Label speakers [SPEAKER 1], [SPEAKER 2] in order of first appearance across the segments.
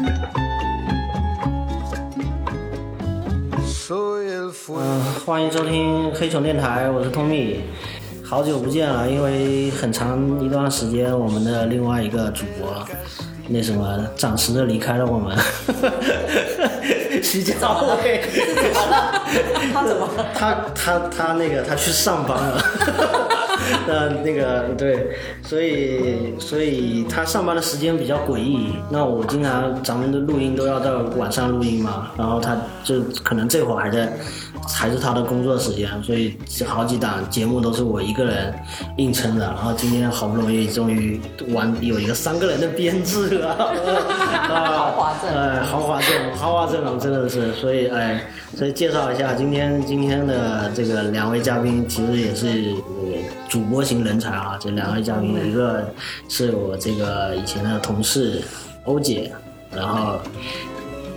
[SPEAKER 1] 嗯欢迎收听黑熊电台，我是 Tommy，好久不见了，因为很长一段时间，我们的另外一个主播那什么暂时的离开了我们， 徐家伟，
[SPEAKER 2] 他怎么了？
[SPEAKER 1] 他他他那个他去上班了， 那那个对，所以所以他上班的时间比较诡异。那我经常咱们的录音都要到晚上录音嘛，然后他就可能这会儿还在还是他的工作时间，所以好几档节目都是我一个人硬撑的。然后今天好不容易终于完有一个三个人的编制 了，啊
[SPEAKER 2] 豪华阵容
[SPEAKER 1] 哎，豪华阵容，豪华阵容真的是，所以哎，所以介绍一下今天今天的这个两位嘉宾，其实也是呃主播型人才啊。这两位嘉宾，一个是我这个以前的同事欧姐，然后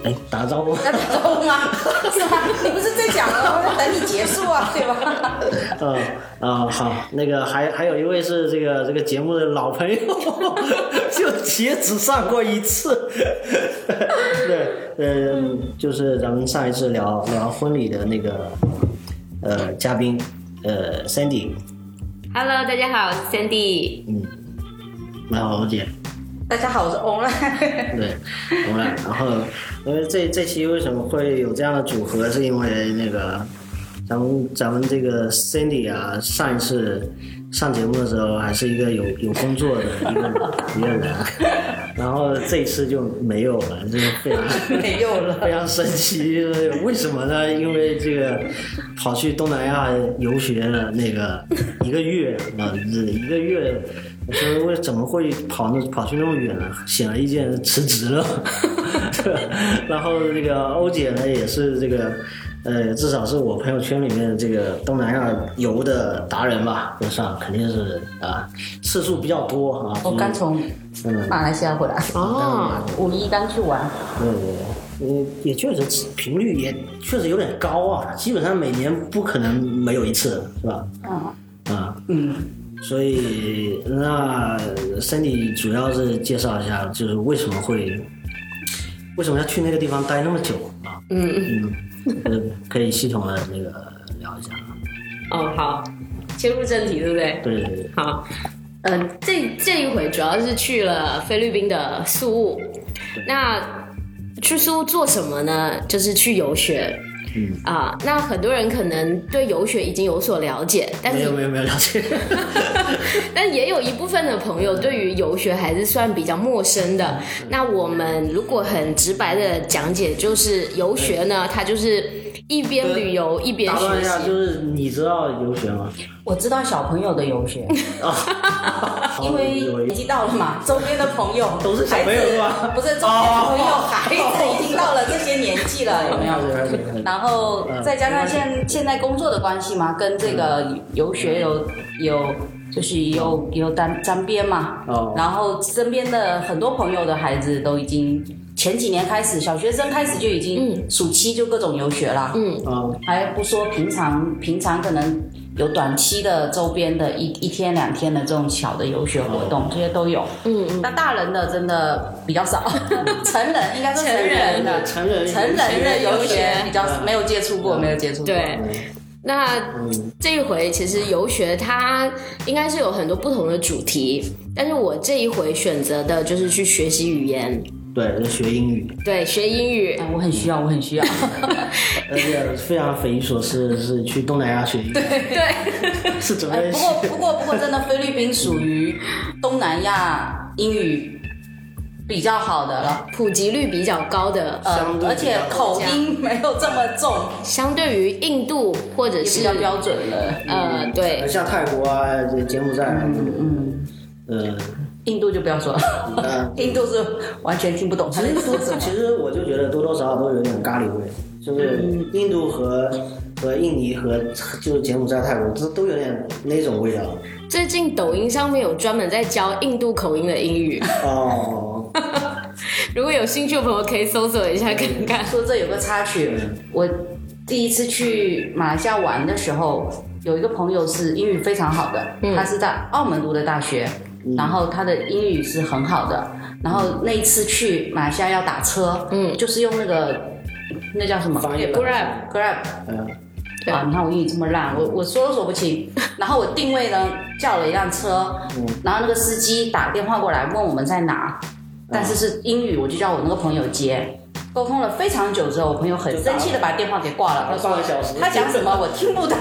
[SPEAKER 1] 哎打招呼，
[SPEAKER 2] 那不中啊， 是吧？你不是在讲了，我在等你结束啊， 对吧？
[SPEAKER 1] 嗯啊、好，那个还还有一位是这个这个节目的老朋友， 就也只上过一次。 对，呃，就是咱们上一次聊聊婚礼的那个呃嘉宾，呃 Sandy，
[SPEAKER 3] Hello，大家好，我是 Sandy。
[SPEAKER 1] 嗯，蛮好，欧姐。
[SPEAKER 2] 大家好，我是翁来。
[SPEAKER 1] 对，我们俩，然后因为这这期为什么会有这样的组合，是因为那个咱们咱们这个 Cindy 啊，上一次上节目的时候还是一个有有工作的一个一个人， 然后这一次就没有了，这个非常。
[SPEAKER 2] 没有了，
[SPEAKER 1] 非常神奇，为什么呢？因为这个跑去东南亚游学了那个一个月啊，这一个月，我说为怎么会跑那跑去那么远呢？显而易见辞职了。 对然后那个欧姐呢，也是这个。呃，至少是我朋友圈里面这个东南亚游的达人吧，就算肯定是啊，次数比较多啊。
[SPEAKER 2] 我刚从
[SPEAKER 1] 嗯，
[SPEAKER 2] 马来西亚回来，
[SPEAKER 3] 哦，
[SPEAKER 2] 五一刚去玩，
[SPEAKER 1] 对对对，嗯，也确实频率也确实有点高啊，基本上每年不可能没有一次，是吧？
[SPEAKER 2] 嗯
[SPEAKER 1] 啊、
[SPEAKER 2] 嗯，
[SPEAKER 1] 所以那 Sandy 主要是介绍一下，就是为什么会为什么要去那个地方待那么久啊？嗯嗯，呃可以系统的那个聊一下。啊。
[SPEAKER 3] 哦，好，切入正题，对不对？
[SPEAKER 1] 对对对，
[SPEAKER 3] 好，嗯、这这一回主要是去了菲律宾的宿务。那去宿务做什么呢？就是去游学。
[SPEAKER 1] 嗯
[SPEAKER 3] 啊，那很多人可能对游学已经有所了解，但
[SPEAKER 1] 没
[SPEAKER 3] 是
[SPEAKER 1] 有没有没有了解。
[SPEAKER 3] 但也有一部分的朋友对于游学还是算比较陌生的。
[SPEAKER 1] 嗯
[SPEAKER 3] 那我们如果很直白的讲解，就是游学呢，它就是一边旅游一边
[SPEAKER 1] 打断
[SPEAKER 3] 学
[SPEAKER 1] 一下，
[SPEAKER 3] 习。
[SPEAKER 1] 就是你知道游学吗？
[SPEAKER 2] 我知道小朋友的游学，
[SPEAKER 1] 啊，
[SPEAKER 2] 因
[SPEAKER 1] 有
[SPEAKER 2] 为
[SPEAKER 1] 一
[SPEAKER 2] 已经到了嘛，周边的朋友
[SPEAKER 1] 都是小朋友是吧
[SPEAKER 2] 孩子不是周哦边的朋友，孩子已经到了这些年纪了，有没有？
[SPEAKER 1] 了解了解
[SPEAKER 2] 然后
[SPEAKER 1] 嗯
[SPEAKER 2] 再加上现现在工作的关系嘛，跟这个游学有有就是有有沾沾边嘛。
[SPEAKER 1] 哦
[SPEAKER 2] 然后身边的很多朋友的孩子都已经前几年开始，小学生开始就已经暑期就各种游学啦。
[SPEAKER 3] 嗯，
[SPEAKER 1] 啊，
[SPEAKER 2] 还不说平常平常可能有短期的周边的一一天两天的这种小的游学活动，这些都有。
[SPEAKER 3] 嗯
[SPEAKER 2] 哦嗯，那大人的真的比较 少，成人应该说成人的
[SPEAKER 1] 成人
[SPEAKER 2] 成人的游学比较
[SPEAKER 1] 嗯
[SPEAKER 2] 没有接触过，没有接触过。
[SPEAKER 3] 对。那
[SPEAKER 1] 嗯
[SPEAKER 3] 这一回其实游学它应该是有很多不同的主题，但是我这一回选择的就是去学习语言，
[SPEAKER 1] 对，学英语。
[SPEAKER 3] 对，学英语
[SPEAKER 2] 哎，。我很需要，我很 需要。
[SPEAKER 1] 而且非常匪夷所思的是去东南亚学英语，对，是准
[SPEAKER 2] 哎
[SPEAKER 1] 备
[SPEAKER 2] 不 过不过不过，真的菲律宾属于东南亚英语比较好的了，
[SPEAKER 3] 普及率比较高的，
[SPEAKER 2] 呃
[SPEAKER 1] 相，对
[SPEAKER 2] 而
[SPEAKER 1] 比较
[SPEAKER 2] 且口音没有这么重，
[SPEAKER 3] 相对于印度或者
[SPEAKER 2] 也比
[SPEAKER 3] 是
[SPEAKER 2] 较标准了。
[SPEAKER 3] 呃，对，
[SPEAKER 1] 像泰国啊、柬埔寨啊，
[SPEAKER 2] 嗯，
[SPEAKER 1] 嗯，
[SPEAKER 2] 印度就不要说了，
[SPEAKER 1] 呃，
[SPEAKER 2] 印度是完全听不懂他在说什么。
[SPEAKER 1] 其实我就觉得多多少少都有点咖喱味，就是
[SPEAKER 2] 嗯
[SPEAKER 1] 印度和和印尼和就是柬埔寨、泰国，这都有点那种味道。
[SPEAKER 3] 最近抖音上面有专门在教印度口音的英语，
[SPEAKER 1] 哦，
[SPEAKER 3] 如果有兴趣的朋友可以搜索一下看看。
[SPEAKER 2] 说这有个插曲，我第一次去马来西亚玩的时候，有一个朋友是英语非常好的，他是在澳门读的大学，然后他的英语是很好的。然后那一次去马来西亚要打车，嗯，就是用那个那叫什么
[SPEAKER 1] 翻译吧
[SPEAKER 3] Grab
[SPEAKER 2] Grab，
[SPEAKER 1] 嗯，
[SPEAKER 3] 对
[SPEAKER 2] 啊，你看我英语这么烂，我我说都说不 清。然后我定位呢，叫了一辆车，然后那个司机打电话过来问我们在哪，但是是英语，我就叫我那个朋友接。沟通了非常久之后，我朋友很生气的把电话给挂了。他
[SPEAKER 1] 半
[SPEAKER 2] 说
[SPEAKER 1] 个小时
[SPEAKER 2] 他讲什么我听不懂，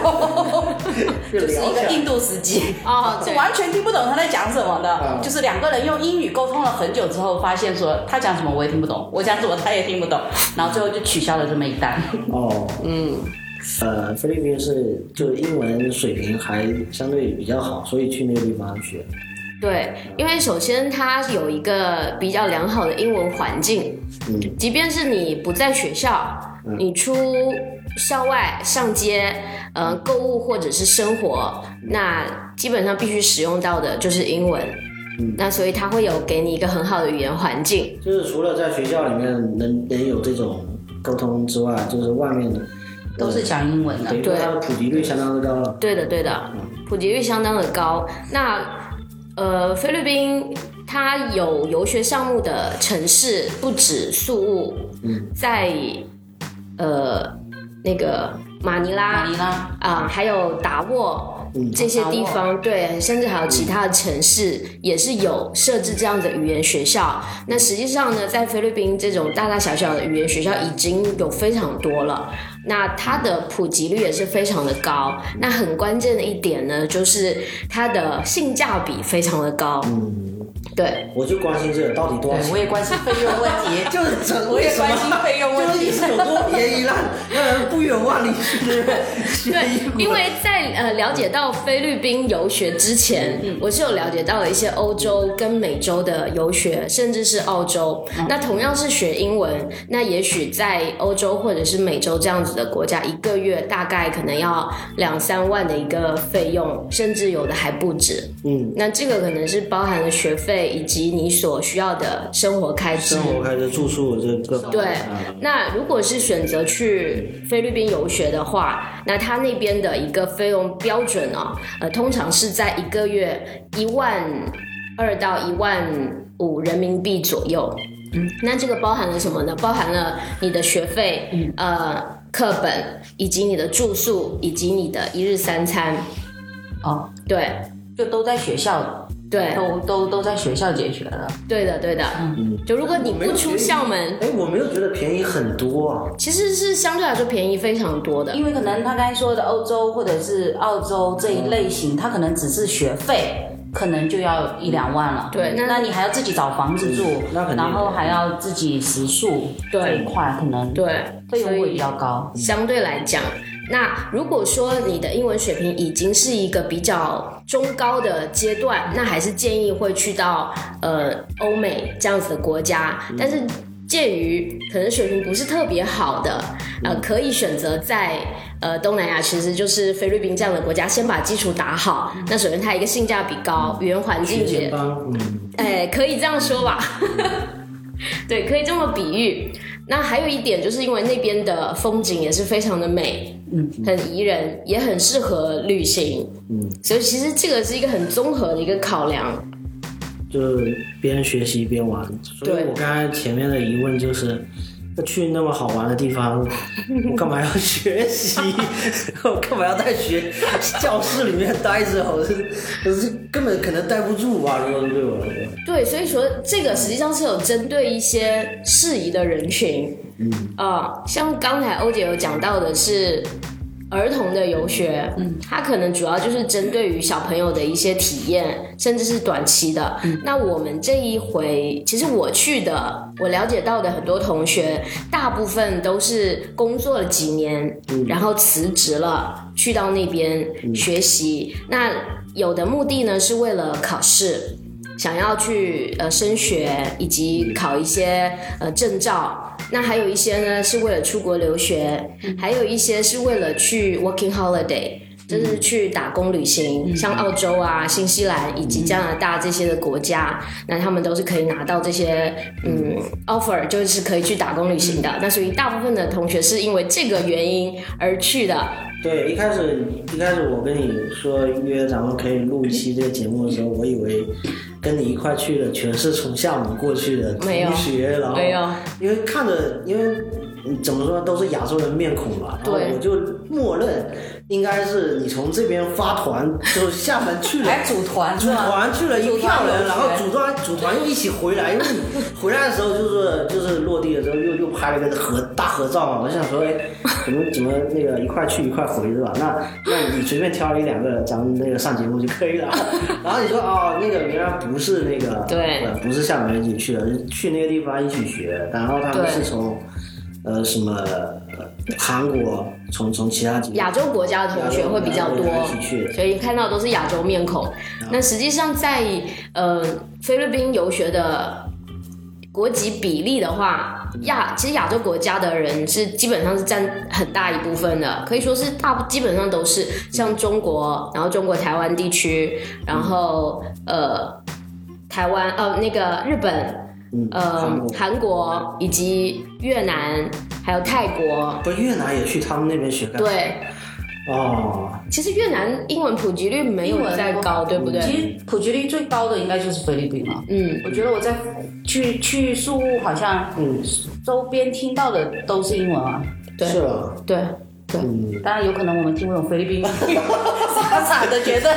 [SPEAKER 2] 就是一个印度司 机。
[SPEAKER 3] 哦，
[SPEAKER 2] 是
[SPEAKER 3] 对
[SPEAKER 2] 完全听不懂他在讲什么的
[SPEAKER 1] 嗯，
[SPEAKER 2] 就是两个人用英语沟通了很久之后，发现说他讲什么我也听不懂，我讲什么他也听不懂，然后最后就取消了这么一单。
[SPEAKER 1] 哦，
[SPEAKER 3] 嗯，
[SPEAKER 1] 呃，菲律宾是就英文水平还相对比较好，所以去那个地方学。
[SPEAKER 3] 对，因为首先它有一个比较良好的英文环境，
[SPEAKER 1] 嗯
[SPEAKER 3] 即便是你不在学校，你出校外上街，呃，购物或者是生活，那基本上必须使用到的就是英文。那所以它会有给你一个很好的语言环境，
[SPEAKER 1] 就是除了在学校里面能能有这种沟通之外，就是外面
[SPEAKER 2] 啊
[SPEAKER 1] 的
[SPEAKER 2] 都是讲英文的
[SPEAKER 1] 等于，说它的普及率相当的高了。
[SPEAKER 3] 对的对的，普及率相当的高。那呃，菲律宾它有游学项目的城市不止宿务，在呃那个马尼拉
[SPEAKER 2] 马尼拉
[SPEAKER 3] 啊、还有达沃这些地方，对，甚至还有其他的城市也是有设置这样的语言学校。那实际上呢，在菲律宾这种大大小小的语言学校已经有非常多了，那它的普及率也是非常的高。那很关键的一点呢，就是它的性价比非常的高。
[SPEAKER 1] 嗯
[SPEAKER 3] 对，
[SPEAKER 1] 我就关心这个到底多少
[SPEAKER 2] 对，
[SPEAKER 1] 钱
[SPEAKER 2] 我。也关心费用问 题，就
[SPEAKER 1] 就是整
[SPEAKER 2] 我也关心费用问题
[SPEAKER 1] 就是有多便宜啦，让人不远万里去学
[SPEAKER 3] 对
[SPEAKER 1] 英，文
[SPEAKER 3] 因为在呃了解到菲律宾游学之前，
[SPEAKER 1] 嗯
[SPEAKER 3] 我是有了解到了一些欧洲跟美洲的游学，甚至是澳洲。
[SPEAKER 1] 嗯
[SPEAKER 3] 那同样是学英文，那也许在欧洲或者是美洲这样子的国家，一个月大概可能要两三万的一个费用，甚至有的还不止。
[SPEAKER 1] 嗯，
[SPEAKER 3] 那这个可能是包含了学费以及你所需要的生活开支。
[SPEAKER 1] 生活开支、住宿这各方面。
[SPEAKER 3] 对
[SPEAKER 1] 啊，
[SPEAKER 3] 那如果是选择去菲律宾游学的话，那他那边的一个费用标准啊，呃，通常是在一个月一万二到一万五人民币左右。嗯，那这个包含了什么呢？包含了你的学费，呃，课本，以及你的住宿，以及你的一日三餐。
[SPEAKER 2] 哦，
[SPEAKER 3] 对，
[SPEAKER 2] 就都在学校，
[SPEAKER 3] 对，
[SPEAKER 2] 都都都在学校解决了。
[SPEAKER 3] 对的，对的。嗯，就如果你不出校门，
[SPEAKER 1] 哎，我没有觉得便宜很多啊。
[SPEAKER 3] 其实是相对来说便宜非常多的。
[SPEAKER 2] 因为可能他刚才说的欧洲或者是澳洲这一类型，他可能只是学费，可能就要一两万了。
[SPEAKER 3] 对那
[SPEAKER 2] 那你还要自己找房子住，
[SPEAKER 1] 嗯那肯定
[SPEAKER 2] 然后还要自己食宿
[SPEAKER 3] 对
[SPEAKER 2] 这一块，可能
[SPEAKER 3] 对，
[SPEAKER 2] 费用
[SPEAKER 3] 所
[SPEAKER 2] 会
[SPEAKER 3] 以
[SPEAKER 2] 比较高。
[SPEAKER 3] 相对来讲，那如果说你的英文水平已经是一个比较中高的阶段，那还是建议会去到呃欧美这样子的国家。但是鉴于可能水平不是特别好的，呃，可以选择在呃东南亚，其实就是菲律宾这样的国家，先把基础打好。那首先它一个性价比高，语言环境
[SPEAKER 1] 学前
[SPEAKER 3] 也
[SPEAKER 1] 班，嗯，
[SPEAKER 3] 哎，可以这样说吧， 对，可以这么比喻。那还有一点，就是因为那边的风景也是非常的美，嗯，很宜人，也很适合旅行，嗯，所以其实这个是一个很综合的一个考量，
[SPEAKER 1] 就是边学习边玩。所以
[SPEAKER 3] 对
[SPEAKER 1] 我刚才前面的疑问就是。那去那么好玩的地 方，我干嘛要学习？ 我干嘛要在学教室里面待着？我是我是根本可能待不住吧？如果是对我来说，
[SPEAKER 3] 对，所以说这个实际上是有针对一些适宜的人群，嗯，啊、像刚才欧姐有讲到的是。儿童的游学，嗯，它可能主要就是针对于小朋友的一些体验，甚至是短期的。那我们这一回，其实我去的，我了解到的很多同学，大部分都是工作了几年，然后辞职了，去到那边学习。那有的目的呢，是为了考试。想要去呃升学以及考一些呃证照，那还有一些呢是为了出国留学，还有一些是为了去 working holiday，就是去打工旅行，像澳洲啊、新西兰以及加拿大这些的国家，那他们都是可以拿到这些嗯 offer，就是可以去打工旅行的。那所以大部分的同学是因为这个原因而去的，
[SPEAKER 1] 对，一开始一开始我跟你说约咱们可以录一期这个节目的时候，我以为跟你一块去的全是从厦门过去的同
[SPEAKER 3] 没有
[SPEAKER 1] 哦学，然后
[SPEAKER 3] 没有
[SPEAKER 1] 因为看着因为嗯怎么说都是亚洲人面孔吧，然后
[SPEAKER 3] 对
[SPEAKER 1] 我就默认应该是你从这边发团就厦门去了，
[SPEAKER 2] 还组 团
[SPEAKER 1] 组
[SPEAKER 2] 是吧
[SPEAKER 1] 团去了一
[SPEAKER 2] 组团
[SPEAKER 1] 票人，
[SPEAKER 2] 游
[SPEAKER 1] 然后
[SPEAKER 2] 学
[SPEAKER 1] 组团组团又一起回来，因为你回来的时候就是就是落地的时候又又拍了一个合大合照嘛，我想 说哎，怎么怎么那个一块去一块回是吧？那那你随便挑一两个咱们那个上节目就可以了。 然后你说哦，那个原来不是那个
[SPEAKER 3] 对
[SPEAKER 1] 呃不是厦门一起去的，是去那个地方一起学，然后他们
[SPEAKER 3] 对
[SPEAKER 1] 是从呃什么呃韩国从从其他几个
[SPEAKER 3] 亚洲国家的同学会比较多
[SPEAKER 1] 亚洲国家一起去，嗯
[SPEAKER 3] 所以看到都是亚洲面孔。那实际上在呃菲律宾游学的国籍比例的话，
[SPEAKER 1] 嗯
[SPEAKER 3] 亚其实亚洲国家的人是基本上是占很大一部分的，可以说是大基本上都是像中国，然后中国台湾地区，然后呃台湾呃那个日本。
[SPEAKER 1] 嗯韩
[SPEAKER 3] 呃，
[SPEAKER 1] 国
[SPEAKER 3] 韩国以及越南，还有泰国，
[SPEAKER 1] 不越南也去他们那边学干嘛
[SPEAKER 3] 对，
[SPEAKER 1] 哦。
[SPEAKER 3] 其实越南英文普及率没有再高，对不对？
[SPEAKER 2] 其实普及率最高的应该就是菲律宾了。
[SPEAKER 3] 嗯，
[SPEAKER 2] 我觉得我在去去宿务，好像
[SPEAKER 1] 嗯
[SPEAKER 2] 周边听到的都是英文啊。
[SPEAKER 3] 嗯对
[SPEAKER 1] 是吧？
[SPEAKER 3] 对对。
[SPEAKER 1] 嗯，
[SPEAKER 2] 当然有可能我们听不懂菲律宾语， 傻傻的觉 得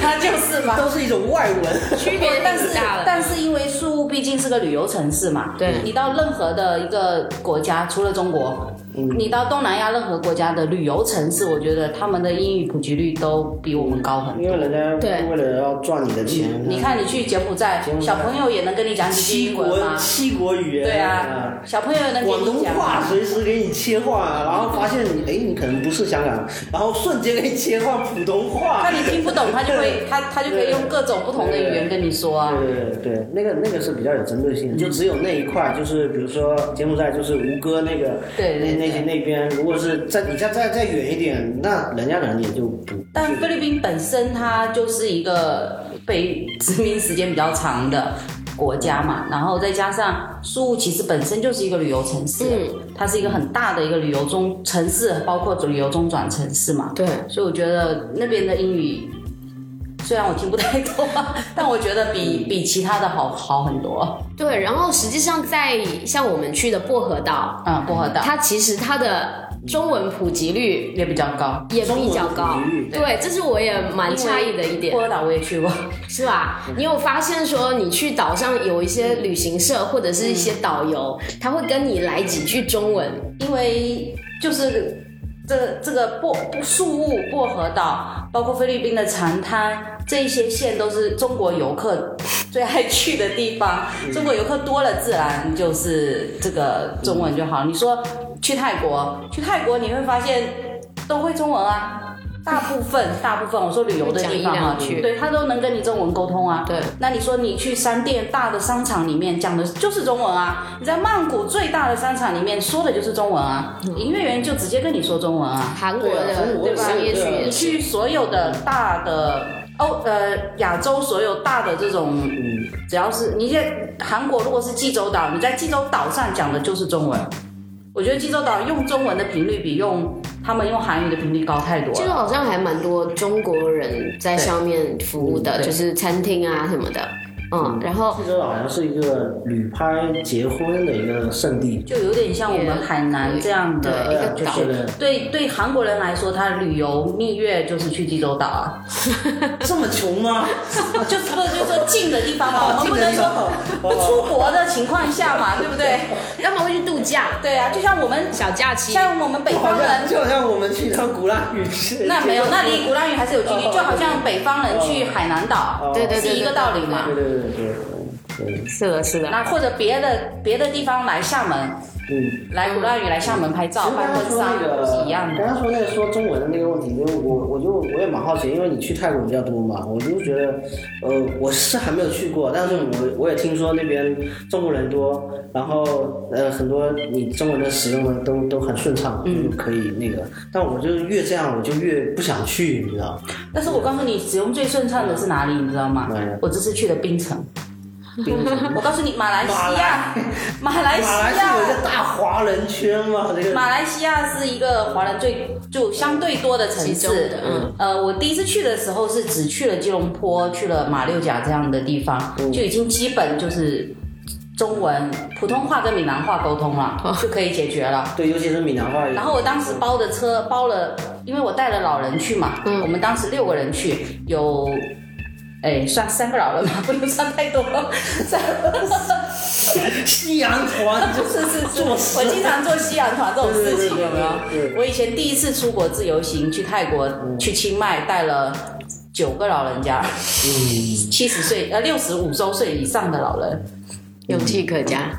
[SPEAKER 2] 他就是嘛。
[SPEAKER 1] 都是一种外文。
[SPEAKER 3] 区别
[SPEAKER 2] 但是
[SPEAKER 3] 挺大的
[SPEAKER 2] 但是因为宿务毕竟是个旅游城市嘛，
[SPEAKER 3] 对
[SPEAKER 2] 你到任何的一个国家，除了中国，你到东南亚任何国家的旅游城市，我觉得他们的英语普及率都比我们高很多。
[SPEAKER 1] 因为人
[SPEAKER 3] 对
[SPEAKER 1] 家为了要赚你的钱，
[SPEAKER 2] 你看，你去嗯柬埔寨
[SPEAKER 1] 柬，埔寨
[SPEAKER 2] 小朋友也能跟你讲几句
[SPEAKER 1] 七
[SPEAKER 2] 英文
[SPEAKER 1] 国
[SPEAKER 2] 吗？
[SPEAKER 1] 七国语言，
[SPEAKER 2] 对啊，小朋友也能
[SPEAKER 1] 嗯，
[SPEAKER 2] 跟
[SPEAKER 1] 广
[SPEAKER 2] 你
[SPEAKER 1] 东
[SPEAKER 2] 讲
[SPEAKER 1] 话
[SPEAKER 2] 吗。
[SPEAKER 1] 随时给你切换，然后发现你哎，你可能不是香港，然后瞬间给你切换普通话
[SPEAKER 2] 那。你听不懂，他就会他他就可以用各种不同的语言跟你说啊。
[SPEAKER 1] 对对对，那个那个是比较有针对性的，就只有那一块，就是比如说柬埔寨，就是吴哥那个，
[SPEAKER 2] 对对
[SPEAKER 1] 那那
[SPEAKER 2] 对
[SPEAKER 1] 那边，如果是在你再再再远一点，那人家可能也就不。
[SPEAKER 2] 但菲律宾本身它就是一个被殖民时间比较长的国家嘛，然后再加上苏其实本身就是一个旅游城市，
[SPEAKER 3] 嗯
[SPEAKER 2] 它是一个很大的一个旅游中城市，包括旅游中转城市嘛，
[SPEAKER 3] 对，
[SPEAKER 2] 所以我觉得那边的英语。虽然我听不太懂 啊，但我觉得比比其他的好好很多。
[SPEAKER 3] 对，然后实际上在像我们去的薄荷岛，
[SPEAKER 2] 嗯，薄荷岛
[SPEAKER 3] 它其实它的中文普及率
[SPEAKER 2] 也比较高，
[SPEAKER 3] 也比较高
[SPEAKER 1] 中文普及率，
[SPEAKER 3] 对，这是我也蛮诧异的一点
[SPEAKER 2] 薄，荷岛我也去过，
[SPEAKER 3] 是吧？你有发现说你去岛上有一些旅行社或者是一些导游，他会跟你来几句中文，
[SPEAKER 2] 因为就是这这个薄树木、薄荷岛，包括菲律宾的长滩，这一些县都是中国游客最爱去的地方。
[SPEAKER 3] 嗯
[SPEAKER 2] 中国游客多了，自然就是这个中文就好。你说去泰国，去泰国你会发现都会中文啊。大部分，大部分，我说旅游的地方啊
[SPEAKER 3] 会讲一两，句
[SPEAKER 2] 对他都能跟你中文沟通啊。
[SPEAKER 3] 对
[SPEAKER 2] 那你说你去商店大的商场里面讲的就是中文啊？你在曼谷最大的商场里面说的就是中文啊，营业员就直接跟你说中文啊。
[SPEAKER 3] 韩国
[SPEAKER 1] 对啊
[SPEAKER 3] 的
[SPEAKER 1] 中国
[SPEAKER 3] 对吧？
[SPEAKER 1] 是
[SPEAKER 3] 也许
[SPEAKER 1] 对啊
[SPEAKER 2] 你
[SPEAKER 3] 也是
[SPEAKER 2] 去所有的大的欧呃亚洲所有大的这种，只要是你在韩国，如果是济州岛，你在济州岛上讲的就是中文。我觉得济州岛用中文的频率比用他们用韩语的频率高太多
[SPEAKER 3] 就是
[SPEAKER 2] 了。
[SPEAKER 3] 好像还蛮多中国人在上面服务的，
[SPEAKER 2] 对
[SPEAKER 3] 就是餐厅啊什么的，嗯，然后
[SPEAKER 1] 济州岛好像是一个旅拍结婚的一个圣地，
[SPEAKER 2] 就有点像我们海南这样的
[SPEAKER 3] 对
[SPEAKER 2] 一个
[SPEAKER 1] 对
[SPEAKER 2] 就
[SPEAKER 1] 啊
[SPEAKER 2] 是对对韩国人来说，他旅游蜜月就是去济州岛啊，
[SPEAKER 1] 这么穷吗？
[SPEAKER 2] 哦就是不是就是说哦近的地方嘛，我们不能说不出国的情况下嘛，对不 对？
[SPEAKER 3] 要么会去度假，
[SPEAKER 2] 对啊，就像我们
[SPEAKER 3] 小假期，
[SPEAKER 2] 像我们北方人，
[SPEAKER 1] 就好像我们去趟鼓浪屿去，
[SPEAKER 2] 那没有，那离鼓浪屿还是有距离，就好像北方人去海南岛
[SPEAKER 3] 对对对，
[SPEAKER 2] 是一个道理嘛
[SPEAKER 1] 对。对对对对，对
[SPEAKER 3] 是的，是的，
[SPEAKER 2] 那或者别的别的地方来厦门，
[SPEAKER 1] 嗯。
[SPEAKER 2] 来鼓浪屿来厦门拍照
[SPEAKER 1] 其实
[SPEAKER 2] 拍
[SPEAKER 1] 刚
[SPEAKER 2] 婚
[SPEAKER 1] 刚说
[SPEAKER 2] 纱
[SPEAKER 1] 那
[SPEAKER 2] 都
[SPEAKER 1] 个
[SPEAKER 2] 是一样，的。
[SPEAKER 1] 刚刚说那个说中文的那个问题，因为我我就我也蛮好奇，因为你去泰国比较多嘛，我就觉得，呃，我是还没有去过，但是我我也听说那边中国人多，然后呃很多你中文的使用呢都都很顺畅，
[SPEAKER 2] 嗯
[SPEAKER 1] 就可以那个，但我就越这样我就越不想去，你知道吗？
[SPEAKER 2] 但是我告诉你，使用最顺畅的是哪里，啊你知道吗
[SPEAKER 1] 哪里？
[SPEAKER 2] 我这次去的槟城。
[SPEAKER 1] 冰城
[SPEAKER 2] 我告诉你，马来西亚，马来
[SPEAKER 1] 马来
[SPEAKER 2] 西
[SPEAKER 1] 西亚有一
[SPEAKER 2] 亚
[SPEAKER 1] 个。大华人圈嘛，这个
[SPEAKER 2] 马来西亚是一个华人最就相对多的城
[SPEAKER 3] 集中
[SPEAKER 2] 市
[SPEAKER 3] 的，嗯
[SPEAKER 2] 呃，我第一次去的时候是只
[SPEAKER 1] 嗯
[SPEAKER 2] 去了吉隆坡，去了马六甲这样的地方，就已经基本就是中文、普通话跟闽南话沟通了，就可以解决了。
[SPEAKER 1] 对，尤其是闽南话。
[SPEAKER 2] 然后我 当时包的车包了，因为我带了老人去嘛，
[SPEAKER 1] 嗯
[SPEAKER 2] 我们当时六个人去，有，哎，算三个老人吧， 不能算太多，三个。
[SPEAKER 1] 夕阳 团就是
[SPEAKER 2] 是
[SPEAKER 1] 做
[SPEAKER 2] 我经常做夕阳团这种事情，
[SPEAKER 1] 对对对
[SPEAKER 2] 有没有？我以前第一次出国自由行去泰国，去清迈带了九个老 人家，
[SPEAKER 1] 嗯
[SPEAKER 2] 七十岁呃六十五周岁以上的老人。
[SPEAKER 3] 勇气可嘉。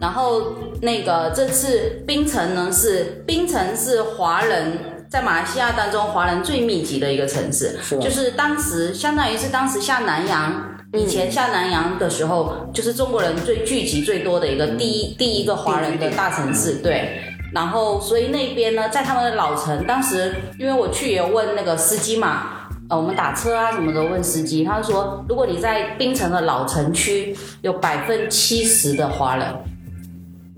[SPEAKER 2] 然后那个这次槟城呢是槟城是华人在马来西亚当中华人最密集的一个城市，
[SPEAKER 1] 是吧嗯
[SPEAKER 2] 就是当时相当于是当时下南洋。以前下南洋的时候，就是中国人最聚集最多的一个
[SPEAKER 1] 嗯
[SPEAKER 2] 第一第一个华人的大城市，对。然后，所以那边呢，在他们的老城，当时因为我去也问那个司机嘛，呃，我们打车啊什么的问司机，他就说，如果你在槟城的老城区，有百分之七十的华人，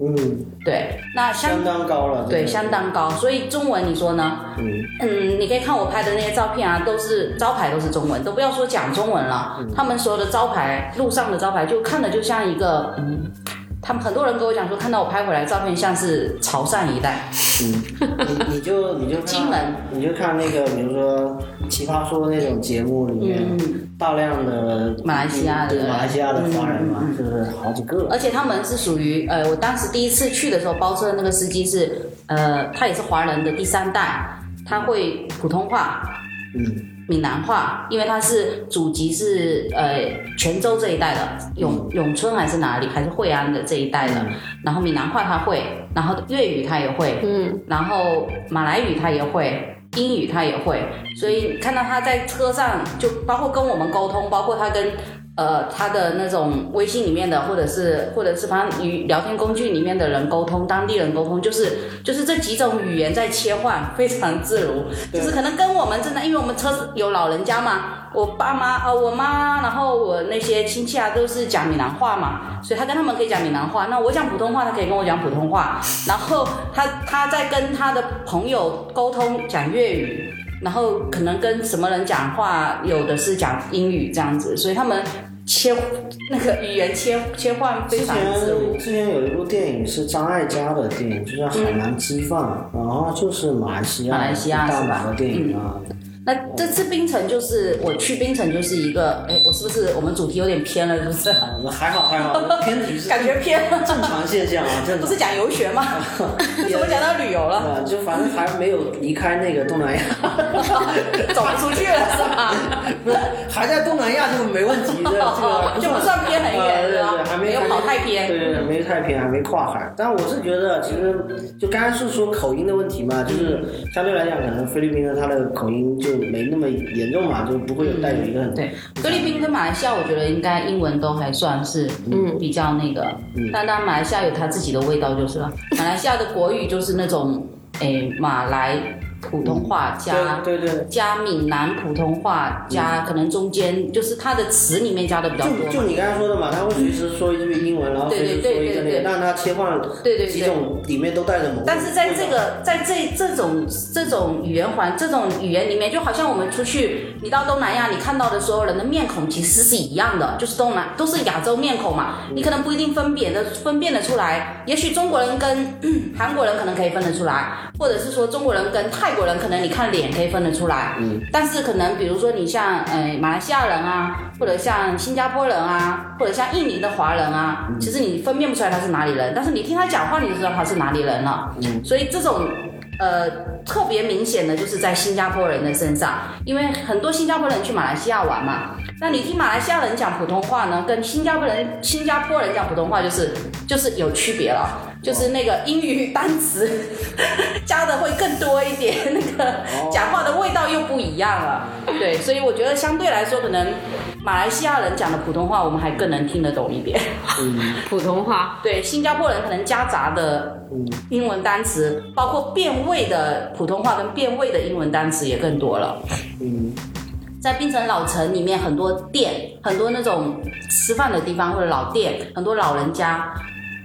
[SPEAKER 1] 嗯，
[SPEAKER 2] 对，那相
[SPEAKER 1] 相当高了。
[SPEAKER 2] 对相当高，所以中文你说呢？
[SPEAKER 1] 嗯
[SPEAKER 2] 嗯，你可以看我拍的那些照片啊，都是招牌都是中文，都不要说讲中文了，他们所有的招牌，路上的招牌就看着就像一个嗯。他们很多人跟我讲说，看到我拍回来的照片像是潮汕一带，
[SPEAKER 1] 嗯，你你就你就看
[SPEAKER 2] 金门，
[SPEAKER 1] 你就看那个，比如说《奇葩说》那种节目里面，大量的
[SPEAKER 2] 嗯马来西亚的嗯
[SPEAKER 1] 对马来西亚的华人嘛，就是好几个。
[SPEAKER 2] 而且他们是属于呃，我当时第一次去的时候，包车的那个司机是呃，他也是华人的第三代，他会普通话，
[SPEAKER 1] 嗯，
[SPEAKER 2] 闽南话，因为他是祖籍是呃泉州这一带的，永永春还是哪里，还是惠安的这一带的。然后闽南话他会，然后粤语他也会，
[SPEAKER 3] 嗯，
[SPEAKER 2] 然后马来语他也会，英语他也会，所以看到他在车上，就包括跟我们沟通，包括他跟呃他的那种微信里面的，或者是或者是反正与聊天工具里面的人沟通，当地人沟通，就是就是这几种语言在切换，非常自如。
[SPEAKER 1] 对
[SPEAKER 2] 就是可能跟我们真的，因为我们车有老人家嘛，我爸妈呃我妈，然后我那些亲戚啊都是讲闽南话嘛，所以他跟他们可以讲闽南话，那我讲普通话，他可以跟我讲普通话，然后他他在跟他的朋友沟通讲粤语，然后可能跟什么人讲话，有的是讲英语这样子，所以他们切那个语言切切换非
[SPEAKER 1] 之
[SPEAKER 2] 常自如
[SPEAKER 1] 前。之前有一部电影是张艾嘉的电影，就叫《海南鸡饭》，然后就是马来西亚
[SPEAKER 2] 马来西亚
[SPEAKER 1] 大
[SPEAKER 2] 是吧嗯
[SPEAKER 1] 马的电影啊。
[SPEAKER 2] 那这次冰城就是我去冰城就是一个，哎，我是不是我们主题有点偏了，是不是？
[SPEAKER 1] 我们呃 还好还好，偏题是
[SPEAKER 2] 感觉偏了。
[SPEAKER 1] 正常现象啊，正
[SPEAKER 2] 不
[SPEAKER 1] 常
[SPEAKER 2] 是。讲游学吗？ 怎么讲到旅游了？
[SPEAKER 1] 啊，就反正还没有离开那个东南亚，
[SPEAKER 2] 走不出去了是吧？
[SPEAKER 1] 不是还在东南亚这个没问题的，这个
[SPEAKER 2] 就不算偏很
[SPEAKER 1] 对
[SPEAKER 2] 远是吧
[SPEAKER 1] 对，还没
[SPEAKER 2] 没有跑太
[SPEAKER 1] 对
[SPEAKER 2] 偏。
[SPEAKER 1] 对对，没太偏，还没跨海。但我是觉得，其实就刚才是说口音的问题嘛，就是相对来讲，可能菲律宾的它的口音就没那么严重嘛，就不会有带有一个很
[SPEAKER 2] 对，菲律宾跟马来西亚，我觉得应该英文都还算是嗯比较那个，
[SPEAKER 1] 嗯
[SPEAKER 2] 但当然马来西亚有它自己的味道就是了。马来西亚的国语就是那种诶马来普通话加
[SPEAKER 1] 对对对。
[SPEAKER 2] 加闽南普通话加可能中间就是它的词里面加的比较
[SPEAKER 1] 就
[SPEAKER 2] 多。
[SPEAKER 1] 就你刚才说的嘛，他会随时说一句英文，然后随时说一个那个，让他切换
[SPEAKER 2] 对对对
[SPEAKER 1] 几种里面都带着某种味道。
[SPEAKER 2] 但是在这个在这这种这种语言环这种语言里面，就好像我们出去，你到东南亚，你看到的所有人的面孔其实是一样的，就是东南都是亚洲面孔嘛，你可能不一定分辨的分辨得出来，也许中国人跟韩国人可能可以分得出来，或者是说中国人跟泰国人可能你看脸可以分得出来，嗯，但是可能比如说你像呃马来西亚人啊，或者像新加坡人啊，或者像印尼的华人啊，其实你分辨不出来他是哪里人，但是你听他讲话你就知道他是哪里人了，嗯，所以这种呃特别明显的就是在新加坡人的身上，因为很多新加坡人去马来西亚玩嘛，那你听马来西亚人讲普通话呢，跟新加坡人新加坡人讲普通话就是就是有区别了。就是那个英语单词 加的会更多一点，那个讲话的味道又不一样了。对，所以我觉得相对来说，可能马来西亚人讲的普通话我们还更能听得懂一点。
[SPEAKER 1] 嗯
[SPEAKER 3] 普通话
[SPEAKER 2] 对，新加坡人可能夹杂的
[SPEAKER 1] 嗯
[SPEAKER 2] 英文单词，包括变味的普通话跟变味的英文单词也更多了。
[SPEAKER 1] 嗯，
[SPEAKER 2] 在槟城老城里面，很多店，很多那种吃饭的地方或者老店，很多老人家，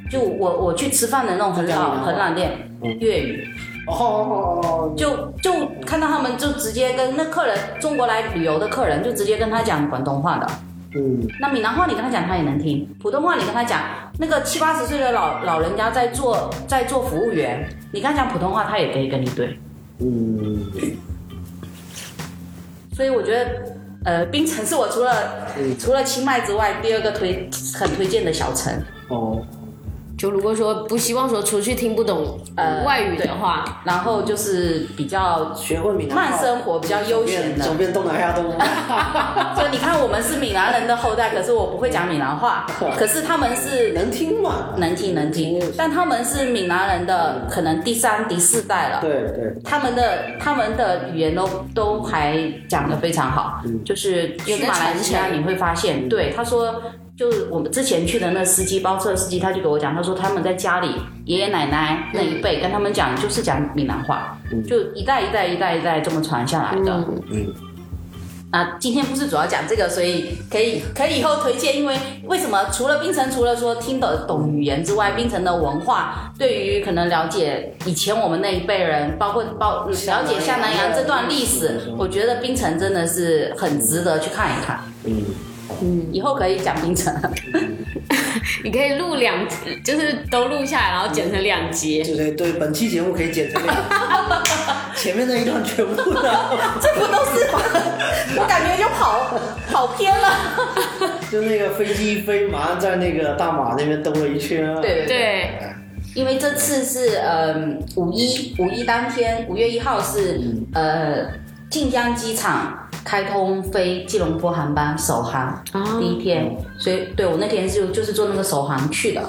[SPEAKER 2] 就我我去吃饭的嗯那种很老很老店，粤语，
[SPEAKER 1] 哦哦哦，
[SPEAKER 2] 就就看到他们就直接跟那客人中国来旅游的客人，就直接跟他讲广东话的，
[SPEAKER 1] 嗯，
[SPEAKER 2] 那闽南话你跟他讲他也能听，普通话你跟他讲，那个七八十岁的老老人家在做在做服务员，你跟他讲普通话他也可以跟你对。
[SPEAKER 1] 嗯，
[SPEAKER 2] 所以我觉得，呃，槟城是我除了、
[SPEAKER 1] 嗯
[SPEAKER 2] 除了清迈之外第二个推很推荐的小城。
[SPEAKER 1] 哦，
[SPEAKER 3] 就如果说不希望说出去听不懂
[SPEAKER 2] 呃
[SPEAKER 3] 外语的话，
[SPEAKER 2] 然后就是比较，
[SPEAKER 1] 学会闽南话
[SPEAKER 2] 慢生活比较悠闲的
[SPEAKER 1] 走遍走遍东南亚哎都。
[SPEAKER 2] 就你看我们是闽南人的后代，可是我不会讲闽南话，可是他们是
[SPEAKER 1] 能听嘛？
[SPEAKER 2] 能听能听，但他们是闽南人的可能第三、第四代了。
[SPEAKER 1] 对对，
[SPEAKER 2] 他们的他们的语言都都还讲得非常好，就是
[SPEAKER 3] 有
[SPEAKER 2] 去
[SPEAKER 3] 在
[SPEAKER 2] 马来西亚
[SPEAKER 3] 传承
[SPEAKER 2] 你会发现，对他说，就是我们之前去的那司机包车司机，他就给我讲，他说他们在家里爷爷奶奶那一辈跟他们讲，就是讲闽南话，就一代一代一代一代这么传下来的。
[SPEAKER 1] 嗯，
[SPEAKER 2] 啊，今天不是主要讲这个，所以可以可以以后推荐，因为为什么除了槟城，除了说听得懂语言之外，槟城的文化对于可能了解以前我们那一辈人，包括包嗯了解下南洋这段历史，我觉得槟城真的是很值得去看一看。
[SPEAKER 1] 嗯，
[SPEAKER 2] 以后可以讲槟城，
[SPEAKER 3] 你可以录两，就是都录下来，然后剪成两集。
[SPEAKER 1] 就是对本期节目可以剪成两，前面那一段全部的，
[SPEAKER 2] 这不都是我感觉就跑 跑偏了。
[SPEAKER 1] 就那个飞机一飞，马上在那个大马那边兜了一圈。啊
[SPEAKER 2] 对
[SPEAKER 3] 对，
[SPEAKER 2] 因为这次是嗯五一五一当天，五月一号是、呃晋江机场开通飞吉隆坡航班首航、
[SPEAKER 3] 哦
[SPEAKER 2] 第一天，所以对我那天就就是坐那个首航去的，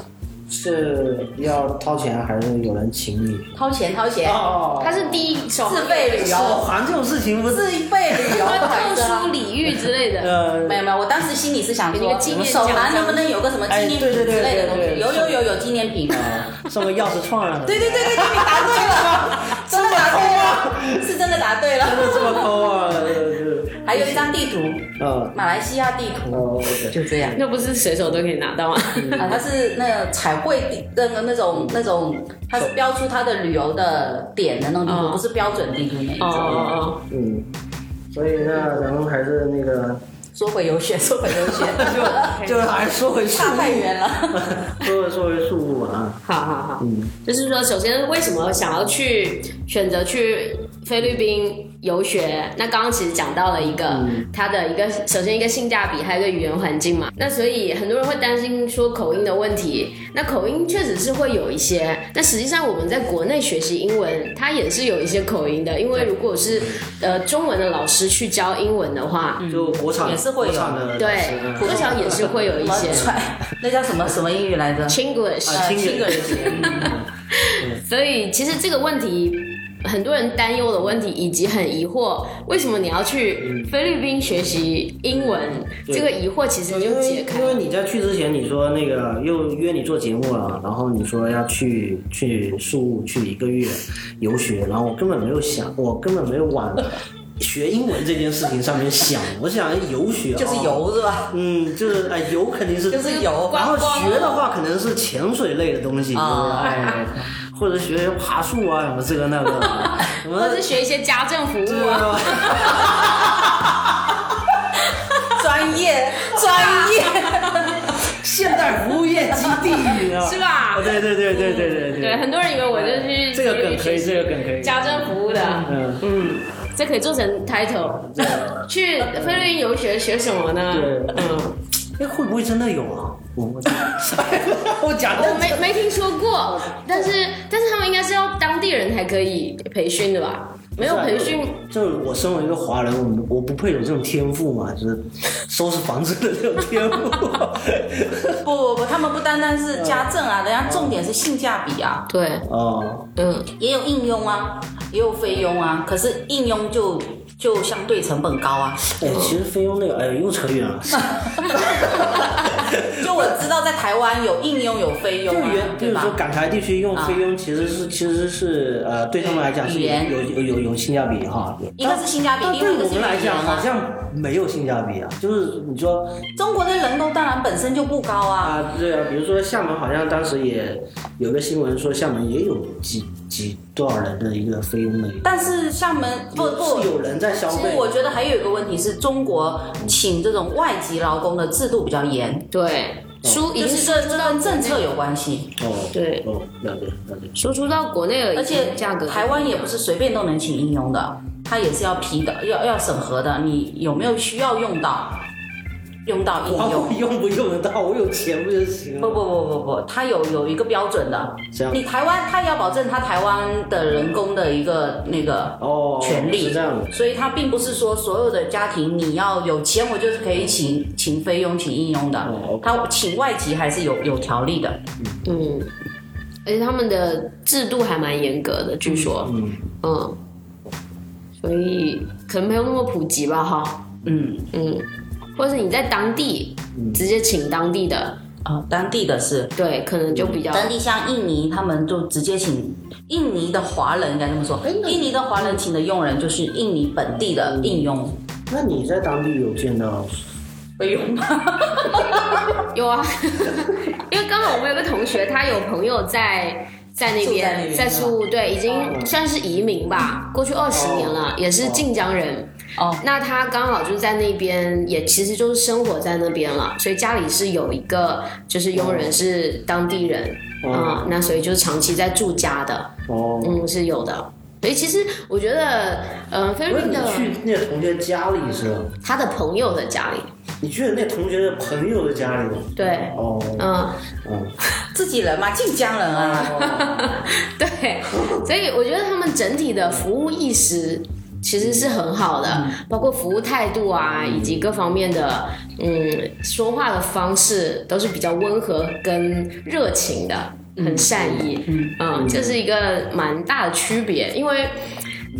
[SPEAKER 1] 是要掏钱还是有人请你？
[SPEAKER 2] 掏钱掏钱，
[SPEAKER 1] 哦
[SPEAKER 3] 它是第一首
[SPEAKER 2] 自费旅
[SPEAKER 1] 手
[SPEAKER 2] 游，
[SPEAKER 1] 环这种事情不是
[SPEAKER 2] 自费旅游，啊
[SPEAKER 3] 特 殊礼遇之类的。
[SPEAKER 1] 呃
[SPEAKER 2] 没有没有，我当时心里是想
[SPEAKER 3] 有一
[SPEAKER 2] 说
[SPEAKER 3] 个纪，念
[SPEAKER 2] 首
[SPEAKER 3] 奖
[SPEAKER 2] 航能不能有个什么纪念品
[SPEAKER 1] 哎对对对
[SPEAKER 2] 之类的
[SPEAKER 1] 对
[SPEAKER 2] 东
[SPEAKER 1] 对
[SPEAKER 2] 西？
[SPEAKER 1] 对
[SPEAKER 2] 有有有有纪念品。
[SPEAKER 1] 送个钥匙串啊？
[SPEAKER 2] 对对对对对，你答对了， 真的答对了，是真的答对
[SPEAKER 1] 真的这
[SPEAKER 2] 了。
[SPEAKER 1] 么抠啊？呃
[SPEAKER 2] 还有一张地图，
[SPEAKER 1] 呃
[SPEAKER 2] 马来西亚地
[SPEAKER 1] 呃
[SPEAKER 2] 图，
[SPEAKER 1] ，OK，
[SPEAKER 2] 就这样。
[SPEAKER 3] 那不是随手都可以拿到吗？
[SPEAKER 2] 啊，它是那个彩绘地那个那种那种，它是标出它的旅游的点的那种地图，
[SPEAKER 3] 哦
[SPEAKER 2] 不是标准地图那一种。
[SPEAKER 3] 哦哦
[SPEAKER 1] 嗯，所以那咱们还是那个，
[SPEAKER 2] 说回游学，说回游学，
[SPEAKER 1] 就还是说回事
[SPEAKER 2] 差太远了。
[SPEAKER 1] 说回说回宿务啊
[SPEAKER 3] 哦，，好好好，
[SPEAKER 1] 嗯
[SPEAKER 3] 就是说，首先为什么想要去选择去菲律宾游学？那刚刚其实讲到了一个它的一个，首先一个性价比，还有一个语言环境嘛。那所以很多人会担心说口音的问题，那口音确实是会有一些。那实际上我们在国内学习英文，它也是有一些口音的，因为如果是呃中文的老师去教英文的话，
[SPEAKER 1] 就国产
[SPEAKER 2] 嗯也是会有
[SPEAKER 1] 国产的
[SPEAKER 3] 对
[SPEAKER 1] 老师
[SPEAKER 3] 多少也是会有一
[SPEAKER 2] 什么
[SPEAKER 3] 些
[SPEAKER 2] 川， 那叫什么什么英语来着？
[SPEAKER 3] Chinglish
[SPEAKER 1] 啊
[SPEAKER 2] 呃
[SPEAKER 1] Chinglish
[SPEAKER 2] 个人
[SPEAKER 1] 嗯
[SPEAKER 3] 所以其实这个问题，很多人担忧的问题，以及很疑惑，为什么你要去菲律宾学习英文？
[SPEAKER 1] 对
[SPEAKER 3] 这个疑惑
[SPEAKER 2] 嗯
[SPEAKER 3] 其实
[SPEAKER 1] 因
[SPEAKER 3] 就
[SPEAKER 1] 为
[SPEAKER 3] 解开
[SPEAKER 1] 因为
[SPEAKER 3] 了。
[SPEAKER 1] 你在去之前，你说那个又约你做节目了，然后你说要去去宿务去一个月游学，然后我根本没有想，我根本没有往学英文这件事情上面想，我想游学、啊、
[SPEAKER 2] 就是，游是吧？
[SPEAKER 1] 嗯，就是哎游肯定是
[SPEAKER 2] 就是游
[SPEAKER 1] 然后
[SPEAKER 3] 观光
[SPEAKER 1] 学的话可能是潜水类的东西，就是
[SPEAKER 2] 啊
[SPEAKER 1] 哎，或者学爬树啊什么这个那个的，什么
[SPEAKER 3] 或是学一些家政服
[SPEAKER 1] 这
[SPEAKER 3] 务啊，
[SPEAKER 1] 个。
[SPEAKER 2] 专业专业，
[SPEAKER 1] 现代服务业基地，你知道吗
[SPEAKER 3] 是吧
[SPEAKER 1] 哦对对对对对对
[SPEAKER 3] 对，很多人以为我就去
[SPEAKER 1] 这个梗可
[SPEAKER 3] 去
[SPEAKER 1] 以，
[SPEAKER 3] 学
[SPEAKER 1] 这个梗可以。
[SPEAKER 3] 家政服务的，
[SPEAKER 1] 嗯，
[SPEAKER 3] 嗯，这可以做成 title。去菲律宾游学学什么呢？
[SPEAKER 1] 对
[SPEAKER 3] 嗯，
[SPEAKER 1] 哎，会不会真的有啊？我我我讲
[SPEAKER 3] 我
[SPEAKER 1] 的
[SPEAKER 3] 没没听说过，但是但是他们应该是要当地人才可以培训的吧？没啊有培训，
[SPEAKER 1] 就是我身为一个华人，我们我不配有这种天赋嘛，就是收拾房子的这种天赋。
[SPEAKER 2] 不不不，他们不单单是家政啊，人家重点是性价比啊。
[SPEAKER 3] 对，
[SPEAKER 1] 哦，
[SPEAKER 3] 嗯。
[SPEAKER 2] 也有应用啊，也有费用啊，可是应用就就相对成本高啊。
[SPEAKER 1] 哎，其实菲佣那个，哎呦，又扯远了。
[SPEAKER 2] 就我知道在台湾有应用有费
[SPEAKER 1] 就
[SPEAKER 2] 用、啊
[SPEAKER 1] 原，比
[SPEAKER 2] 对
[SPEAKER 1] 如
[SPEAKER 2] 吧啊
[SPEAKER 1] 说？港台地区用菲佣，其实是其实是呃，对他们来讲是
[SPEAKER 2] 语言
[SPEAKER 1] 有有有有性价比哈。
[SPEAKER 2] 一个是性价比，
[SPEAKER 1] 但
[SPEAKER 2] 另外一
[SPEAKER 1] 对
[SPEAKER 2] 个
[SPEAKER 1] 我
[SPEAKER 2] 是
[SPEAKER 1] 们来
[SPEAKER 2] 语言
[SPEAKER 1] 讲，好
[SPEAKER 2] 啊。
[SPEAKER 1] 像没有性价比啊，就是你说
[SPEAKER 2] 中国的人工当然本身就不高啊，
[SPEAKER 1] 啊，对啊，比如说厦门好像当时也有个新闻说厦门也有几几多少人的一个菲佣的一个，
[SPEAKER 2] 但是厦门不不
[SPEAKER 1] 是有人在消
[SPEAKER 2] 其
[SPEAKER 1] 费
[SPEAKER 2] 实，我觉得还有一个问题是中国请这种外籍劳工的制度比较严，
[SPEAKER 3] 对，输已
[SPEAKER 2] 就
[SPEAKER 3] 经
[SPEAKER 2] 是这
[SPEAKER 3] 输
[SPEAKER 2] 这
[SPEAKER 3] 出到
[SPEAKER 2] 跟政策
[SPEAKER 3] 国内
[SPEAKER 2] 有关系，
[SPEAKER 1] 哦，
[SPEAKER 3] 对
[SPEAKER 1] 哦，了解了解，
[SPEAKER 3] 输出到国内了，
[SPEAKER 2] 而
[SPEAKER 3] 已
[SPEAKER 2] 且
[SPEAKER 3] 经价格
[SPEAKER 2] 台湾也不是随便都能请应用的，它也是要批的，要要审核的，你有没有需要用到用到应
[SPEAKER 1] 管
[SPEAKER 2] 用
[SPEAKER 1] 我？用哦不用得到，我有钱不就行
[SPEAKER 2] 不
[SPEAKER 1] 了？
[SPEAKER 2] 不不不不，它有有一个标准的
[SPEAKER 1] 这样，
[SPEAKER 2] 你台湾它要保证它台湾的人工的一个那个
[SPEAKER 1] 哦，
[SPEAKER 2] 权利
[SPEAKER 1] 是这样的，
[SPEAKER 2] 所以它并不是说所有的家庭你要有钱，我就是可以请请菲佣、请应佣的
[SPEAKER 1] 哦。
[SPEAKER 2] 它请外籍还是有有条例的。
[SPEAKER 3] 嗯，而且他们的制度还蛮严格的，据说，
[SPEAKER 1] 嗯，
[SPEAKER 3] 嗯，所以可能没有那么普及吧，哈，
[SPEAKER 2] 嗯
[SPEAKER 3] 嗯，或者是你在当地直接请当地的，
[SPEAKER 2] 啊，当地的是
[SPEAKER 3] 对，可能就比较
[SPEAKER 2] 当地像印尼，他们就直接请印尼的华人，应该这么说，印尼的华人请的佣人就是印尼本地的应佣
[SPEAKER 1] 那你在当地有见到？
[SPEAKER 2] 菲佣吗？
[SPEAKER 3] 有啊， 因为刚好我们有个同学，他有朋友在。在那
[SPEAKER 2] 住在那
[SPEAKER 3] 边，
[SPEAKER 2] 边
[SPEAKER 3] 在
[SPEAKER 2] 是吧
[SPEAKER 3] 苏武，对，已经算是移民吧，过去二十年了，也是晋江人。
[SPEAKER 2] 哦，
[SPEAKER 3] 那他刚好就在那边，也其实就是生活在那边了，所以家里是有一个就是佣人是当地人啊、
[SPEAKER 1] 哦
[SPEAKER 3] 那所以就是长期在住家的，
[SPEAKER 1] 哦，
[SPEAKER 3] 嗯，是有的。所以其实我觉得，呃，菲律
[SPEAKER 1] 不是
[SPEAKER 3] 宾
[SPEAKER 1] 你
[SPEAKER 3] 的
[SPEAKER 1] 去那同学家里是吧？
[SPEAKER 3] 他的朋友的家里，
[SPEAKER 1] 你去那同学的朋友的家里吗？
[SPEAKER 3] 对，
[SPEAKER 1] 哦，
[SPEAKER 3] 嗯，
[SPEAKER 1] 嗯，
[SPEAKER 2] 自己人嘛，晋江人
[SPEAKER 1] 哦
[SPEAKER 2] 啊。
[SPEAKER 3] 对，所以我觉得他们整体的服务意识其实是很好的，包括服务态度啊，以及各方面的，嗯，说话的方式都是比较温和跟热情的，很善意，嗯，这是一个蛮大的区别，因为，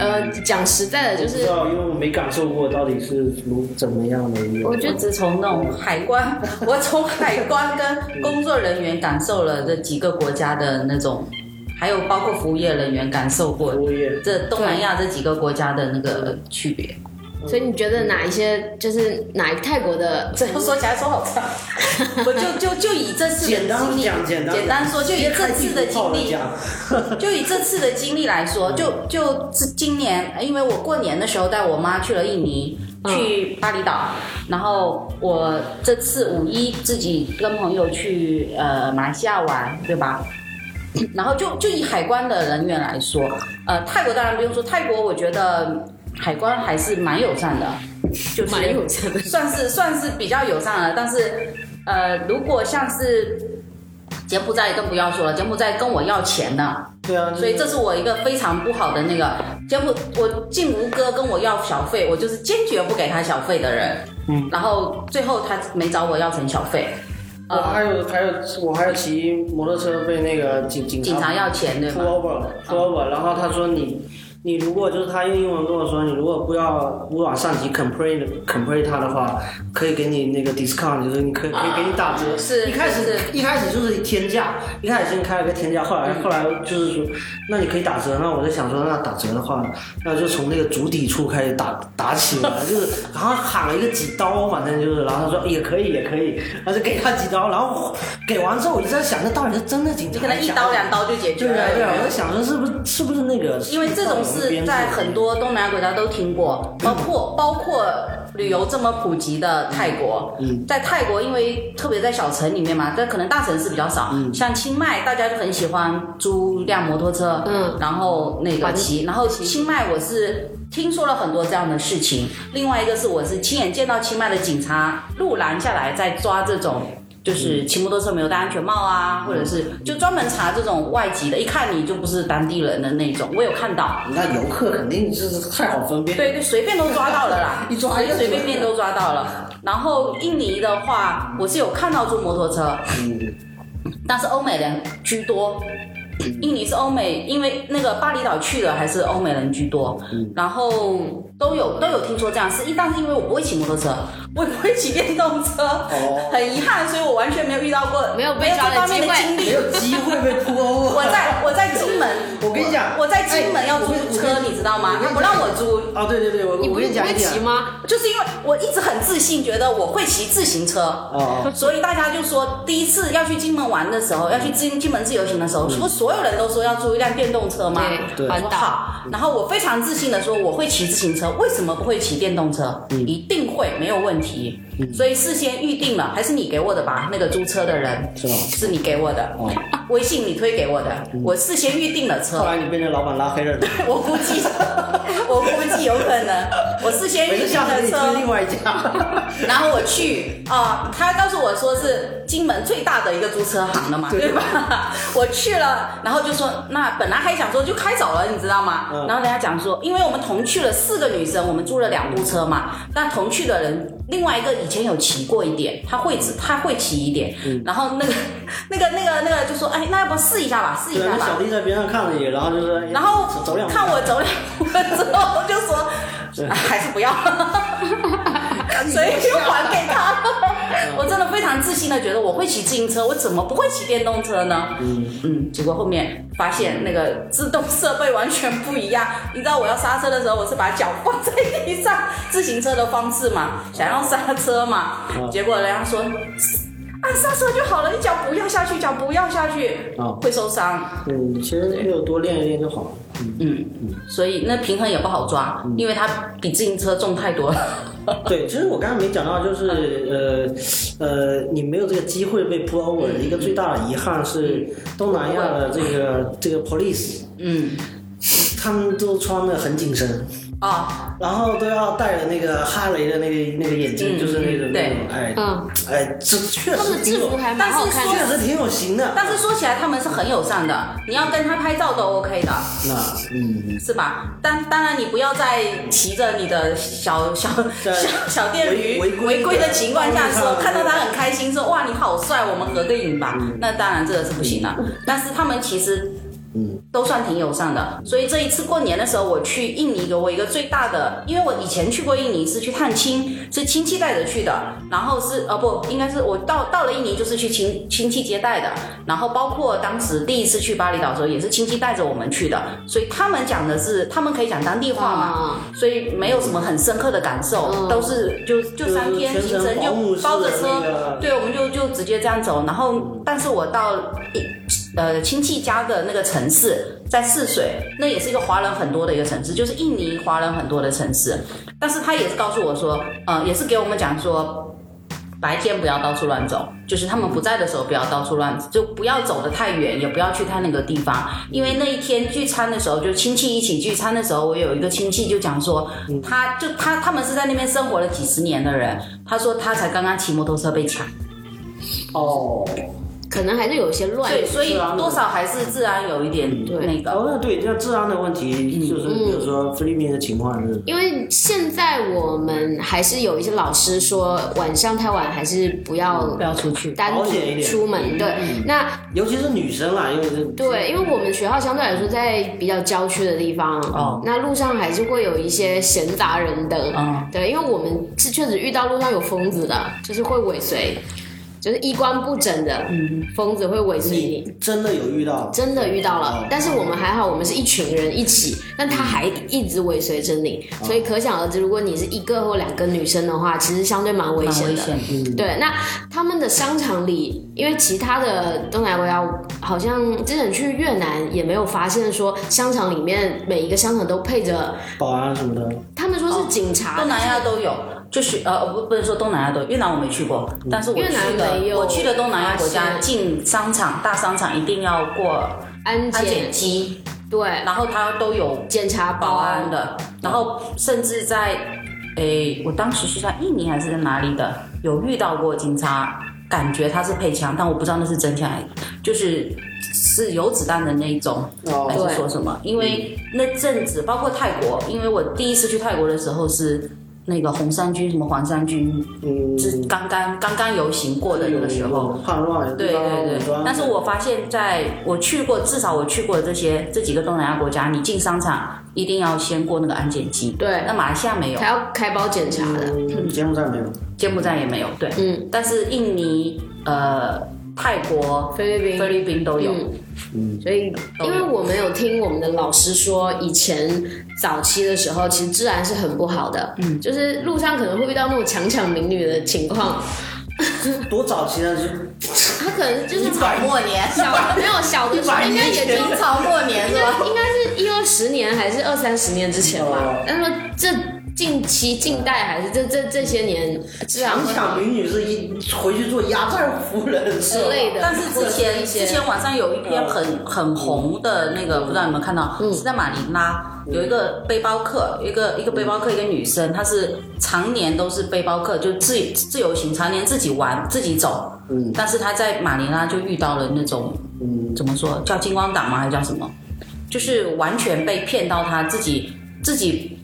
[SPEAKER 3] 呃，讲实在的，就
[SPEAKER 1] 不知
[SPEAKER 3] 是。
[SPEAKER 1] 道，因为我没感受过到底是如怎么样的一
[SPEAKER 2] 我
[SPEAKER 1] 个。
[SPEAKER 2] 就只从那种海关， 我从海关跟工作人员感受了这几个国家的那种，还有包括服务业人员感受过
[SPEAKER 1] 服务业
[SPEAKER 2] 这东南亚这几个国家的那个区别。
[SPEAKER 3] 所以你觉得哪一些就是哪一个泰国的
[SPEAKER 2] 这样说起来说好长， 我就就就以这次的
[SPEAKER 1] 简单
[SPEAKER 2] 经历
[SPEAKER 1] 讲简单
[SPEAKER 2] 简单说，就以这次的经历，
[SPEAKER 1] 讲，
[SPEAKER 2] 就以这次的经历来说，就就这今年，因为我过年的时候带我妈去了印尼，去巴厘岛，然后我这次五一自己跟朋友去呃马来西亚玩，对吧？ 然后就就以海关的人员来说，呃，泰国当然不用说，泰国我觉得海关还是蛮友善的，就是
[SPEAKER 3] 蛮有钱的？
[SPEAKER 2] 算是算是比较友善了，但是呃，如果像是柬埔寨更不要说了，柬埔寨跟我要钱的，
[SPEAKER 1] 对啊，
[SPEAKER 2] 所以这是我一个非常不好的那个柬埔，我进吴哥跟我要小费，我就是坚决不给他小费的人，
[SPEAKER 1] 嗯，
[SPEAKER 2] 然后最后他没找我要成小费，
[SPEAKER 1] 我
[SPEAKER 2] 呃，
[SPEAKER 1] 还有还有我还有骑摩托车被那个警警
[SPEAKER 2] 警察要钱对
[SPEAKER 1] pull over
[SPEAKER 2] 吗？啊
[SPEAKER 1] 了 pull over，然后他说你你如果就是他用英文跟我说你如果不要不往上级 complain complain 他的话，可以给你那个 discount，就是你可以可以给你打折。
[SPEAKER 2] 啊是
[SPEAKER 1] 一开始
[SPEAKER 2] 是是嗯
[SPEAKER 1] 一开始就是天价，一开始先开了个天价，后来后来就是说那你可以打折，那我在想说那打折的话，那就从那个足底处开始打打起 了，就是然后喊了一个几刀，反正就是，然后他说也可以也可以，然后就给他几刀，然后给完之后我一直在想，那到底是真的警察
[SPEAKER 2] 你
[SPEAKER 1] 还
[SPEAKER 2] 可
[SPEAKER 1] 是假
[SPEAKER 2] 能
[SPEAKER 1] 的？
[SPEAKER 2] 一刀两刀就解决
[SPEAKER 1] 对啊
[SPEAKER 2] 了，
[SPEAKER 1] 对啊，我在想着是不是是不是那个，
[SPEAKER 2] 哎因为这种事在很多东南亚国家都听
[SPEAKER 1] 嗯
[SPEAKER 2] 过，包括包括旅游这么普及的泰国，
[SPEAKER 1] 嗯
[SPEAKER 2] 在泰国因为特别在小城里面嘛，但可能大城市比较少，
[SPEAKER 1] 嗯
[SPEAKER 2] 像清迈大家就很喜欢租一辆摩托车，
[SPEAKER 3] 嗯
[SPEAKER 2] 然后那个
[SPEAKER 3] 环
[SPEAKER 2] 骑，然后清迈我是。听说了很多这样的事情，另外一个是我是亲眼见到清迈的警察路拦下来，在抓这种就是骑摩托车没有戴安全帽啊，或者是就专门查这种外籍的，一看你就不是当地人的那种。我有看到，
[SPEAKER 1] 那游客肯定就是太好分辨，，
[SPEAKER 2] 对，就随便都抓到了啦
[SPEAKER 1] 一抓一个
[SPEAKER 2] 随随便便都抓到了。然后印尼的话，我是有看到租摩托车，
[SPEAKER 1] 嗯，
[SPEAKER 2] 但是欧美人居多。印尼是欧美，因为那个巴厘岛去的还是欧美人居多，
[SPEAKER 1] 嗯
[SPEAKER 2] 然后都有都有听说这样是，一但是因为我不会骑摩托车，我也不会骑电动车，
[SPEAKER 1] 哦
[SPEAKER 2] 很遗憾，所以我完全没有遇到过
[SPEAKER 3] 没有被抓
[SPEAKER 2] 这
[SPEAKER 3] 的
[SPEAKER 2] 方
[SPEAKER 3] 机
[SPEAKER 2] 面的
[SPEAKER 3] 会
[SPEAKER 2] 经历
[SPEAKER 1] 没。有机会被扑 o
[SPEAKER 2] 我在我在金门，
[SPEAKER 1] 我跟你讲，
[SPEAKER 2] 我在金门要租
[SPEAKER 1] 哎我跟
[SPEAKER 2] 车，你知道吗？他不让我租，
[SPEAKER 1] 哦，对对对，我
[SPEAKER 3] 你
[SPEAKER 1] 我
[SPEAKER 3] 不
[SPEAKER 1] 跟
[SPEAKER 3] 是
[SPEAKER 1] 你
[SPEAKER 3] 不
[SPEAKER 1] 讲
[SPEAKER 3] 会
[SPEAKER 1] 一
[SPEAKER 3] 骑
[SPEAKER 1] 讲，
[SPEAKER 3] 吗？
[SPEAKER 2] 就是因为我一直很自信，觉得我会骑自行车。
[SPEAKER 1] 哦，哦
[SPEAKER 2] 所以大家就说，第一次要去金门玩的时候，要去金金门自由行的时候，是不是所有人都说要租一辆电动车吗？
[SPEAKER 1] 嗯对
[SPEAKER 2] 我
[SPEAKER 3] 环
[SPEAKER 2] 说
[SPEAKER 3] 岛。
[SPEAKER 2] 好，然后我非常自信的说我会骑自行车，为什么不会骑电动车？
[SPEAKER 1] 嗯
[SPEAKER 2] 一定会，没有问题。所以事先预定了，还是你给我的吧？那个租车的人
[SPEAKER 1] 是吧
[SPEAKER 2] 是你给我的，
[SPEAKER 1] 哦嗯
[SPEAKER 2] 微信你推给我的，我事先预定了
[SPEAKER 1] 后
[SPEAKER 2] 车。
[SPEAKER 1] 来你被那老板拉黑了，
[SPEAKER 2] 我估计， 我估计有可能，我事先
[SPEAKER 1] 没
[SPEAKER 2] 预
[SPEAKER 1] 事，
[SPEAKER 2] 定
[SPEAKER 1] 下次
[SPEAKER 2] 了
[SPEAKER 1] 你
[SPEAKER 2] 车
[SPEAKER 1] 追，另外一家，
[SPEAKER 2] 然后我去啊、他告诉我说是金门最大的一个租车行了嘛，
[SPEAKER 1] 对
[SPEAKER 2] 对吧？ 我去了，然后就说那本来还想说就开走了，你知道吗？
[SPEAKER 1] 嗯
[SPEAKER 2] 然后人家讲说，因为我们同去了四个女生，我们租了两部车嘛，但同去的人另外一个以前有骑过一点，他会他会骑一点，
[SPEAKER 1] 嗯
[SPEAKER 2] 然后那个 那个那个那个就说，哎，那要不试一下吧，试一
[SPEAKER 1] 对，
[SPEAKER 2] 下
[SPEAKER 1] 那
[SPEAKER 2] 吧
[SPEAKER 1] 小。弟在边上看着你，然后就说，哎
[SPEAKER 2] 然后
[SPEAKER 1] 走两步，
[SPEAKER 2] 看我走两步之后，就说、啊还是 不要了，所以就还给他
[SPEAKER 1] 嗯
[SPEAKER 2] 了。我真的非常自信的觉得我会骑自行车，我怎么不会骑电动车呢？嗯嗯，结果后面发现那个制动设备完全不一样。你知道我要刹车的时候，我是把脚放在地上，自行车的方式嘛，
[SPEAKER 1] 嗯
[SPEAKER 2] 想要刹车嘛，结果人家说。按刹车就好了，你脚不要下去，脚不要下去，
[SPEAKER 1] 啊
[SPEAKER 2] 会受伤。
[SPEAKER 1] 嗯，其实没有多练一练就好了，
[SPEAKER 2] 嗯，所以那平衡也不好抓，
[SPEAKER 1] 嗯
[SPEAKER 2] 因为它比自行车重太 多了。
[SPEAKER 1] 对，其实我刚才没讲到，
[SPEAKER 2] 嗯
[SPEAKER 1] 就是呃呃，你没有这个机会被 pull over，一个最大的遗憾是东南亚的这个这个 police，
[SPEAKER 2] 嗯，
[SPEAKER 1] 他们都穿的很紧身，
[SPEAKER 2] 啊、
[SPEAKER 1] 然后都要戴着那个哈雷的那个那个眼镜，
[SPEAKER 2] 嗯
[SPEAKER 1] 就是那种
[SPEAKER 2] 嗯对
[SPEAKER 1] 哎
[SPEAKER 3] 嗯，
[SPEAKER 1] 哎，这确
[SPEAKER 3] 他们
[SPEAKER 1] 实
[SPEAKER 3] 的
[SPEAKER 1] 挺
[SPEAKER 3] 制
[SPEAKER 1] 有
[SPEAKER 3] 服，还蛮好看
[SPEAKER 2] 但
[SPEAKER 1] 确
[SPEAKER 3] 的。
[SPEAKER 1] 实挺有型的。
[SPEAKER 2] 但是说起来他们是很友善的，你要跟他拍照都 OK 的，
[SPEAKER 1] 那嗯，
[SPEAKER 2] 是吧？但当然你不要再骑着你的小小
[SPEAKER 1] 在
[SPEAKER 2] 小小电驴
[SPEAKER 1] 违规
[SPEAKER 2] 违规的情况下说，
[SPEAKER 1] 对
[SPEAKER 2] 看到他很开心说哇你好帅，我们合个影吧，那当然这个是不行的。但是他们其实
[SPEAKER 1] 嗯
[SPEAKER 2] 都算挺友善的。所以这一次过年的时候，我去印尼给我一个最大的，因为我以前去过印尼是去探亲，是亲戚带着去的，然后是呃不，应该是我到到了印尼就是去亲亲戚接待的，然后包括当时第一次去巴厘岛的时候也是亲戚带着我们去的，所以他们讲的是他们可以讲当地话
[SPEAKER 1] 嗯
[SPEAKER 2] 嘛，所以没有什么很深刻的感受，
[SPEAKER 3] 嗯
[SPEAKER 2] 都是就就三天
[SPEAKER 1] 就是
[SPEAKER 2] 行
[SPEAKER 1] 全程
[SPEAKER 2] 程
[SPEAKER 1] 保姆
[SPEAKER 2] 就
[SPEAKER 1] 式
[SPEAKER 2] 包
[SPEAKER 1] 的
[SPEAKER 2] 着车
[SPEAKER 1] 那个，
[SPEAKER 2] 对，我们就就直接这样走，然后但是我到一呃亲戚家的那个城市，在泗水，那也是一个华人很多的一个城市，就是印尼华人很多的城市。但是他也是告诉我说，呃，也是给我们讲说，白天不要到处乱走，就是他们不在的时候不要到处乱，就不要走得太远，也不要去太那个地方，因为那一天聚餐的时候，就亲戚一起聚餐的时候，我有一个亲戚就讲说，
[SPEAKER 3] 嗯
[SPEAKER 2] 他就他他们是在那边生活了几十年的人，他说他才刚刚骑摩托车被抢。
[SPEAKER 1] 哦，
[SPEAKER 3] 可能还是有些乱。
[SPEAKER 2] 对，所以
[SPEAKER 1] 治安的
[SPEAKER 2] 多少还是治安有一点
[SPEAKER 3] 对
[SPEAKER 2] 那个。
[SPEAKER 1] 哦，那对，那治安的问题就是，比如说菲律宾的情况是，
[SPEAKER 3] 因为现在我们还是有一些老师说，晚上太晚还是不要
[SPEAKER 2] 不要出去，
[SPEAKER 3] 单
[SPEAKER 1] 保险一
[SPEAKER 3] 独
[SPEAKER 1] 点嗯
[SPEAKER 3] 出门。对，那
[SPEAKER 1] 尤其是女生啦，因为这
[SPEAKER 3] 对，因为我们学校相对来说在比较郊区的地方，
[SPEAKER 2] 哦
[SPEAKER 3] 那路上还是会有一些闲杂人等。
[SPEAKER 1] 哦
[SPEAKER 2] 嗯
[SPEAKER 3] 对，因为我们是确实遇到路上有疯子的，就是会尾随，就是衣冠不整的、
[SPEAKER 1] 嗯
[SPEAKER 3] 疯子会尾随你。
[SPEAKER 1] 你真的有遇到，
[SPEAKER 3] 真的遇到
[SPEAKER 2] 哦
[SPEAKER 3] 了，但是我们还好，我们是一群人一起，但他还一直尾随着你，
[SPEAKER 2] 嗯
[SPEAKER 3] 所以可想而知，如果你是一个或两个女生的话，其实相对蛮危
[SPEAKER 2] 蛮
[SPEAKER 3] 险
[SPEAKER 2] 危
[SPEAKER 3] 的。
[SPEAKER 2] 险。
[SPEAKER 3] 对，那他们的商场里，因为其他的东南亚，好像之前去越南也没有发现说商场里面每一个商场都配着，
[SPEAKER 1] 保安什么的，
[SPEAKER 3] 他们说是警察，
[SPEAKER 2] 嗯东南亚都有，就是呃不不能说东南亚都有，越南我没去过，但是我
[SPEAKER 3] 嗯越南
[SPEAKER 2] 去的
[SPEAKER 3] 没有
[SPEAKER 2] 我去的东南亚国家
[SPEAKER 3] 是
[SPEAKER 2] 进商场大商场一定要过
[SPEAKER 3] 安
[SPEAKER 2] 安
[SPEAKER 3] 检
[SPEAKER 2] 检，机，
[SPEAKER 3] 对，
[SPEAKER 2] 然后它都有
[SPEAKER 3] 检查
[SPEAKER 2] 保
[SPEAKER 3] 保
[SPEAKER 2] 安
[SPEAKER 3] 安嗯的，
[SPEAKER 2] 的，然后甚至在诶我当时是在印尼还是在哪里的，有遇到过警察，感觉他是配枪，但我不知道那是真枪还是就是是有子弹的那一种。还
[SPEAKER 1] 哦，
[SPEAKER 2] 是说什么？
[SPEAKER 3] 嗯
[SPEAKER 2] 因为那阵子，包括泰国，因为我第一次去泰国的时候是那个红衫军、什么黄衫军，
[SPEAKER 1] 嗯，
[SPEAKER 2] 是刚刚刚刚游行过的那个时候。
[SPEAKER 1] 叛乱，
[SPEAKER 2] 对对
[SPEAKER 1] 武
[SPEAKER 2] 对
[SPEAKER 1] 装，
[SPEAKER 2] 但是我发现在我去过，至少我去过这些这几个东南亚国家，你进商场一定要先过那个安检机。
[SPEAKER 3] 对
[SPEAKER 2] 那马来西亚没有
[SPEAKER 3] 还，要开包检查的，
[SPEAKER 1] 嗯柬埔寨没有，
[SPEAKER 2] 柬埔寨也没有，对。
[SPEAKER 3] 嗯，
[SPEAKER 2] 但是印尼、呃、泰国、
[SPEAKER 3] 菲律宾
[SPEAKER 2] 菲律宾都有。
[SPEAKER 3] 嗯所以，因为我们有听我们的老师说，以前早期的时候，其实治安是很不好的，嗯，就是路上可能会遇到那种强抢民女的情况，
[SPEAKER 1] 多早期啊，就
[SPEAKER 3] 他可能就是
[SPEAKER 2] 早末年，
[SPEAKER 3] 小没有小的时候应该也就
[SPEAKER 2] 清朝末年
[SPEAKER 3] 应
[SPEAKER 2] 是吧？
[SPEAKER 3] 该应该是一二十年还是二三十年之前吧。但是说这近期近代还是这这这些年啊治安
[SPEAKER 1] 强
[SPEAKER 3] 会
[SPEAKER 1] 抢民女是一回去做压寨夫人
[SPEAKER 3] 之类的，
[SPEAKER 2] 但是之前
[SPEAKER 3] 一些
[SPEAKER 2] 之前网上有一篇很很红的那个，不知道你们看到，是在马尼拉有一个背包客，一个一个背包客，一个女生，她是常年都是背包客，就自自由行，常年自己玩自己走。嗯，但是她在马尼拉就遇到了那种，嗯，怎么说叫金光党吗？还是叫什么？就是完全被骗到她自己自己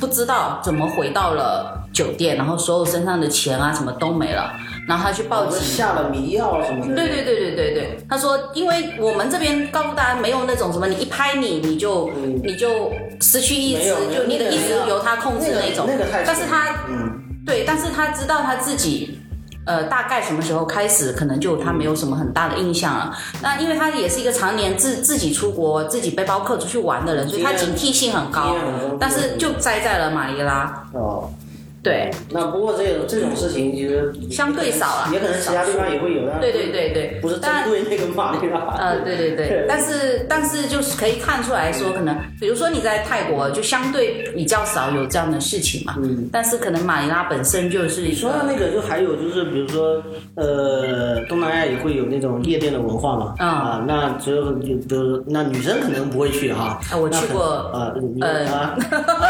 [SPEAKER 2] 不知道怎么回到了酒店，然后所有身上的钱啊什么都没了，然后她去报警。
[SPEAKER 1] 下了迷药什么的。
[SPEAKER 2] 对对对对对对，他说，因为我们这边告诉大家没有那种什么，你一拍你你就、你就失去意
[SPEAKER 1] 没
[SPEAKER 2] 识
[SPEAKER 1] 有嗯没，有
[SPEAKER 2] 就你的意识由他控制
[SPEAKER 1] 那个
[SPEAKER 2] 种。
[SPEAKER 1] 那个太扯了
[SPEAKER 2] 但是他、
[SPEAKER 1] 嗯
[SPEAKER 2] 对，但是他知道他自己。呃，大概什么时候开始，可能就他没有什么很大的印象了。那因为他也是一个常年自自己出国、自己背包客出去玩的人，所以他
[SPEAKER 1] 经
[SPEAKER 2] 警
[SPEAKER 1] 验
[SPEAKER 2] 惕性很高
[SPEAKER 1] 经验很丰富。
[SPEAKER 2] 嗯但是就栽在了马尼拉，
[SPEAKER 1] 哦，
[SPEAKER 2] 对，
[SPEAKER 1] 那不过这种这种事情其实
[SPEAKER 2] 相对少了
[SPEAKER 1] 也可能其他地方也会有，但
[SPEAKER 2] 对对对对，
[SPEAKER 1] 不是针
[SPEAKER 2] 但
[SPEAKER 1] 对那个马里拉。
[SPEAKER 2] 呃，对对 对，但是但是就是可以看出来说，可能比如说你在泰国就相对比较少有这样的事情嘛，
[SPEAKER 1] 嗯
[SPEAKER 2] 但是可能马尼拉本身就是一
[SPEAKER 1] 你说到
[SPEAKER 2] 个，
[SPEAKER 1] 那个，就还有就是，比如说，呃，东南亚也会有那种夜店的文化嘛。
[SPEAKER 2] 嗯
[SPEAKER 1] 啊，那只有就比如说，那女生可能不会去哈。
[SPEAKER 2] 啊我
[SPEAKER 1] 那
[SPEAKER 2] 去
[SPEAKER 1] 可
[SPEAKER 2] 过
[SPEAKER 1] 啊，你
[SPEAKER 2] 呃
[SPEAKER 1] 啊啊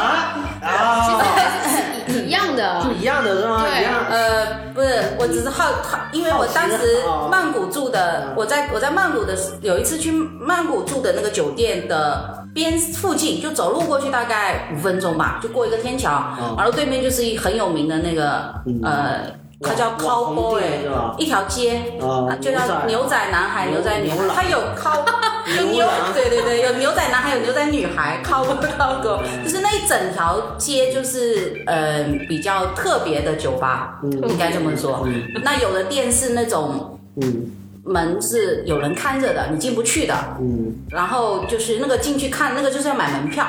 [SPEAKER 1] 啊，
[SPEAKER 3] 是一一样的，
[SPEAKER 1] 一样的是吗？
[SPEAKER 3] 对
[SPEAKER 1] 一样。
[SPEAKER 2] 呃，不是，我只是好，好因为我当时
[SPEAKER 1] 好奇啊
[SPEAKER 2] 曼谷住的，我在我在曼谷的有一次去曼谷住的那个酒店的边附近，就走路过去大概五分钟吧，就过一个天桥，
[SPEAKER 1] 哦
[SPEAKER 2] 然后对面就是一很有名的那个呃。它叫
[SPEAKER 1] 嗯网
[SPEAKER 2] cowboy，
[SPEAKER 1] 红店是吧
[SPEAKER 2] 一条街，
[SPEAKER 1] 啊
[SPEAKER 2] 啊就
[SPEAKER 1] 牛
[SPEAKER 2] 叫
[SPEAKER 1] 仔
[SPEAKER 2] 牛仔男孩、
[SPEAKER 1] 牛
[SPEAKER 2] 牛仔女孩
[SPEAKER 1] 牛，郎
[SPEAKER 2] 它有 cow，有
[SPEAKER 1] 牛
[SPEAKER 2] 牛
[SPEAKER 1] 郎，
[SPEAKER 2] 对对对，有牛仔男孩，有牛仔女孩，cowboy cowgirl，就是那一整条街就是呃比较特别的酒吧，应该这么说。那有的店是那种
[SPEAKER 1] 嗯
[SPEAKER 2] 门是有人看着的，你进不去的。
[SPEAKER 1] 嗯，
[SPEAKER 2] 然后就是那个进去看，那个就是要买门票，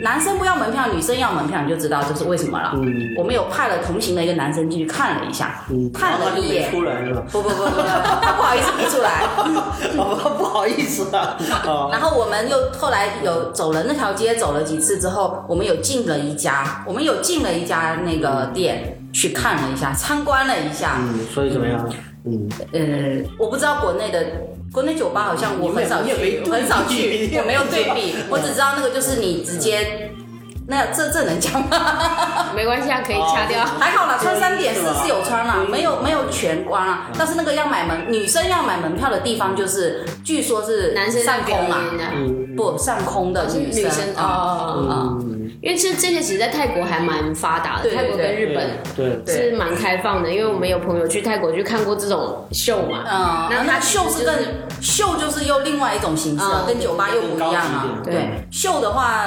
[SPEAKER 2] 男生不要门票，女生要门票，你就知道这是为什么了。我们有派了同行的一个男生进去看了一下，看
[SPEAKER 1] 然后
[SPEAKER 2] 了
[SPEAKER 1] 他嗯就
[SPEAKER 2] 一
[SPEAKER 1] 没
[SPEAKER 2] 眼，
[SPEAKER 1] 出来是吧？
[SPEAKER 2] 不不不不不，他不好意思没出来。
[SPEAKER 1] 哦，不好意思啊。啊
[SPEAKER 2] 然后我们又后来有走了那条街，走了几次之后，我们有进了一家，我们有进了一家那个店去看了一下，参观了一下。
[SPEAKER 1] 嗯，所以怎么样？嗯，
[SPEAKER 2] 呃，我不知道国内的国内酒吧好像我很少
[SPEAKER 1] 你也没
[SPEAKER 2] 去，
[SPEAKER 1] 对比
[SPEAKER 2] 我很少去
[SPEAKER 1] 你也不，知道
[SPEAKER 2] 我没有对 比，我只知道那个就是你直接，那这这能讲吗？
[SPEAKER 3] 没关系啊，可以掐掉。
[SPEAKER 2] 还好啦，穿三点四
[SPEAKER 1] 是吧
[SPEAKER 2] 是有穿啦，没有没有全光啦。但是那个要买门，女生要买门票的地方就是，据说是
[SPEAKER 3] 男生在
[SPEAKER 2] 上
[SPEAKER 3] 表
[SPEAKER 2] 空嘛，
[SPEAKER 3] 演的，
[SPEAKER 1] 嗯
[SPEAKER 2] 不上空的
[SPEAKER 3] 是
[SPEAKER 2] 女生
[SPEAKER 3] 女生哦
[SPEAKER 2] 啊
[SPEAKER 3] 因为这这些其实在泰国还蛮发达的，
[SPEAKER 2] 对对
[SPEAKER 3] 泰国跟日本。
[SPEAKER 1] 对。
[SPEAKER 3] 是蛮开放的，因为我们有朋友去泰国去看过这种秀嘛，
[SPEAKER 2] 嗯，
[SPEAKER 3] 那
[SPEAKER 2] 那
[SPEAKER 3] 他
[SPEAKER 2] 它秀是
[SPEAKER 3] 就是
[SPEAKER 2] 更秀，就是又另外一种形式了
[SPEAKER 3] 嗯，
[SPEAKER 2] 跟酒吧又不一样啊
[SPEAKER 1] 更高级一点。
[SPEAKER 2] 对，秀的话，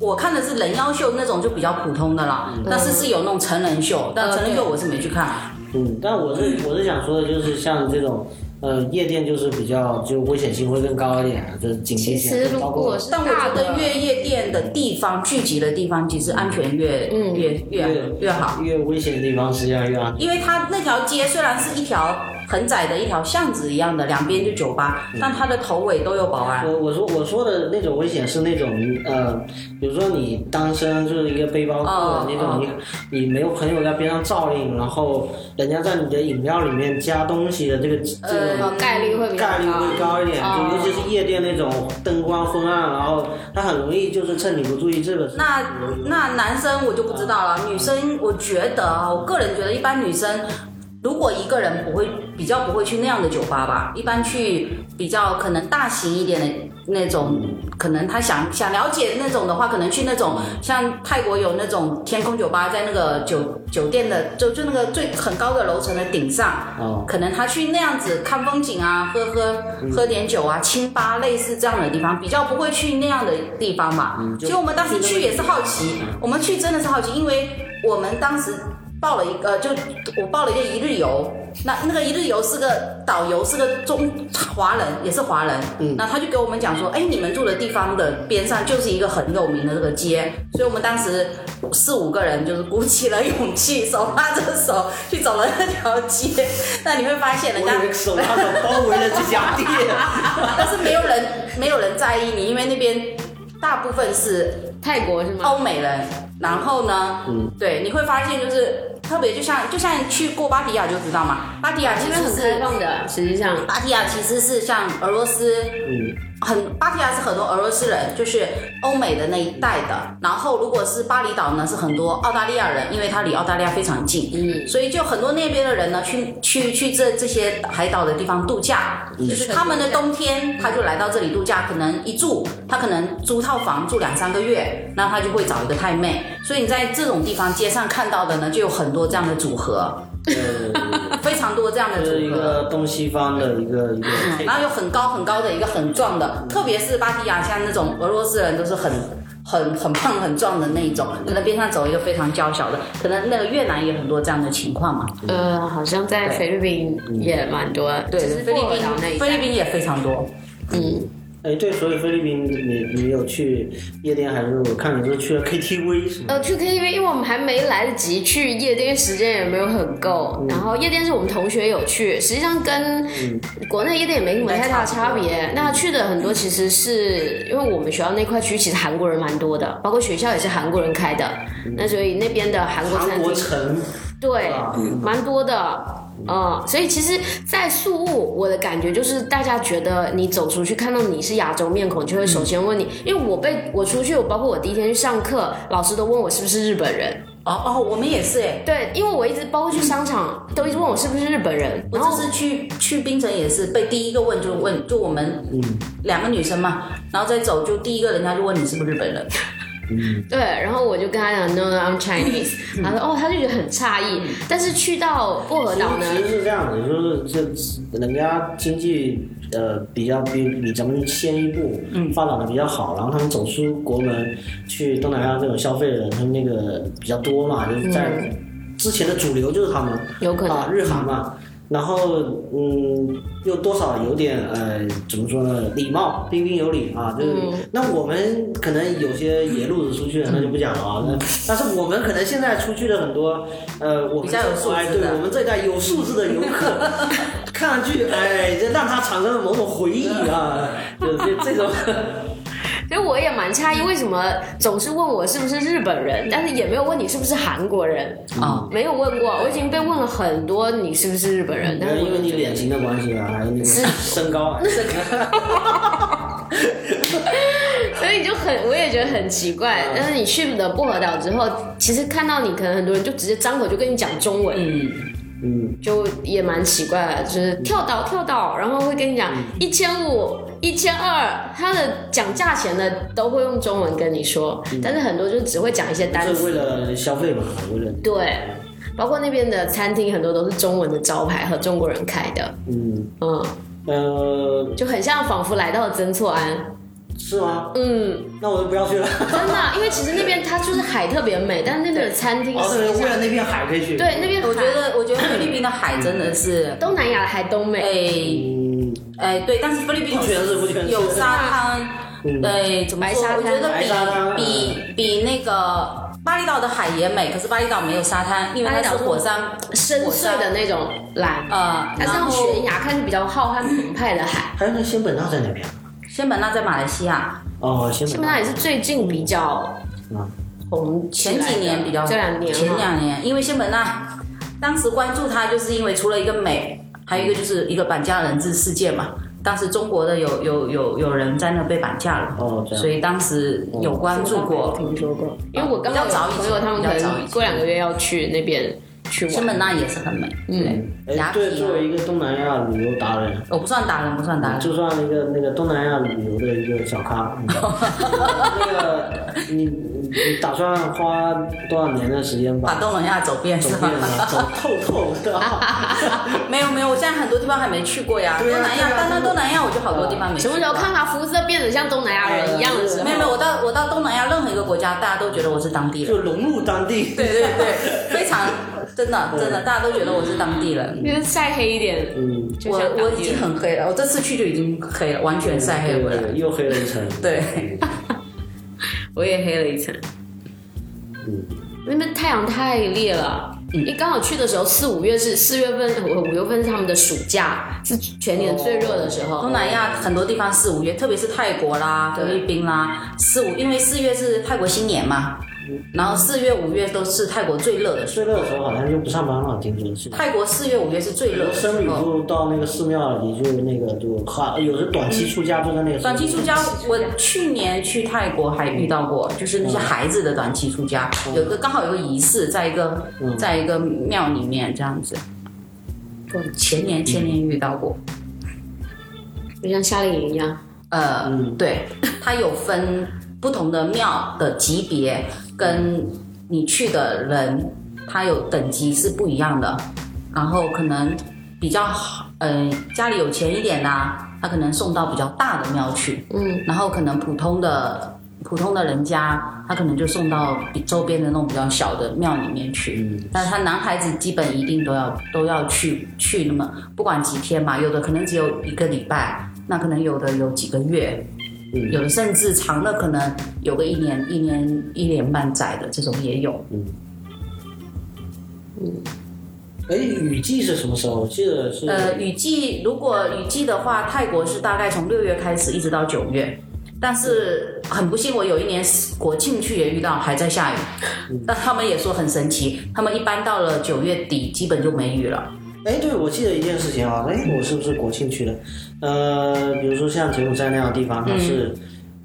[SPEAKER 2] 我看的是人妖秀那种就比较普通的啦，但是是有那种成人秀，但
[SPEAKER 3] 嗯
[SPEAKER 2] 成人秀
[SPEAKER 3] 对
[SPEAKER 2] 我是没去看。啊
[SPEAKER 1] 嗯，但我是我是想说的，就是像这种，呃，夜店就是比较就危险性会更高一点，啊就是警惕
[SPEAKER 3] 其
[SPEAKER 1] 性
[SPEAKER 3] 实
[SPEAKER 1] 更
[SPEAKER 3] 如
[SPEAKER 1] 高
[SPEAKER 3] 果是
[SPEAKER 2] 但我
[SPEAKER 3] 大
[SPEAKER 2] 觉
[SPEAKER 3] 的
[SPEAKER 2] 得越夜店的地方聚集的地方，其实安全越
[SPEAKER 3] 嗯
[SPEAKER 2] 越越越好。
[SPEAKER 1] 越危险的地方实际上越安全。
[SPEAKER 2] 因为它那条街虽然是一条很窄的一条巷子一样的，两边就酒吧，但它的头尾都有保安。
[SPEAKER 1] 我我说我说的那种危险是那种呃，比如说你单身就是一个背包
[SPEAKER 2] 哦
[SPEAKER 1] 客那种，你你没有朋友在边上照应，然后人家在你的饮料里面加东西的这个这
[SPEAKER 2] 呃
[SPEAKER 1] 个
[SPEAKER 3] 概率会比较
[SPEAKER 1] 概率会
[SPEAKER 3] 高。
[SPEAKER 1] 高一点，
[SPEAKER 2] 哦
[SPEAKER 1] 就尤其是夜店那种灯光昏暗，然后他很容易就是趁你不注意这个时候。
[SPEAKER 2] 那那男生我就不知道了，女生我觉得啊，我个人觉得一般女生。如果一个人不会比较不会去那样的酒吧吧，一般去比较可能大型一点的那种，可能他想想了解那种的话，可能去那种像泰国有那种天空酒吧，在那个酒酒店的就就那个最很高的楼层的顶上，
[SPEAKER 1] 哦嗯
[SPEAKER 2] 可能他去那样子看风景啊，喝喝喝点酒啊，清吧类似这样的地方，比较不会去那样的地方嘛。
[SPEAKER 1] 嗯就嗯
[SPEAKER 2] 所以我们当时去也是好奇，我们去真的是好奇，因为我们当时报了一个，呃就我报了一个一日游，那那个一日游是个导游，是个中华人，也是华人，嗯，那他就给我们讲说，哎，你们住的地方的边上就是一个很有名的这个街，所以我们当时四五个人就是鼓起了勇气，手拉着手去走了那条街，那你会发现人家啊
[SPEAKER 1] 我以为手拉手包围了这家店，
[SPEAKER 2] 但是没有人没有人在意你，因为那边大部分是
[SPEAKER 3] 泰国是吗？
[SPEAKER 2] 欧美人，然后呢，
[SPEAKER 3] 嗯
[SPEAKER 2] 对，你会发现就是特别就像就像去过芭提雅就知道嘛，芭提雅哦其
[SPEAKER 3] 这边
[SPEAKER 2] 实
[SPEAKER 3] 很开
[SPEAKER 2] 是
[SPEAKER 3] 放的，实际上
[SPEAKER 2] 芭提雅其实是像俄罗斯，
[SPEAKER 1] 嗯
[SPEAKER 2] 很芭提雅是很多俄罗斯人，就是欧美的那一带的。然后如果是巴厘岛呢，是很多澳大利亚人，因为它离澳大利亚非常近，
[SPEAKER 3] 嗯
[SPEAKER 2] 所以就很多那边的人呢，去去去这这些海岛的地方度假，
[SPEAKER 1] 嗯
[SPEAKER 2] 就是他们的冬天，他就来到这里度假，可能一住，他可能租套房住两三个月，那他就会找一个太妹。所以你在这种地方街上看到的呢，就有很多这样的组 合，
[SPEAKER 1] 呃，
[SPEAKER 2] 非常多这样的
[SPEAKER 1] 这是一
[SPEAKER 2] 组合。嗯
[SPEAKER 1] 个东西方的一个一个配
[SPEAKER 2] 然后有很高很高的一个很壮的，特别是芭提雅像那种俄罗斯人都是很很很胖很壮的那一种，可能边上走一个非常娇小的，可能那个越南也很多这样的情况嘛。
[SPEAKER 3] 呃，好像在菲律宾也蛮多，
[SPEAKER 2] 对，
[SPEAKER 3] 只是
[SPEAKER 2] 菲律
[SPEAKER 3] 波尔岛那一
[SPEAKER 2] 宾
[SPEAKER 3] 带
[SPEAKER 2] 菲律宾也非常多。
[SPEAKER 3] 嗯，
[SPEAKER 1] 哎，对，所以菲律宾你你有去夜店，还是我看你都去了 KTV 什么的？
[SPEAKER 3] 呃，去 KTV，因为我们还没来得及去夜店，时间也没有很够。然后夜店是我们同学有去，实际上跟国内夜店也嗯没什么太大差别。那去的很多其实是因为我们学校那块区其实韩国人蛮多的，包括学校也是韩国人开的，那所以那边的韩国
[SPEAKER 1] 韩
[SPEAKER 3] 餐
[SPEAKER 1] 国
[SPEAKER 3] 厅
[SPEAKER 1] 城，
[SPEAKER 3] 对
[SPEAKER 1] 啊，
[SPEAKER 3] 蛮多的。嗯，所以其实，在宿务，我的感觉就是，大家觉得你走出去看到你是亚洲面孔，就会首先问你，因为我被我出去，我包括我第一天去上课，老师都问我是不是日本人。
[SPEAKER 2] 哦哦，我们也是哎，
[SPEAKER 3] 对，因为我一直包括去商场，都一直问我是不是日本人，
[SPEAKER 2] 我
[SPEAKER 3] 然后
[SPEAKER 2] 这次去去槟城也是被第一个问就问就我们两个女生嘛，然后再走就第一个人家就问你是不是日本人，
[SPEAKER 3] 对，然后我就跟他讲 No, I'm Chinese，他说哦，他就觉得很诧异，但是去到薄荷岛呢，
[SPEAKER 1] 其实是这样的，就是这人家经济呃比较比比咱们先一步，发展的比较好，然后他们走出国门去东南亚这种消费的人，他们那个比较多嘛，就是在之前的主流就是他们，
[SPEAKER 3] 有可能
[SPEAKER 1] 啊日韩嘛。然后，嗯，又多少有点呃，怎么说呢？礼貌，彬彬有礼啊。就是、那我们可能有些野路子出去的，那就不讲了啊。那但是我们可能现在出去的很多，呃，我们
[SPEAKER 2] 比较有素质
[SPEAKER 1] 哎
[SPEAKER 2] 的
[SPEAKER 1] 对我们这一代有素质的游客，看上去哎，这让他产生了某种回忆啊，就这这种。
[SPEAKER 3] 所以我也蛮诧异，为什么总是问我是不是日本人，但是也没有问你是不是韩国人
[SPEAKER 2] 啊
[SPEAKER 3] 没有问过，我已经被问了很多你是不是日本人，但是
[SPEAKER 1] 呃因为
[SPEAKER 3] 我
[SPEAKER 1] 你脸型的关系啊，还有那个身高啊，
[SPEAKER 3] 所以就很我也觉得很奇怪。
[SPEAKER 1] 啊
[SPEAKER 3] 但是你去了薄荷岛之后，其实看到你可能很多人就直接张口就跟你讲中文，
[SPEAKER 2] 嗯，
[SPEAKER 1] 嗯，
[SPEAKER 3] 就也蛮奇怪的，就是跳岛跳岛，然后会跟你讲
[SPEAKER 1] 嗯
[SPEAKER 3] 一千五、一千二，他的讲价钱的都会用中文跟你说，但是很多就只会讲一些单
[SPEAKER 1] 这
[SPEAKER 3] 词
[SPEAKER 1] 嗯为。了消费嘛，为了
[SPEAKER 3] 对，包括那边的餐厅很多都是中文的招牌和中国人开的，
[SPEAKER 1] 嗯
[SPEAKER 3] 嗯，
[SPEAKER 1] 呃
[SPEAKER 3] 就很像仿佛来到了曾厝垵，
[SPEAKER 1] 是吗？
[SPEAKER 3] 嗯，
[SPEAKER 1] 那我就不要去了。
[SPEAKER 3] 真的，因为其实那边它就是海特别美，但是那边的餐厅
[SPEAKER 1] 哦，
[SPEAKER 3] 实
[SPEAKER 1] 对，
[SPEAKER 3] 际
[SPEAKER 1] 为
[SPEAKER 3] 上
[SPEAKER 1] 了那片海可以去。，
[SPEAKER 3] 对那边
[SPEAKER 2] 我觉
[SPEAKER 3] 海
[SPEAKER 2] 得我觉得菲律宾的海真的是，
[SPEAKER 3] 东南亚的海东美，
[SPEAKER 2] 哎。
[SPEAKER 1] 嗯，
[SPEAKER 2] 哎，对，但是菲律宾有
[SPEAKER 1] 不全是不全是
[SPEAKER 2] 有沙滩，对，怎么
[SPEAKER 3] 白
[SPEAKER 2] 说？
[SPEAKER 3] 沙滩
[SPEAKER 2] 我觉
[SPEAKER 1] 白沙滩
[SPEAKER 2] 得比比比那个巴厘岛的海也美，可是巴厘岛没有沙滩，因为它是火山，
[SPEAKER 3] 深邃的那种蓝，
[SPEAKER 2] 呃，
[SPEAKER 3] 它是
[SPEAKER 2] 然
[SPEAKER 3] 用
[SPEAKER 2] 后
[SPEAKER 3] 悬崖看着比较浩瀚澎湃的海。
[SPEAKER 1] 还有那仙本那在哪边？
[SPEAKER 2] 仙本那在马来西亚，
[SPEAKER 1] 哦，仙
[SPEAKER 3] 基
[SPEAKER 1] 本
[SPEAKER 3] 本
[SPEAKER 1] 那
[SPEAKER 3] 上也是最近比较
[SPEAKER 1] 啊，
[SPEAKER 3] 红起来
[SPEAKER 2] 前
[SPEAKER 3] 的，
[SPEAKER 2] 几年比较
[SPEAKER 3] 这两年啊
[SPEAKER 2] 前
[SPEAKER 3] 哈
[SPEAKER 2] 两年，因为仙本那当时关注它，就是因为除了一个美，还有一个就是一个绑架人质事件嘛。当时中国的有有有有人在那被绑架了，
[SPEAKER 1] 哦这样
[SPEAKER 2] 所以当时有关注过。
[SPEAKER 3] 听啊说过，因为我刚刚
[SPEAKER 2] 比较早
[SPEAKER 3] 有
[SPEAKER 2] 以前
[SPEAKER 3] 朋友他们可
[SPEAKER 2] 比较早以
[SPEAKER 3] 能
[SPEAKER 2] 前
[SPEAKER 3] 过两个月要去那边去
[SPEAKER 2] 仙
[SPEAKER 3] 玩，
[SPEAKER 2] 本那也是很美，
[SPEAKER 3] 嗯
[SPEAKER 2] 对，雅
[SPEAKER 1] 哎，
[SPEAKER 2] 痞
[SPEAKER 1] 对，
[SPEAKER 2] 啊
[SPEAKER 1] 作为一个东南亚旅游达人，
[SPEAKER 2] 我不算达人，不算
[SPEAKER 3] 嗯
[SPEAKER 2] 达人。
[SPEAKER 1] 就算一个那个东南亚旅游的一个小咖， 嗯那个你你打算花多少年的时间
[SPEAKER 2] 把
[SPEAKER 1] 把
[SPEAKER 2] 东南亚走遍
[SPEAKER 1] 走
[SPEAKER 2] 是吧
[SPEAKER 1] 遍？了，走透透的？
[SPEAKER 2] 没有没有，我现在很多地方还没去过呀。
[SPEAKER 1] 对
[SPEAKER 2] 东
[SPEAKER 1] 啊
[SPEAKER 2] 南亚
[SPEAKER 1] 对啊，
[SPEAKER 2] 单单东南亚我就好多地方没去
[SPEAKER 3] 啊什
[SPEAKER 2] 过。
[SPEAKER 3] 么时候看他肤色变得像东南亚人一样的时候，
[SPEAKER 2] 没有没有，我到我到东南亚任何一个国家，大家都觉得我是当地人。
[SPEAKER 1] 就融入当地。
[SPEAKER 2] 对对对，非常嗯真的真的，大家都觉得我是当地人。
[SPEAKER 3] 就是晒黑一点，
[SPEAKER 1] 嗯，
[SPEAKER 3] 就
[SPEAKER 2] 我
[SPEAKER 3] 像当地人
[SPEAKER 2] 我已经很黑了，我这次去就已经黑了，完全晒黑回来。
[SPEAKER 1] 又黑了一层。
[SPEAKER 2] 对，
[SPEAKER 3] 我也黑了一层。
[SPEAKER 1] 嗯，
[SPEAKER 3] 那边太阳太烈了，因为刚好去的时候四五月是四月份，五五月份是他们的暑假，是全年最热的时候
[SPEAKER 2] 东。南亚很多地方四五月，特别是泰国啦、菲
[SPEAKER 3] 对
[SPEAKER 2] 律宾啦，四五因为四月是泰国新年嘛，然后四月五月都是泰国最热的时
[SPEAKER 1] 最热的时候好像就不上班了，听说是
[SPEAKER 2] 候。。泰国四月五月是最热的时
[SPEAKER 1] 僧侣
[SPEAKER 2] 候。
[SPEAKER 1] 就到那个寺庙里，就那个就哈，有的短期出家就在那个
[SPEAKER 2] 短期出家，我去年去泰国还遇到过，就是那些孩子的短期出家，有个刚好有个仪式，在一个
[SPEAKER 1] 嗯
[SPEAKER 2] 在一个庙里面这样子。我前年前年遇到过，
[SPEAKER 3] 就像夏令营一样，
[SPEAKER 2] 呃，
[SPEAKER 1] 嗯
[SPEAKER 2] 对，它有分不同的庙的级别，跟你去的人，它有等级是不一样的。然后可能比较好，嗯、家里有钱一点的、他可能送到比较大的庙去，
[SPEAKER 3] 嗯，
[SPEAKER 2] 然后可能普通的普通的人家，他可能就送到比周边的那种比较小的庙里面去。
[SPEAKER 1] 嗯，
[SPEAKER 2] 但他男孩子基本一定都要都要去去那么不管几天嘛，有的可能只有一个礼拜，那可能有的有几个月，
[SPEAKER 1] 嗯
[SPEAKER 2] 有的甚至长的可能有个一年一年一年半载的这种也有。
[SPEAKER 1] 哎，雨季是什么时候？我记得是
[SPEAKER 2] 呃，雨季如果雨季的话，泰国是大概从六月开始一直到九月，但是很不幸，我有一年国庆去也遇到还在下雨，
[SPEAKER 1] 嗯
[SPEAKER 2] 但他们也说很神奇，他们一般到了九月底基本就没雨了。
[SPEAKER 1] 哎，对，我记得一件事情啊，哎，我是不是国庆去的？呃，比如说像铁骨寨那样的地方，它是，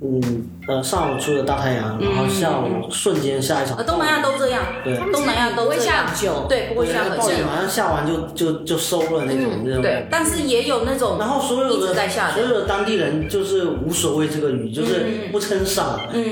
[SPEAKER 1] 嗯呃，上午出的大太阳，然后下午瞬间下一场
[SPEAKER 2] 呃，，东南亚都这样
[SPEAKER 1] 嗯对，
[SPEAKER 2] 东南亚
[SPEAKER 3] 不
[SPEAKER 2] 都
[SPEAKER 3] 会
[SPEAKER 2] 这样
[SPEAKER 3] 下，酒，
[SPEAKER 2] 对，不会下
[SPEAKER 1] 那个
[SPEAKER 2] 很
[SPEAKER 1] 暴雨
[SPEAKER 2] 正，
[SPEAKER 1] 好像下完就就就收了那种那种感
[SPEAKER 2] 对
[SPEAKER 1] 觉，。
[SPEAKER 2] 但是也有那种
[SPEAKER 1] 然后所有
[SPEAKER 2] 嗯一直
[SPEAKER 1] 的
[SPEAKER 2] 在下的嗯
[SPEAKER 1] 所有的当地人就是无所谓这个雨，就是不撑伞，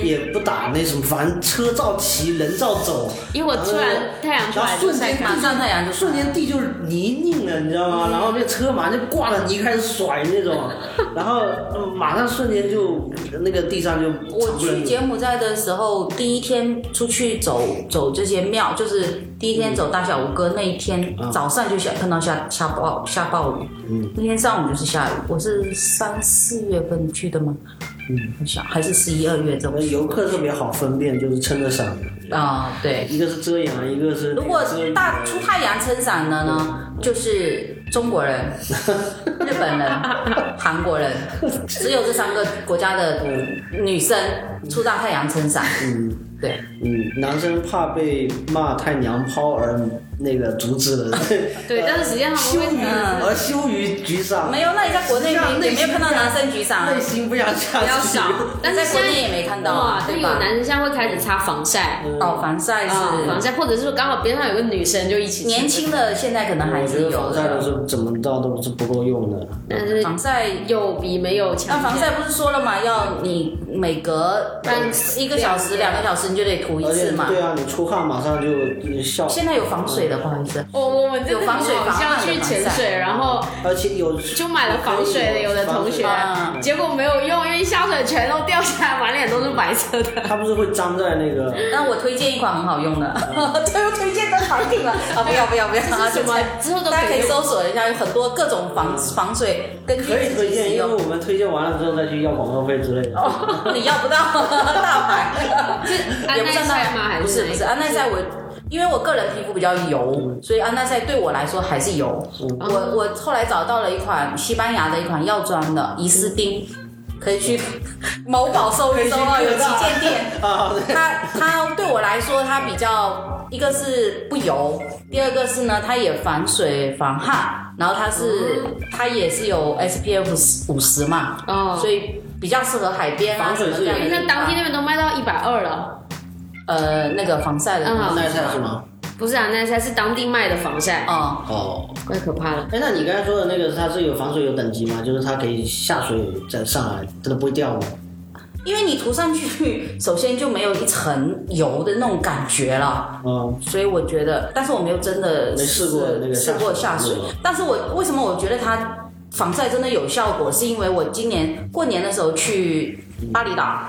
[SPEAKER 1] 也不打那什么，反正车照骑，人照走。
[SPEAKER 3] 因为我突然太阳出
[SPEAKER 1] 然
[SPEAKER 3] 来
[SPEAKER 1] 后
[SPEAKER 3] 就
[SPEAKER 1] 瞬
[SPEAKER 3] 晒
[SPEAKER 1] 间
[SPEAKER 3] 干
[SPEAKER 2] 马上太阳就
[SPEAKER 1] 瞬间地就是泥泞了，你知道
[SPEAKER 2] 嗯
[SPEAKER 1] 吗？然后那车马上就挂了泥开始甩那 种，然后呃马上瞬间就那个地上就
[SPEAKER 2] 我去柬埔寨的时候，第一天出去走走这些庙，就是第一天走大小吴哥那一天、
[SPEAKER 1] 嗯
[SPEAKER 2] 早上就下看到下下暴下暴雨，
[SPEAKER 1] 嗯
[SPEAKER 2] 那天上午就是下雨。我是三四月份去的吗？
[SPEAKER 1] 嗯，
[SPEAKER 2] 我想还是十一二月这种
[SPEAKER 1] 呃游客特别好分辨，就是撑着伞的，
[SPEAKER 2] 啊、对。
[SPEAKER 1] 一个是遮阳，一个是
[SPEAKER 2] 如果
[SPEAKER 1] 遮雨
[SPEAKER 2] 大出太阳撑伞的呢，就是中国人、日本人、韩国 人，只有这三个国家的女生出大太阳撑伞。
[SPEAKER 1] 嗯
[SPEAKER 2] 对，
[SPEAKER 1] 嗯，男生怕被骂太娘炮而那个阻止了，
[SPEAKER 3] 对，但是实际上他
[SPEAKER 1] 羞
[SPEAKER 3] 们
[SPEAKER 1] 于
[SPEAKER 3] 会呃
[SPEAKER 1] 而羞于沮丧，
[SPEAKER 2] 嗯没有，那你在国内
[SPEAKER 1] 实际
[SPEAKER 2] 没
[SPEAKER 1] 上内
[SPEAKER 2] 有没有
[SPEAKER 1] 心
[SPEAKER 2] 看
[SPEAKER 1] 不
[SPEAKER 2] 到
[SPEAKER 1] 要
[SPEAKER 2] 男生举伞啊？
[SPEAKER 1] 内心不想下
[SPEAKER 3] 比较
[SPEAKER 1] 去
[SPEAKER 3] 少，但
[SPEAKER 2] 在
[SPEAKER 3] 是
[SPEAKER 2] 国
[SPEAKER 3] 现在
[SPEAKER 2] 内也没看到
[SPEAKER 3] 哇
[SPEAKER 2] 啊，，
[SPEAKER 3] 但
[SPEAKER 2] 对
[SPEAKER 3] 有
[SPEAKER 2] 吧？
[SPEAKER 3] 男生现在会开始擦防晒，
[SPEAKER 2] 哦，防晒是、
[SPEAKER 3] 啊，防晒，或者是说刚好边上有个女生就一起
[SPEAKER 2] 年轻的，现在可能还
[SPEAKER 1] 我觉
[SPEAKER 2] 是
[SPEAKER 1] 得
[SPEAKER 2] 有
[SPEAKER 1] 防晒都
[SPEAKER 2] 的。
[SPEAKER 1] 是怎么着都是不够用的。
[SPEAKER 3] 但是
[SPEAKER 2] 防晒，
[SPEAKER 3] 有比没有强。
[SPEAKER 2] 那防晒不是说了嘛，要你每隔
[SPEAKER 3] 半
[SPEAKER 2] 一个小时、两个小时你就得涂一
[SPEAKER 1] 而且
[SPEAKER 2] 次嘛。
[SPEAKER 1] 对啊，你出汗马上就效。
[SPEAKER 2] 现在有防水的，不好意思。
[SPEAKER 3] 我我们真
[SPEAKER 2] 有
[SPEAKER 3] 的
[SPEAKER 2] 防水
[SPEAKER 3] 好
[SPEAKER 2] 防
[SPEAKER 3] 像
[SPEAKER 2] 汗的
[SPEAKER 3] 去
[SPEAKER 2] 防
[SPEAKER 3] 潜
[SPEAKER 2] 晒
[SPEAKER 3] 水，然后
[SPEAKER 1] 而且有
[SPEAKER 3] 就买了防水的，有的同学
[SPEAKER 2] 啊
[SPEAKER 3] 结果没有用，因为下水全都掉下来，满脸都是白 色的。
[SPEAKER 1] 它不是会粘在那个
[SPEAKER 2] 但我推荐一款很好用的，
[SPEAKER 1] 嗯
[SPEAKER 2] 对，我推荐的产品了啊！不要不要不要，
[SPEAKER 3] 这是什么之后 都
[SPEAKER 2] 大家可以
[SPEAKER 3] 可以
[SPEAKER 2] 搜索一下，有很多各种防防水跟
[SPEAKER 1] 可以推荐，
[SPEAKER 2] 使
[SPEAKER 1] 因为
[SPEAKER 2] 用，
[SPEAKER 1] 我们推荐完了之后再去要广告费之类
[SPEAKER 2] 哦
[SPEAKER 1] 的。
[SPEAKER 2] 你要 不到大牌。
[SPEAKER 3] 安
[SPEAKER 2] 也不
[SPEAKER 3] 耐
[SPEAKER 2] 算大
[SPEAKER 3] 晒吗？还
[SPEAKER 2] 不是
[SPEAKER 3] 哪一
[SPEAKER 2] 不
[SPEAKER 3] 个嗯
[SPEAKER 2] 是安耐晒我。因为我个人皮肤比较油，所以安耐晒对我来说还是油。我我后来找到了一款西班牙的一款药妆的伊斯丁，可以去 某宝搜一搜啊，有旗舰店。
[SPEAKER 1] 啊，
[SPEAKER 2] 它它对我来说，它比较一个是不油，第二个是呢，它也防水防汗，然后它是它也是有 SPF 五十嘛，
[SPEAKER 3] 哦
[SPEAKER 2] 所以比较适合海边啊
[SPEAKER 1] 防
[SPEAKER 2] 什
[SPEAKER 1] 水
[SPEAKER 2] 么
[SPEAKER 1] 是
[SPEAKER 2] 这样
[SPEAKER 1] 有
[SPEAKER 2] 的
[SPEAKER 3] 哎
[SPEAKER 2] 地方。
[SPEAKER 3] 那当天那边都卖到一百二了，
[SPEAKER 2] 呃那个防晒的
[SPEAKER 3] 嗯
[SPEAKER 1] 耐晒是吗？
[SPEAKER 3] 不是安耐晒，是当地卖的防晒，
[SPEAKER 2] 哦，
[SPEAKER 1] 哦，
[SPEAKER 3] 怪可怕的。
[SPEAKER 1] 哎，那你刚才说的那个，它是有防水有等级吗？就是它可以下水再上来，真的不会掉吗？
[SPEAKER 2] 因为你涂上去，首先就没有一层油的那种感觉了。
[SPEAKER 1] 嗯，
[SPEAKER 2] 所以我觉得，但是我没有真的
[SPEAKER 1] 没试过那个
[SPEAKER 2] 试过下水
[SPEAKER 1] 下水，
[SPEAKER 2] 但是我为什么我觉得它防晒真的有效果，是因为我今年过年的时候去巴厘岛，
[SPEAKER 1] 嗯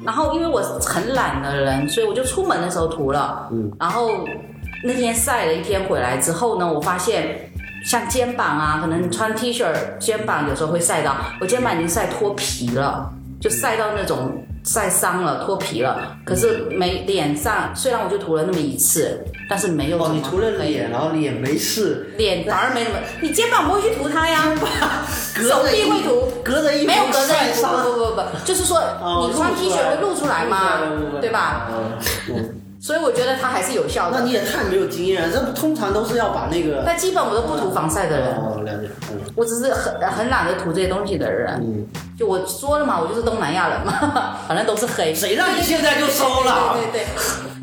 [SPEAKER 1] 嗯
[SPEAKER 2] 然后因为我很懒的人，所以我就出门的时候涂了，然后那天晒了一天回来之后呢，我发现像肩膀啊，可能穿 T 恤肩膀有时候会晒到，我肩膀已经晒脱皮了，就晒到那种晒伤了、脱皮了。可是没脸上，虽然我就涂了那么一次，但是没有
[SPEAKER 1] 哦，
[SPEAKER 2] 什
[SPEAKER 1] 你
[SPEAKER 2] 么
[SPEAKER 1] 涂了脸，然后脸没事，
[SPEAKER 2] 脸反而没什么，你肩膀不会去涂它呀，手臂会涂。
[SPEAKER 1] 隔着一
[SPEAKER 2] 没有隔着
[SPEAKER 1] 晒
[SPEAKER 2] 一不
[SPEAKER 1] 伤。
[SPEAKER 2] 不不不不，就是说
[SPEAKER 1] 哦
[SPEAKER 2] 你穿 T 恤会露出来嘛，对吧？？
[SPEAKER 1] 露出来嗯
[SPEAKER 2] 所以我觉得它还是有效
[SPEAKER 1] 那
[SPEAKER 2] 的
[SPEAKER 1] 你。也太没有经验了，这通常都是要把那个。
[SPEAKER 2] 但基本我都不涂防晒的人，
[SPEAKER 1] 哦，了解，嗯
[SPEAKER 2] 我只是很很懒得涂这些东西的人。
[SPEAKER 1] 嗯。
[SPEAKER 2] 就我说了嘛，我就是东南亚人嘛， 反正都是黑。
[SPEAKER 1] 谁让你现在就收了？
[SPEAKER 2] 对对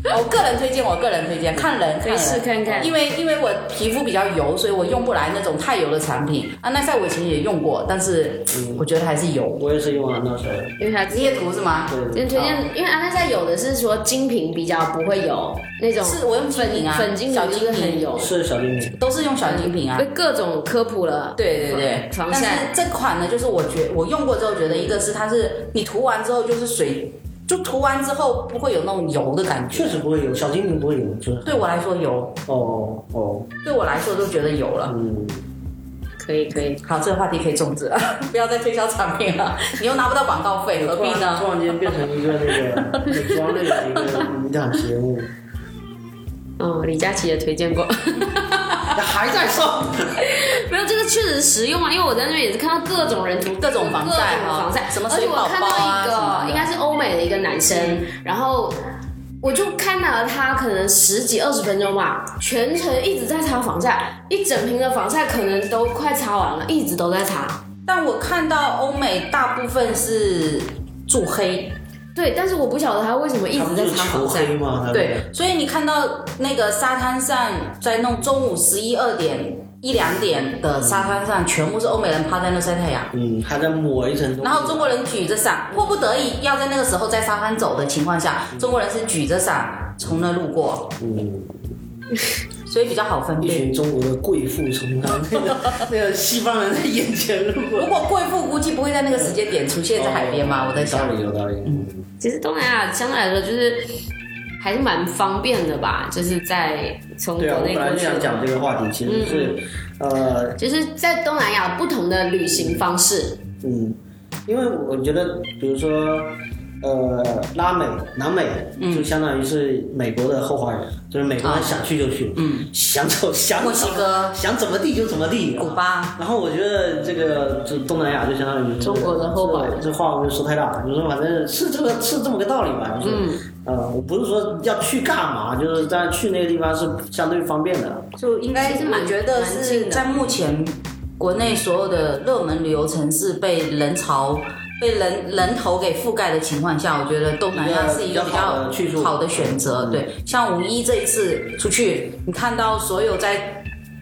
[SPEAKER 2] 对，我个人推荐，我个人推荐，看人，
[SPEAKER 3] 可以
[SPEAKER 2] 人
[SPEAKER 3] 试看看
[SPEAKER 2] 因为因为我皮肤比较油，所以我用不来那种太油的产品。啊，耐晒我以前也用过，但是我觉得还是油。
[SPEAKER 1] 嗯我也是用完那水，
[SPEAKER 3] 因为它
[SPEAKER 2] 你也涂是吗？
[SPEAKER 3] 你推荐，因为安娜赛有的是说精品比较不会有那种
[SPEAKER 2] 是我用粉
[SPEAKER 3] 粉
[SPEAKER 2] 啊，
[SPEAKER 3] 粉精
[SPEAKER 2] 小
[SPEAKER 3] 油就是
[SPEAKER 2] 精
[SPEAKER 3] 很
[SPEAKER 2] 品，
[SPEAKER 3] 油，
[SPEAKER 1] 哦是小精灵。
[SPEAKER 2] 都是用小精品啊
[SPEAKER 3] 被。各种科普了。
[SPEAKER 2] 对对对，
[SPEAKER 3] 防
[SPEAKER 2] 但是
[SPEAKER 3] 晒
[SPEAKER 2] 这款呢，就是我觉我用过之后觉得，一个是它是你涂完之后就是水，就涂完之后不会有那种油的感觉。
[SPEAKER 1] 确实不会有，小精灵不会有，就是
[SPEAKER 2] 对我来说油，
[SPEAKER 1] 哦哦，
[SPEAKER 2] 对我来说都觉得油了。
[SPEAKER 1] 嗯，
[SPEAKER 3] 可以可以，
[SPEAKER 2] 好，这个话题可以终止了， 不要再推销产品了，你又拿不到广告费，何
[SPEAKER 1] 突
[SPEAKER 2] 必
[SPEAKER 1] 然
[SPEAKER 2] 呢
[SPEAKER 1] 突？然间变成一个那个 美妆类的一个敏感节目，
[SPEAKER 3] 嗯，李佳琦也推荐过，
[SPEAKER 1] 还在收，
[SPEAKER 3] 没有这个确实实用啊，因为我在那边也是看到各种人涂
[SPEAKER 2] 各种防晒啊
[SPEAKER 3] 各种防晒，
[SPEAKER 2] 什么
[SPEAKER 3] 而且
[SPEAKER 2] 水
[SPEAKER 3] 我
[SPEAKER 2] 宝
[SPEAKER 3] 看
[SPEAKER 2] 宝啊
[SPEAKER 3] 到
[SPEAKER 2] 什么
[SPEAKER 3] 一个
[SPEAKER 2] 的
[SPEAKER 3] 应该是欧美的一个男生，然后。我就看到了他可能十几二十分钟吧，全程一直在擦防晒，一整瓶的防晒可能都快擦完了，一直都在擦。
[SPEAKER 2] 但我看到欧美大部分是助黑，
[SPEAKER 3] 对，但是我不晓得他为什么一
[SPEAKER 1] 他
[SPEAKER 3] 直
[SPEAKER 1] 不
[SPEAKER 3] 在
[SPEAKER 1] 是
[SPEAKER 3] 擦
[SPEAKER 1] 求
[SPEAKER 3] 防晒。
[SPEAKER 1] 黑吗？他
[SPEAKER 2] 对，所以你看到那个沙滩上在弄中午十一二点一两点的沙滩上，全部是欧美人趴在那晒太阳。
[SPEAKER 1] 嗯，还在抹一层东西。
[SPEAKER 2] 然后中国人举着伞，迫不得已要在那个时候在沙滩走的情况下，中国人是举着伞从那路过，
[SPEAKER 1] 嗯，
[SPEAKER 2] 所以比较好分
[SPEAKER 1] 一
[SPEAKER 2] 辨。
[SPEAKER 1] 群中国的贵妇从他那个 哦那个西方人的眼前路
[SPEAKER 2] 如
[SPEAKER 1] 过。
[SPEAKER 2] 果贵妇估计不会在那个时间点出现在海边吧？我在想
[SPEAKER 1] 哦有道。理，有道理。嗯，
[SPEAKER 3] 其实东南亚相对来说就是还是蛮方便的吧，就是在从
[SPEAKER 1] 对啊，
[SPEAKER 3] 国
[SPEAKER 1] 我
[SPEAKER 3] 内
[SPEAKER 1] 本
[SPEAKER 3] 过
[SPEAKER 1] 来就
[SPEAKER 3] 去
[SPEAKER 1] 想
[SPEAKER 3] 的话。
[SPEAKER 1] 讲这个话题，其实是，
[SPEAKER 2] 嗯
[SPEAKER 1] 呃，
[SPEAKER 3] 就是在东南亚有不同的旅行方式，
[SPEAKER 1] 嗯，因为我觉得，比如说，呃，拉美、南美，
[SPEAKER 2] 嗯
[SPEAKER 1] 就相当于是美国的后花园，就是美国人想去就去，
[SPEAKER 2] 啊嗯，
[SPEAKER 1] 想走想
[SPEAKER 2] 墨西哥
[SPEAKER 1] 想怎么地就怎么地，
[SPEAKER 2] 古巴。
[SPEAKER 1] 然后我觉得这个就东南亚就相当于
[SPEAKER 3] 中国的后
[SPEAKER 1] 这
[SPEAKER 3] 花园
[SPEAKER 1] 这话我就说太大了，就是反正是这个是这么个道理吧，就是、
[SPEAKER 2] 嗯
[SPEAKER 1] 呃，我不是说要去干嘛，就是但去那个地方是相对方便的，
[SPEAKER 2] 就应该
[SPEAKER 3] 其
[SPEAKER 2] 是
[SPEAKER 3] 实蛮
[SPEAKER 2] 我觉得
[SPEAKER 3] 蛮近
[SPEAKER 2] 是
[SPEAKER 3] 的
[SPEAKER 2] 在目前国内所有的热门旅游城市被人潮、被人人头给覆盖的情况下，我觉得东南亚是一个比
[SPEAKER 1] 比较好的去
[SPEAKER 2] 较
[SPEAKER 3] 嗯
[SPEAKER 1] 处
[SPEAKER 2] 好的选择。对，像五一这一次出去，你看到所有在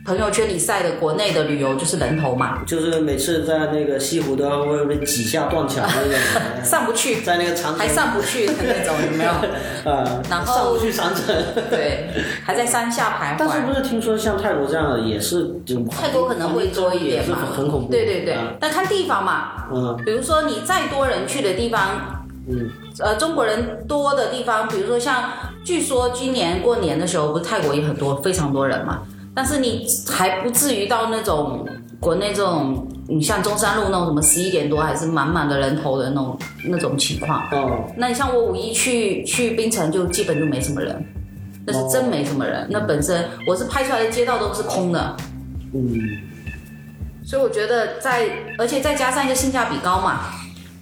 [SPEAKER 2] 朋友圈里晒的国内的旅游就是人头嘛，，
[SPEAKER 1] 就是每次在那个西湖都会被挤下断桥那种
[SPEAKER 2] 上不去
[SPEAKER 1] 在那个长城
[SPEAKER 2] 还上不去的那种，有没有？
[SPEAKER 1] 呃，
[SPEAKER 2] 然后
[SPEAKER 1] 上不去 长城，
[SPEAKER 2] 对，还在山下徘徊。
[SPEAKER 1] 但是不是听说像泰国这样的也是就
[SPEAKER 2] 泰国可能会多一
[SPEAKER 1] 也
[SPEAKER 2] 点
[SPEAKER 1] 是
[SPEAKER 2] 嘛，
[SPEAKER 1] 很恐怖，
[SPEAKER 2] 对对对
[SPEAKER 1] 啊，
[SPEAKER 2] 但看地方嘛，
[SPEAKER 1] 嗯
[SPEAKER 2] 比如说你再多人去的地方，
[SPEAKER 1] 嗯，
[SPEAKER 2] 呃，中国人多的地方，比如说像，据说今年过年的时候，不是泰国也很多，非常多人嘛。但是你还不至于到那种国内这种，你像中山路那种什么十一点多还是满满的人头的那种那种情况。
[SPEAKER 1] 哦。
[SPEAKER 2] 那你像我五一去去槟城，就基本就没什么人，那是真没什么人。那本身我是拍出来的街道都是空的，
[SPEAKER 1] 嗯，
[SPEAKER 2] 所以我觉得在，而且再加上一个性价比高嘛，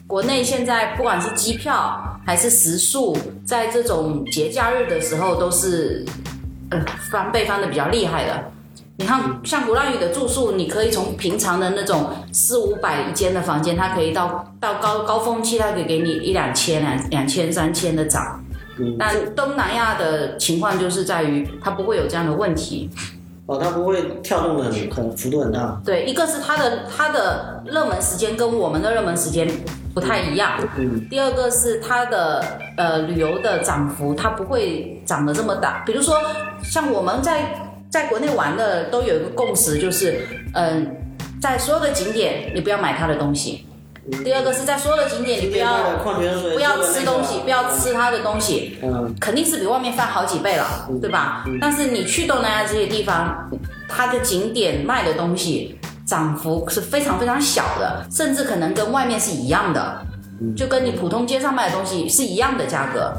[SPEAKER 2] 国内现在不管是机票还是食宿，在这种节假日的时候都是，呃，翻倍翻的比较厉害的。你看，像鼓浪屿的住宿，你可以从平常的那种四五百一间的房间，它可以到到高高峰期，它可以给你一两千、两两千、三千的涨。
[SPEAKER 1] 嗯
[SPEAKER 2] 那东南亚的情况就是在于它不会有这样的问题。
[SPEAKER 1] 哦，它不会跳动的很，很幅度很大。
[SPEAKER 2] 对，一个是它的它的热门时间跟我们的热门时间不太一样，
[SPEAKER 1] 嗯，
[SPEAKER 2] 第二个是它的呃旅游的涨幅，它不会涨得这么大。比如说像我们在在国内玩的，呃都有一个共识，就是嗯、在所有的景点你不要买它的东西，第二个是在所有的景点，你不要
[SPEAKER 1] 矿泉水，
[SPEAKER 2] 不要吃东西，不要吃它的东西，
[SPEAKER 1] 嗯，
[SPEAKER 2] 肯定是比外面饭好几倍了，对吧？但是你去东南亚这些地方，它的景点卖的东西涨幅是非常非常小的，甚至可能跟外面是一样的，就跟你普通街上卖的东西是一样的价格。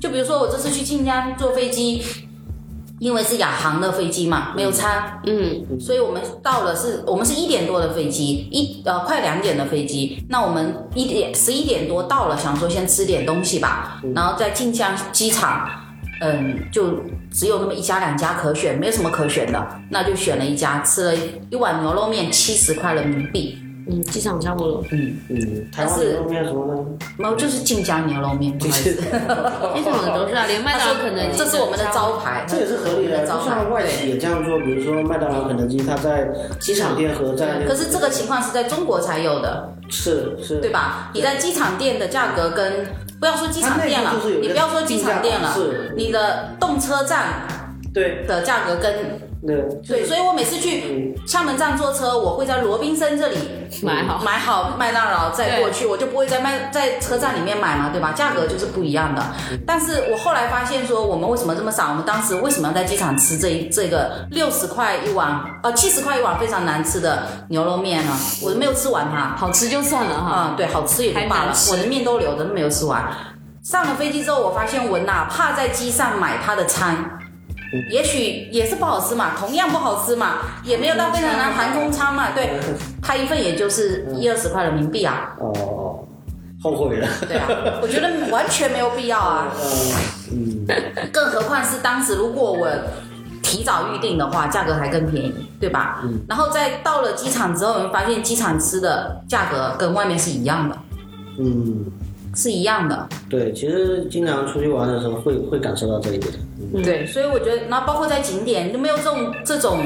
[SPEAKER 2] 就比如说我这次去晋江坐飞机，因为是亚航的飞机嘛，没有餐，
[SPEAKER 3] 嗯，
[SPEAKER 2] 所以我们到了是，我们是一点多的飞机，一呃快两点的飞机。那我们一点十一点多到了，想说先吃点东西吧，
[SPEAKER 1] 嗯
[SPEAKER 2] 然后在晋江机场，嗯，就只有那么一家两家可选，没有什么可选的，那就选了一家，吃了一碗牛肉面，七十块人民币，
[SPEAKER 3] 嗯，机场差 不多。
[SPEAKER 2] 嗯，
[SPEAKER 1] 嗯，台湾牛肉面什么的，
[SPEAKER 2] 没有就是晋江牛肉面，不好意思，
[SPEAKER 3] 机场的都是啊，连麦当劳、可能
[SPEAKER 2] 这是我们的招牌，
[SPEAKER 1] 这也是合理的。
[SPEAKER 2] 招
[SPEAKER 1] 就
[SPEAKER 2] 牌
[SPEAKER 1] 像外
[SPEAKER 2] 对
[SPEAKER 1] 企也这样做，比如说麦当劳、肯德基，它在机场店和在那
[SPEAKER 2] 可是这个情况是在中国才有的，
[SPEAKER 1] 是是
[SPEAKER 2] 对？吧？你在机场店的价格跟不要说机场店了
[SPEAKER 1] 它内部就是有，一个
[SPEAKER 2] 你不要说机场店了
[SPEAKER 1] 定价是，
[SPEAKER 2] 你的动车站
[SPEAKER 1] 对
[SPEAKER 2] 的价格跟
[SPEAKER 1] 对，
[SPEAKER 2] 对，所以我每次去厦门站坐车，我会在罗宾森这里
[SPEAKER 3] 买好
[SPEAKER 2] 买好麦当劳再
[SPEAKER 3] 对
[SPEAKER 2] 过去，我就不会在麦在车站里面买嘛，对吧？价格就是不一样的。
[SPEAKER 1] 嗯
[SPEAKER 2] 但是我后来发现说，我们为什么这么少？我们当时为什么要在机场吃这一这个六十块一碗，呃七十块一碗非常难吃的牛肉面呢？我没有吃完它，
[SPEAKER 3] 好吃就算了哈。
[SPEAKER 2] 啊，对，好吃也就罢
[SPEAKER 3] 还
[SPEAKER 2] 了
[SPEAKER 3] 难，吃
[SPEAKER 2] 我的面都留着，都没有吃完。上了飞机之后，我发现我哪怕在机上买他的餐，也许也是不好吃嘛，同样不好吃嘛，也没有到非常难航空餐嘛，啊对，他一份也就是一二十块人民币啊，
[SPEAKER 1] 哦，后悔了。呃
[SPEAKER 2] 对 啊，我觉得完全没有必要啊，
[SPEAKER 1] 嗯，
[SPEAKER 2] 更何况是当时如果我。提早预定的话，价格还更便宜，对吧？
[SPEAKER 3] 嗯
[SPEAKER 2] 然后在到了机场之后，你会发现机场吃的价格跟外面是一样的，
[SPEAKER 1] 嗯，
[SPEAKER 2] 是一样的。
[SPEAKER 1] 对，其实经常出去玩的时候会会感受到这一点。
[SPEAKER 2] 嗯
[SPEAKER 3] 嗯
[SPEAKER 2] 对，所以我觉得，然后包括在景点，就没有这种这种，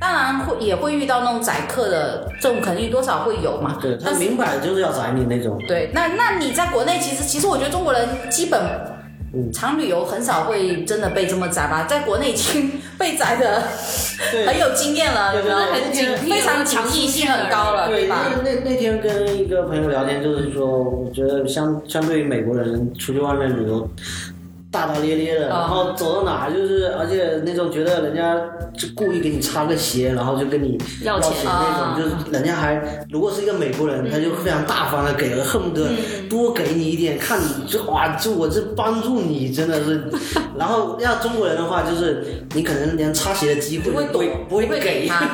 [SPEAKER 2] 当然会也会遇到那种宰客的，这种肯定多少会有嘛。
[SPEAKER 1] 对他
[SPEAKER 2] 但是
[SPEAKER 1] 明摆就是要宰你那种。
[SPEAKER 2] 对，那那你在国内其实其实我觉得中国人基本。常旅游很少会真的被这么宰吧，在国内已经被宰的
[SPEAKER 1] 对
[SPEAKER 2] 很有经验了，
[SPEAKER 1] 对啊
[SPEAKER 2] 有没有
[SPEAKER 1] 就是
[SPEAKER 3] 很警惕
[SPEAKER 2] 非常
[SPEAKER 3] 了
[SPEAKER 2] 警惕
[SPEAKER 3] 常出
[SPEAKER 2] 性
[SPEAKER 3] 现
[SPEAKER 2] 很
[SPEAKER 3] 了
[SPEAKER 2] 高了，
[SPEAKER 1] 对，
[SPEAKER 2] 对吧？
[SPEAKER 1] 那那那天跟一个朋友聊天，就是说，我觉得相相对于美国人出去外面旅游，大大咧
[SPEAKER 2] 嗯
[SPEAKER 1] 咧的，然后走到哪儿就是，而且那种觉得人家就故意给你擦个鞋，然后就跟你
[SPEAKER 3] 要钱
[SPEAKER 1] 那
[SPEAKER 2] 啊
[SPEAKER 1] 种，就是人家还如果是一个美国人，他就非常大方的给了，恨不得
[SPEAKER 2] 嗯
[SPEAKER 1] 多给你一点，看你这哇，这我这帮助你真的 是。然后要中国人的话，就是你可能连擦鞋的机会
[SPEAKER 2] 不会
[SPEAKER 1] 都不会
[SPEAKER 2] 懂
[SPEAKER 1] 不会
[SPEAKER 2] 不会给
[SPEAKER 1] 给
[SPEAKER 2] 他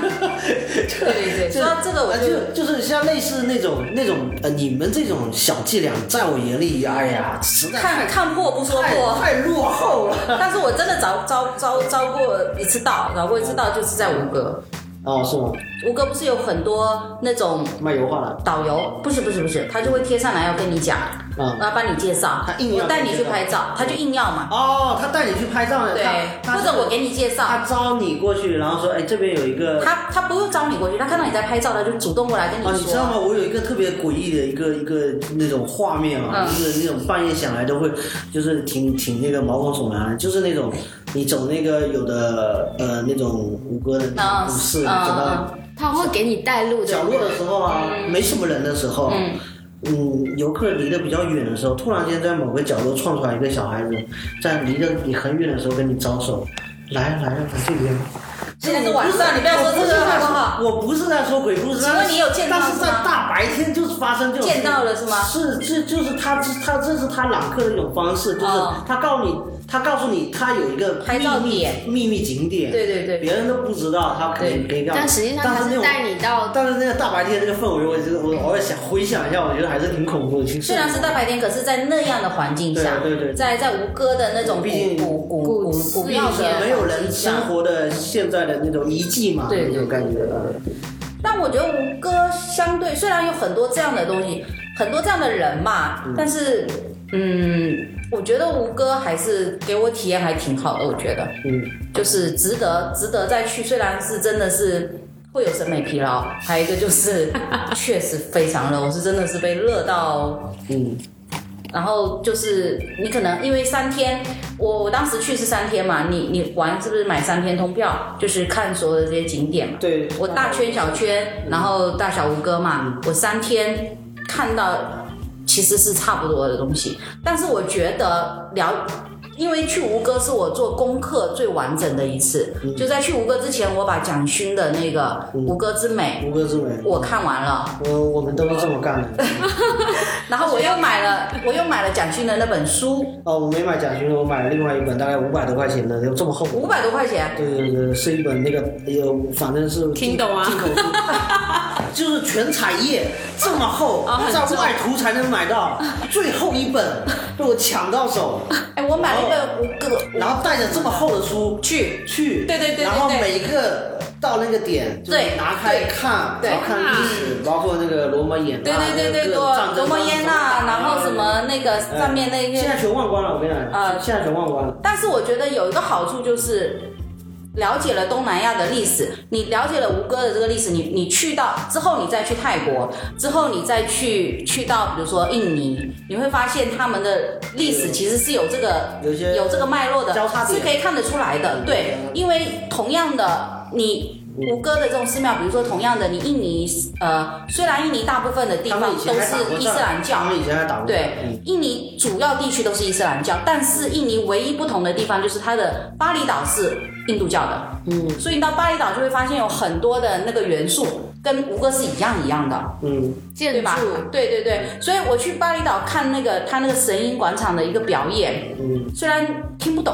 [SPEAKER 2] 对对对，说到这个我
[SPEAKER 1] 啊
[SPEAKER 2] 就
[SPEAKER 1] 就就是像类似那种那种呃，你们这种小伎俩，在我眼里，哎呀，实在
[SPEAKER 2] 看看破不说
[SPEAKER 1] 太
[SPEAKER 2] 破，
[SPEAKER 1] 太落后 了。
[SPEAKER 2] 但是我真的遭遭遭遭过一次盗，遭过一次盗就是在吴哥，
[SPEAKER 1] 哦，是吗？
[SPEAKER 2] 吴哥不是有很多那种
[SPEAKER 1] 卖油画了，
[SPEAKER 2] 导游，不是不是不是，他就会贴上来要跟你讲，
[SPEAKER 1] 嗯
[SPEAKER 2] 我要帮你介绍
[SPEAKER 1] 他，硬要
[SPEAKER 2] 我带你去拍照，他就硬要嘛，
[SPEAKER 1] 哦，他带你去拍照呢，
[SPEAKER 2] 对
[SPEAKER 1] 他，他
[SPEAKER 2] 或者我给你介绍，
[SPEAKER 1] 他招你过去，然后说，哎，这边有一个，
[SPEAKER 2] 他他不用招你过去，他看到你在拍照，他就主动过来跟
[SPEAKER 1] 哦，你知道吗？
[SPEAKER 2] 说，
[SPEAKER 1] 我有一个特别诡异的一个一个那种画面啊，
[SPEAKER 2] 嗯
[SPEAKER 1] 就是那种半夜想来都会，就是挺挺那个毛骨悚然的，就是那种你走那个有的呃那种吴哥的
[SPEAKER 2] 嗯
[SPEAKER 1] 股市，走
[SPEAKER 2] 嗯
[SPEAKER 1] 到
[SPEAKER 2] 嗯
[SPEAKER 3] 他会给你带路
[SPEAKER 1] 角
[SPEAKER 3] 的，
[SPEAKER 1] 落的时候啊，没什么人的时候，嗯，游客离得比较远的时候，突然间在某个角落窜出来一个小孩子，在离得你很远的时候跟你招手，来呀来呀，来这边。
[SPEAKER 2] 现在是晚上，你不要说这个好不好？
[SPEAKER 1] 我不是在说鬼故事，但
[SPEAKER 2] 请问
[SPEAKER 1] 是
[SPEAKER 2] 你有见到
[SPEAKER 1] 但是
[SPEAKER 2] 是
[SPEAKER 1] 在
[SPEAKER 2] 吗
[SPEAKER 1] 大白天就是发生这种事
[SPEAKER 2] 见到了是吗
[SPEAKER 1] 是，这就是他这他这是他揽客的一种方式，就是
[SPEAKER 2] 哦
[SPEAKER 1] 他告诉你，他告诉你他有一个
[SPEAKER 2] 拍照
[SPEAKER 1] 秘密
[SPEAKER 2] 点
[SPEAKER 1] 秘密景点，
[SPEAKER 2] 对对对
[SPEAKER 1] 别人都不知道，他可以可以告诉你。
[SPEAKER 3] 但实际上
[SPEAKER 1] 但
[SPEAKER 3] 他
[SPEAKER 1] 是那
[SPEAKER 3] 是
[SPEAKER 1] 种
[SPEAKER 3] 带你到
[SPEAKER 1] 但是那个大白天那个氛围，我觉得我偶尔想回想一下，我觉得还是挺恐怖的。挺
[SPEAKER 2] 虽然是大白天，可是，在那样的环境下，
[SPEAKER 1] 对对对
[SPEAKER 2] 在在吴哥的那种
[SPEAKER 1] 毕竟
[SPEAKER 2] 古古古古古庙
[SPEAKER 3] 寺
[SPEAKER 2] 的
[SPEAKER 3] 院
[SPEAKER 1] 没有人
[SPEAKER 2] 环境下
[SPEAKER 1] 生活的现在的那种遗迹嘛，
[SPEAKER 2] 对
[SPEAKER 1] 那种
[SPEAKER 2] 对
[SPEAKER 1] 感觉。
[SPEAKER 2] 但我觉得吴哥相对虽然有很多这样的东西，很多这样的人嘛，但是嗯，我觉得吴哥还是给我体验还挺好的，我觉得
[SPEAKER 1] 嗯，
[SPEAKER 2] 就是值得值得再去，虽然是真的是。会有审美疲劳，还有一个就是确实非常热，我是真的是被热到，
[SPEAKER 1] 嗯
[SPEAKER 2] 然后就是你可能因为三天，我我当时去是三天嘛，你你玩是不是买三天通票，就是看所有的这些景点嘛？
[SPEAKER 1] 对
[SPEAKER 2] 我大圈小圈，然后大小吴哥嘛，我三天看到其实是差不多的东西，但是我觉得聊。因为去吴哥是我做功课最完整的一次，就在去吴哥之前，我把蒋勋的那个《吴哥之美
[SPEAKER 1] 吴》哥之美，
[SPEAKER 2] 我看完了，
[SPEAKER 1] 我我们都是这么干 的。
[SPEAKER 2] 然后我又买了，我又买了蒋勋的那本书，
[SPEAKER 1] 哦，我没买蒋勋，我买了另外一本，大概五百多块钱的，有这么厚。
[SPEAKER 2] 五百多块钱，
[SPEAKER 1] 对对对，是一本那个有，反正是
[SPEAKER 3] 听懂啊
[SPEAKER 1] 进口书， 就是全彩页这么厚
[SPEAKER 2] 哦
[SPEAKER 3] 啊，很
[SPEAKER 1] 在
[SPEAKER 3] 重
[SPEAKER 1] 外图才能买到，最后一本被我抢到手，
[SPEAKER 2] 哎，我买了一本吴哥
[SPEAKER 1] 然后带着这么厚的书
[SPEAKER 2] 去，
[SPEAKER 1] 去，
[SPEAKER 3] 对对对对
[SPEAKER 1] 然后
[SPEAKER 3] 对
[SPEAKER 1] 每个到那个点，就是
[SPEAKER 2] 对
[SPEAKER 1] 拿开
[SPEAKER 2] 对
[SPEAKER 1] 看，
[SPEAKER 2] 对
[SPEAKER 1] 然后看历史，包括那个罗摩衍
[SPEAKER 2] 对
[SPEAKER 1] 那
[SPEAKER 2] 对
[SPEAKER 1] 个
[SPEAKER 2] 对对，
[SPEAKER 1] 各
[SPEAKER 2] 罗
[SPEAKER 1] 种战争
[SPEAKER 2] 罗摩耶娜，然后什么那个
[SPEAKER 1] 哎
[SPEAKER 2] 上面那
[SPEAKER 1] 现
[SPEAKER 2] 个，
[SPEAKER 1] 在全忘光了，我跟你讲，
[SPEAKER 2] 啊
[SPEAKER 1] 现在全忘光了。
[SPEAKER 2] 但是我觉得有一个好处就是。了解了东南亚的历史，你了解了吴哥的这个历史，你你去到之后，你再去泰国，之后你再去去到比如说印尼，你会发现他们的历史其实是有这个
[SPEAKER 1] 有些
[SPEAKER 2] 有这个脉络的，
[SPEAKER 1] 交叉点
[SPEAKER 2] 是可以看得出来的。对，因为同样的，你吴哥的这种寺庙，比如说同样的，你印尼呃，虽然印尼大部分的地
[SPEAKER 1] 他
[SPEAKER 2] 方
[SPEAKER 1] 们
[SPEAKER 2] 都
[SPEAKER 1] 以前还打
[SPEAKER 2] 是
[SPEAKER 1] 过
[SPEAKER 2] 伊斯
[SPEAKER 1] 仗，
[SPEAKER 2] 兰教
[SPEAKER 1] 他，们以前还打过仗。嗯
[SPEAKER 2] 对，印尼主要地区都是伊斯兰教，但是印尼唯一不同的地方就是它的巴厘岛是印度教的，嗯，所以你到巴厘岛就会发现有很多的那个元素跟吴哥是一样一样的，
[SPEAKER 1] 嗯，
[SPEAKER 2] 对
[SPEAKER 3] 建筑
[SPEAKER 2] 吧？对对对，所以我去巴厘岛看那个他那个神鹰广场的一个表演，
[SPEAKER 1] 嗯
[SPEAKER 2] 虽然听不懂，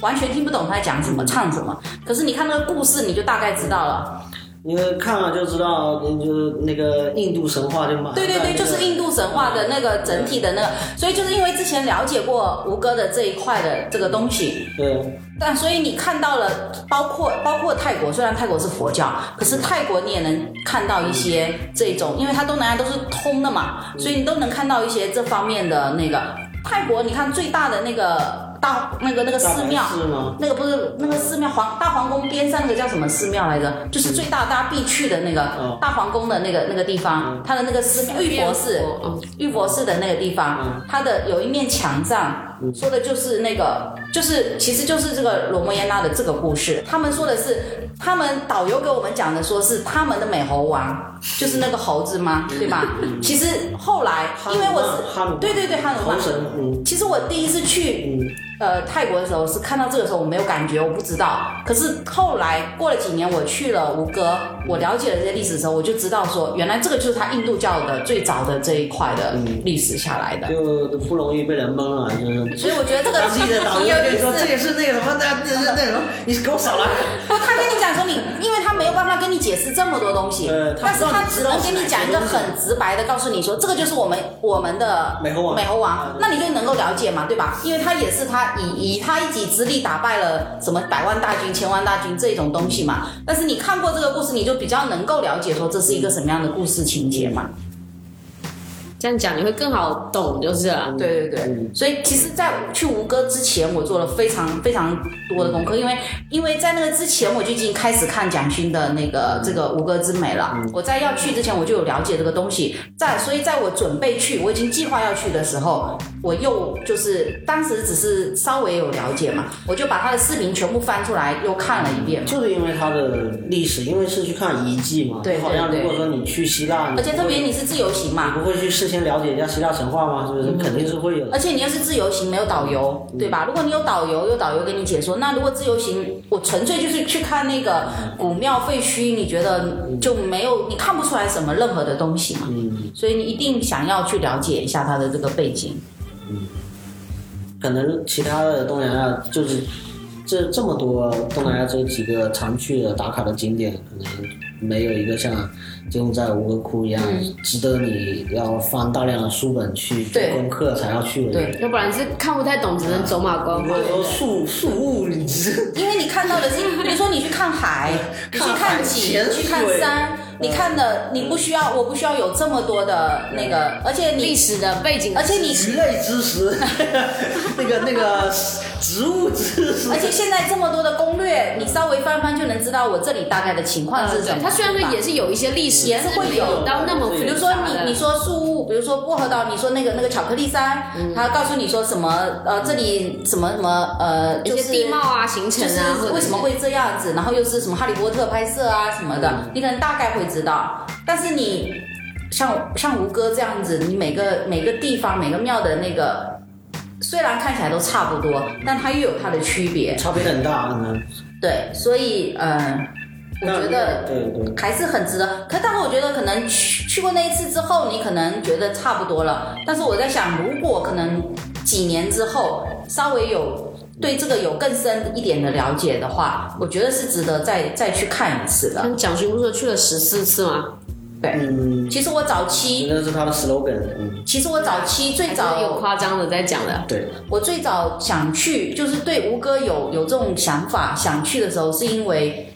[SPEAKER 2] 完全听不懂他在讲什么唱什么，可是你看那个故事你就大概知道了。
[SPEAKER 1] 嗯，你看了就知道，就是那个印度神话就嘛。
[SPEAKER 2] 对对对，就是印度神话的那
[SPEAKER 1] 嗯
[SPEAKER 2] 个整体的那个，所以就是因为之前了解过吴哥的这一块的这个东西，
[SPEAKER 1] 对，
[SPEAKER 2] 但所以你看到了，包括包括泰国，虽然泰国是佛教，可是泰国你也能看到一些这种，因为它东南亚都是通的嘛，所以你都能看到一些这方面的那个。泰国你看最大的那个大那个那个寺庙，
[SPEAKER 1] 是吗？
[SPEAKER 2] 那个不是那个寺庙皇大皇宫边上那个叫什么寺庙来着？就是最大大家必去的那个、
[SPEAKER 1] 嗯
[SPEAKER 2] 大皇宫的那个那个地方，它的那个寺庙玉嗯佛寺，
[SPEAKER 3] 嗯
[SPEAKER 2] 玉佛寺的那个地方，它的有一面墙上说的就是那个，就是其实就是这个罗摩耶娜的这个故事。他们说的是，他们导游给我们讲的，说是他们的美猴王，就是那个猴子嘛，对吧？其实后来，因为我是
[SPEAKER 1] 哈努曼
[SPEAKER 2] 对对对汉努曼
[SPEAKER 1] 猴神，嗯
[SPEAKER 2] 其实我第一次去
[SPEAKER 1] 嗯
[SPEAKER 2] 呃泰国的时候是看到这个时候我没有感觉，我不知道。可是后来过了几年，我去了吴哥，我了解了这些历史的时候，我就知道说，原来这个就是他印度教的最早的这一块的历史下来的。
[SPEAKER 1] 就不容易被人蒙了，就是。
[SPEAKER 2] 所以我觉得这个
[SPEAKER 1] 当地的导游跟你说，这
[SPEAKER 2] 挺有意
[SPEAKER 1] 也
[SPEAKER 2] 思。
[SPEAKER 1] 是那个什么，那那那那什么，你给我少来。
[SPEAKER 2] 不，他跟你讲说你，因为他没有办法跟你解释这么多东西，
[SPEAKER 1] 呃他
[SPEAKER 2] 但
[SPEAKER 1] 不
[SPEAKER 2] 是
[SPEAKER 1] 知道你知道
[SPEAKER 2] 他只能
[SPEAKER 1] 是
[SPEAKER 2] 跟你
[SPEAKER 1] 哪
[SPEAKER 2] 讲
[SPEAKER 1] 些
[SPEAKER 2] 一个
[SPEAKER 1] 东西
[SPEAKER 2] 很直白的告诉你说，这个就是我们我们的
[SPEAKER 1] 美猴王
[SPEAKER 2] 美猴王
[SPEAKER 1] 啊，
[SPEAKER 2] 那你就能够了解嘛，对吧？因为他也是他以以他一己之力打败了什么百万大军、千万大军这种东西嘛。但是你看过这个故事，你就比较能够了解说这是一个什么样的故事情节嘛。
[SPEAKER 3] 这样讲你会更好懂，就是了。
[SPEAKER 2] 对对对，所以其实，在去吴哥之前，我做了非常非常多的功课，因为因为在那个之前，我就已经开始看蒋勋的那个这个《吴哥之美》了。我在要去之前，我就有了解这个东西。在所以，在我准备去，我已经计划要去的时候，我又就是当时只是稍微有了解嘛，我就把他的视频全部翻出来又看了一遍。
[SPEAKER 1] 就是因为它的历史，因为是去看遗迹嘛。
[SPEAKER 2] 对对
[SPEAKER 1] 好像
[SPEAKER 2] 对
[SPEAKER 1] 如果说你去希腊，你
[SPEAKER 2] 而且特别
[SPEAKER 1] 不会
[SPEAKER 2] 你是自由行
[SPEAKER 1] 你
[SPEAKER 2] 嘛，
[SPEAKER 1] 不会去事先了解一下希腊神话吗？是不是？肯定是会有的。
[SPEAKER 2] 嗯而且你又是自由行，没有导游，
[SPEAKER 3] 嗯
[SPEAKER 2] 对吧？如果你有导游，有导游跟你解说，那如果自由行，我纯粹就是去看那个古庙废墟，你觉得就没
[SPEAKER 3] 嗯
[SPEAKER 2] 有，你看不出来什么任何的东西嘛？
[SPEAKER 1] 嗯
[SPEAKER 2] 所以你一定想要去了解一下它的这个背景。
[SPEAKER 1] 可能其他的东南亚就是这这么多东南亚这几个常去的打卡的景点，可能没有一个像就在吴哥窟一样、值得你要翻大量的书本去做
[SPEAKER 2] 对
[SPEAKER 1] 功课才要去的。
[SPEAKER 2] 对，
[SPEAKER 3] 要不然是看不太懂，只能走马观
[SPEAKER 1] 如
[SPEAKER 3] 花
[SPEAKER 1] 果。说树树木，你知
[SPEAKER 2] 因为你看到的是， 比如说你去看海，你去
[SPEAKER 1] 看海
[SPEAKER 2] 看景，
[SPEAKER 1] 潜
[SPEAKER 2] 去看
[SPEAKER 1] 水
[SPEAKER 3] 嗯
[SPEAKER 2] 山，你看的你不需要，我不需要有这么多的那个，而且
[SPEAKER 3] 历
[SPEAKER 2] 你，
[SPEAKER 3] 史的背景，
[SPEAKER 2] 而且你
[SPEAKER 1] 鱼类知识，那个那个植物知识
[SPEAKER 2] 而，且现在这么多的攻略，你稍微翻翻就能知道我这里大概的
[SPEAKER 4] 呃
[SPEAKER 2] 情况是什么。
[SPEAKER 3] 嗯它虽然说也是有一些历史，
[SPEAKER 2] 也是会
[SPEAKER 3] 没
[SPEAKER 2] 有
[SPEAKER 3] 有到那么复杂的，
[SPEAKER 2] 比如说你你说树屋，比如说薄荷岛，你说那个那个巧克力山，
[SPEAKER 3] 嗯
[SPEAKER 2] 他告诉你说什么呃这里什么什么呃
[SPEAKER 3] 有
[SPEAKER 2] 就
[SPEAKER 3] 些
[SPEAKER 2] 是
[SPEAKER 3] 地貌啊、行程
[SPEAKER 2] 就是
[SPEAKER 3] 啊，或者是
[SPEAKER 2] 为什么会这样子，
[SPEAKER 3] 嗯
[SPEAKER 2] 然后又是什么哈利波特拍摄啊什么的，你可能大概会知道，但是你。像像吴哥这样子，你每个每个地方每个庙的那个，虽然看起来都差不多，但它又有它的区别。
[SPEAKER 1] 差别很大，嗯，
[SPEAKER 2] 对，所以嗯，我觉
[SPEAKER 1] 那
[SPEAKER 2] 得
[SPEAKER 1] 对对，
[SPEAKER 2] 还是很值得。可但是我觉得可能去去过那一次之后，你可能觉得差不多了。但是我在想，如果可能几年之后稍微有对这个有更深一点的了解的话，我觉得是值得再再去看一次的。
[SPEAKER 4] 跟蒋勋不是说去了十四次吗？
[SPEAKER 1] 嗯，
[SPEAKER 2] 其实我早期，
[SPEAKER 1] 那是他的 slogan，嗯，
[SPEAKER 2] 其实我早期最早
[SPEAKER 4] 还是有夸张的在讲的，
[SPEAKER 1] 对，
[SPEAKER 2] 我最早想去，就是对吴哥有有这种想法，想去的时候是因为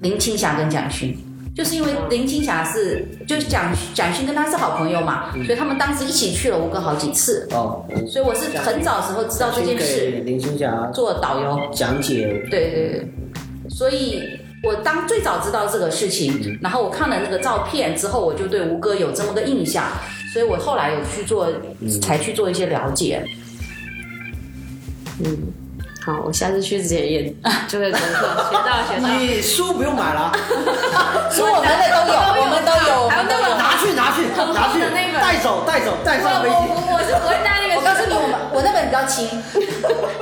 [SPEAKER 2] 林青霞跟蒋勋，就是因为林青霞是就是蒋蒋勋跟他是好朋友嘛，所以他们当时一起去了吴哥好几次，
[SPEAKER 1] 哦，嗯
[SPEAKER 2] 所以我是很早时候知道这件
[SPEAKER 1] 先
[SPEAKER 2] 事，
[SPEAKER 1] 给林青霞
[SPEAKER 2] 做导游，
[SPEAKER 1] 讲解，
[SPEAKER 2] 对对对，所以。我当最早知道这个事情，然后我看了那个照片之后，我就对吴哥有这么个印象，所以我后来有去做，才去做一些了解。
[SPEAKER 4] 好，我下次去之前 也就会功课，学到学到。
[SPEAKER 1] 你书不用买了，
[SPEAKER 2] 所以我们的都有，我们都有，我
[SPEAKER 4] 还有
[SPEAKER 2] 们
[SPEAKER 4] 那
[SPEAKER 2] 都
[SPEAKER 4] 个
[SPEAKER 2] 有。
[SPEAKER 1] 拿去拿去
[SPEAKER 4] 很
[SPEAKER 1] 拿
[SPEAKER 4] 厚
[SPEAKER 1] 去
[SPEAKER 4] 的那，本
[SPEAKER 1] 带走带走带
[SPEAKER 4] 我
[SPEAKER 1] 上飞机。
[SPEAKER 4] 我我是不会带那个，
[SPEAKER 2] 我告诉你，我们我那本比较轻，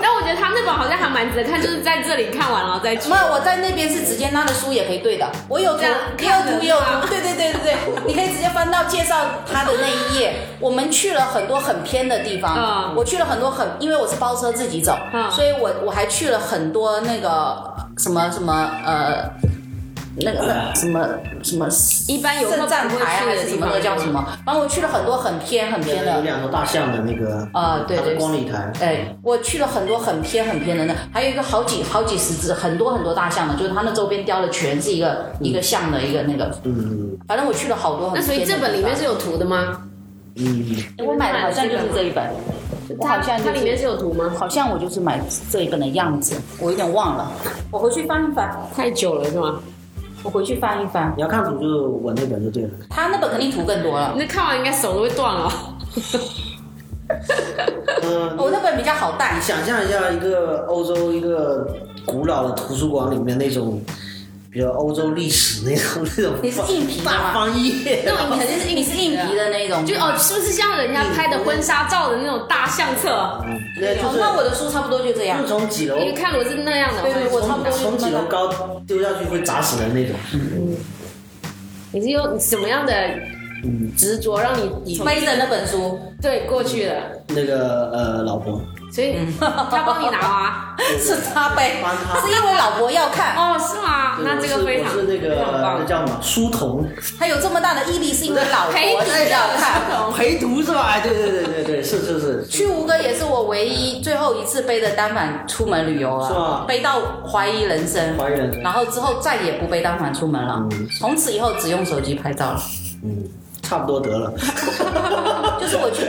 [SPEAKER 4] 但我觉得他那本好像还蛮值得看，就是在这里看完然后再去。
[SPEAKER 2] 没有我在那边是直接拿着书也可以对的，我有图，
[SPEAKER 4] 这样
[SPEAKER 2] 你有
[SPEAKER 4] 看
[SPEAKER 2] 图
[SPEAKER 4] 着
[SPEAKER 2] 也有
[SPEAKER 4] 吧
[SPEAKER 2] 图，对对对对对，你可以直接翻到介绍他的那一页。我们去了很多很偏的地方
[SPEAKER 4] 嗯，
[SPEAKER 2] 我去了很多很，因为我是包车自己走，
[SPEAKER 4] 嗯
[SPEAKER 2] 所以我我还去了很多那个什么什么呃。那个那什么什么
[SPEAKER 4] 一般游客
[SPEAKER 2] 圣站
[SPEAKER 4] 不会
[SPEAKER 2] 台
[SPEAKER 4] 去
[SPEAKER 2] 还
[SPEAKER 4] 的
[SPEAKER 2] 是什
[SPEAKER 4] 地
[SPEAKER 2] 么
[SPEAKER 4] 方
[SPEAKER 2] 那个叫什么，反正我去了很多很偏很偏的
[SPEAKER 1] 有两头大象的那个
[SPEAKER 2] 啊对
[SPEAKER 1] 它的
[SPEAKER 2] 对
[SPEAKER 1] 光礼台，
[SPEAKER 2] 哎，我去了很多很偏很偏的那，还有一个好几好几十只，很多很多大象的，就是它那周边雕的全是一个、一个象的一个那个，
[SPEAKER 1] 嗯
[SPEAKER 2] 反正我去了好多很
[SPEAKER 3] 那
[SPEAKER 2] 偏的地
[SPEAKER 3] 所以
[SPEAKER 2] 方。
[SPEAKER 3] 这本里面是有图的吗？
[SPEAKER 1] 嗯，
[SPEAKER 2] 我买的好像就是这一本，我好像
[SPEAKER 3] 它
[SPEAKER 2] 就
[SPEAKER 3] 它
[SPEAKER 2] 是
[SPEAKER 3] 里面是有图吗？
[SPEAKER 2] 好像我就是买这一本的样子，我有点忘了，我回去翻一翻，
[SPEAKER 4] 太久了是吗？
[SPEAKER 2] 我回去翻一翻，
[SPEAKER 1] 你要看图就是我那本就对了。
[SPEAKER 2] 他那本肯定图更多了，
[SPEAKER 4] 那看完应该手都会断了。
[SPEAKER 1] 嗯，
[SPEAKER 2] 哦我那本比较好带
[SPEAKER 1] 你，想象一下一个欧洲一个古老的图书馆里面那种，比如欧洲历史那种那种，
[SPEAKER 2] 你是硬皮的吗
[SPEAKER 1] 大翻页，
[SPEAKER 4] 那种
[SPEAKER 2] 你肯定是你是硬皮的那种，
[SPEAKER 4] 就哦，是不是像人家拍的婚纱照的那种大相册？
[SPEAKER 1] 那就
[SPEAKER 2] 哦
[SPEAKER 1] 是
[SPEAKER 2] 那我的书差不多就这样
[SPEAKER 1] 就，从几楼
[SPEAKER 4] 因为看我是那样的，
[SPEAKER 2] 对对，我差不多就
[SPEAKER 1] 从
[SPEAKER 2] 这
[SPEAKER 1] 几
[SPEAKER 2] 么
[SPEAKER 1] 楼
[SPEAKER 2] 大
[SPEAKER 1] 高丢下去会砸死人那种。
[SPEAKER 4] 你是用什么样的执着让你你
[SPEAKER 2] 背着那本书，
[SPEAKER 4] 对过去的？
[SPEAKER 1] 那个呃，老婆，
[SPEAKER 4] 所以他帮你拿 吗？
[SPEAKER 2] 是他背
[SPEAKER 1] 帮他，
[SPEAKER 2] 是因为老婆要看，
[SPEAKER 4] 哦，是吗？那这个
[SPEAKER 1] 我是
[SPEAKER 4] 非常
[SPEAKER 1] 我是那个
[SPEAKER 4] 非常
[SPEAKER 1] 那
[SPEAKER 4] 棒。
[SPEAKER 1] 叫什么书童
[SPEAKER 2] 他有这么大的毅力，是因为 老婆要看。
[SPEAKER 1] 陪读是吧？哎，对对对对对，是是是，
[SPEAKER 2] 去吴哥也是我唯一最后一次背着单反出门旅游
[SPEAKER 1] 是
[SPEAKER 2] 了
[SPEAKER 1] 吧，
[SPEAKER 2] 背到怀疑人生，
[SPEAKER 1] 怀疑人生
[SPEAKER 2] 然后之后再也不背单反出门了，从此以后只用手机拍照了。
[SPEAKER 1] 嗯，差不多得了。
[SPEAKER 2] 就是我去，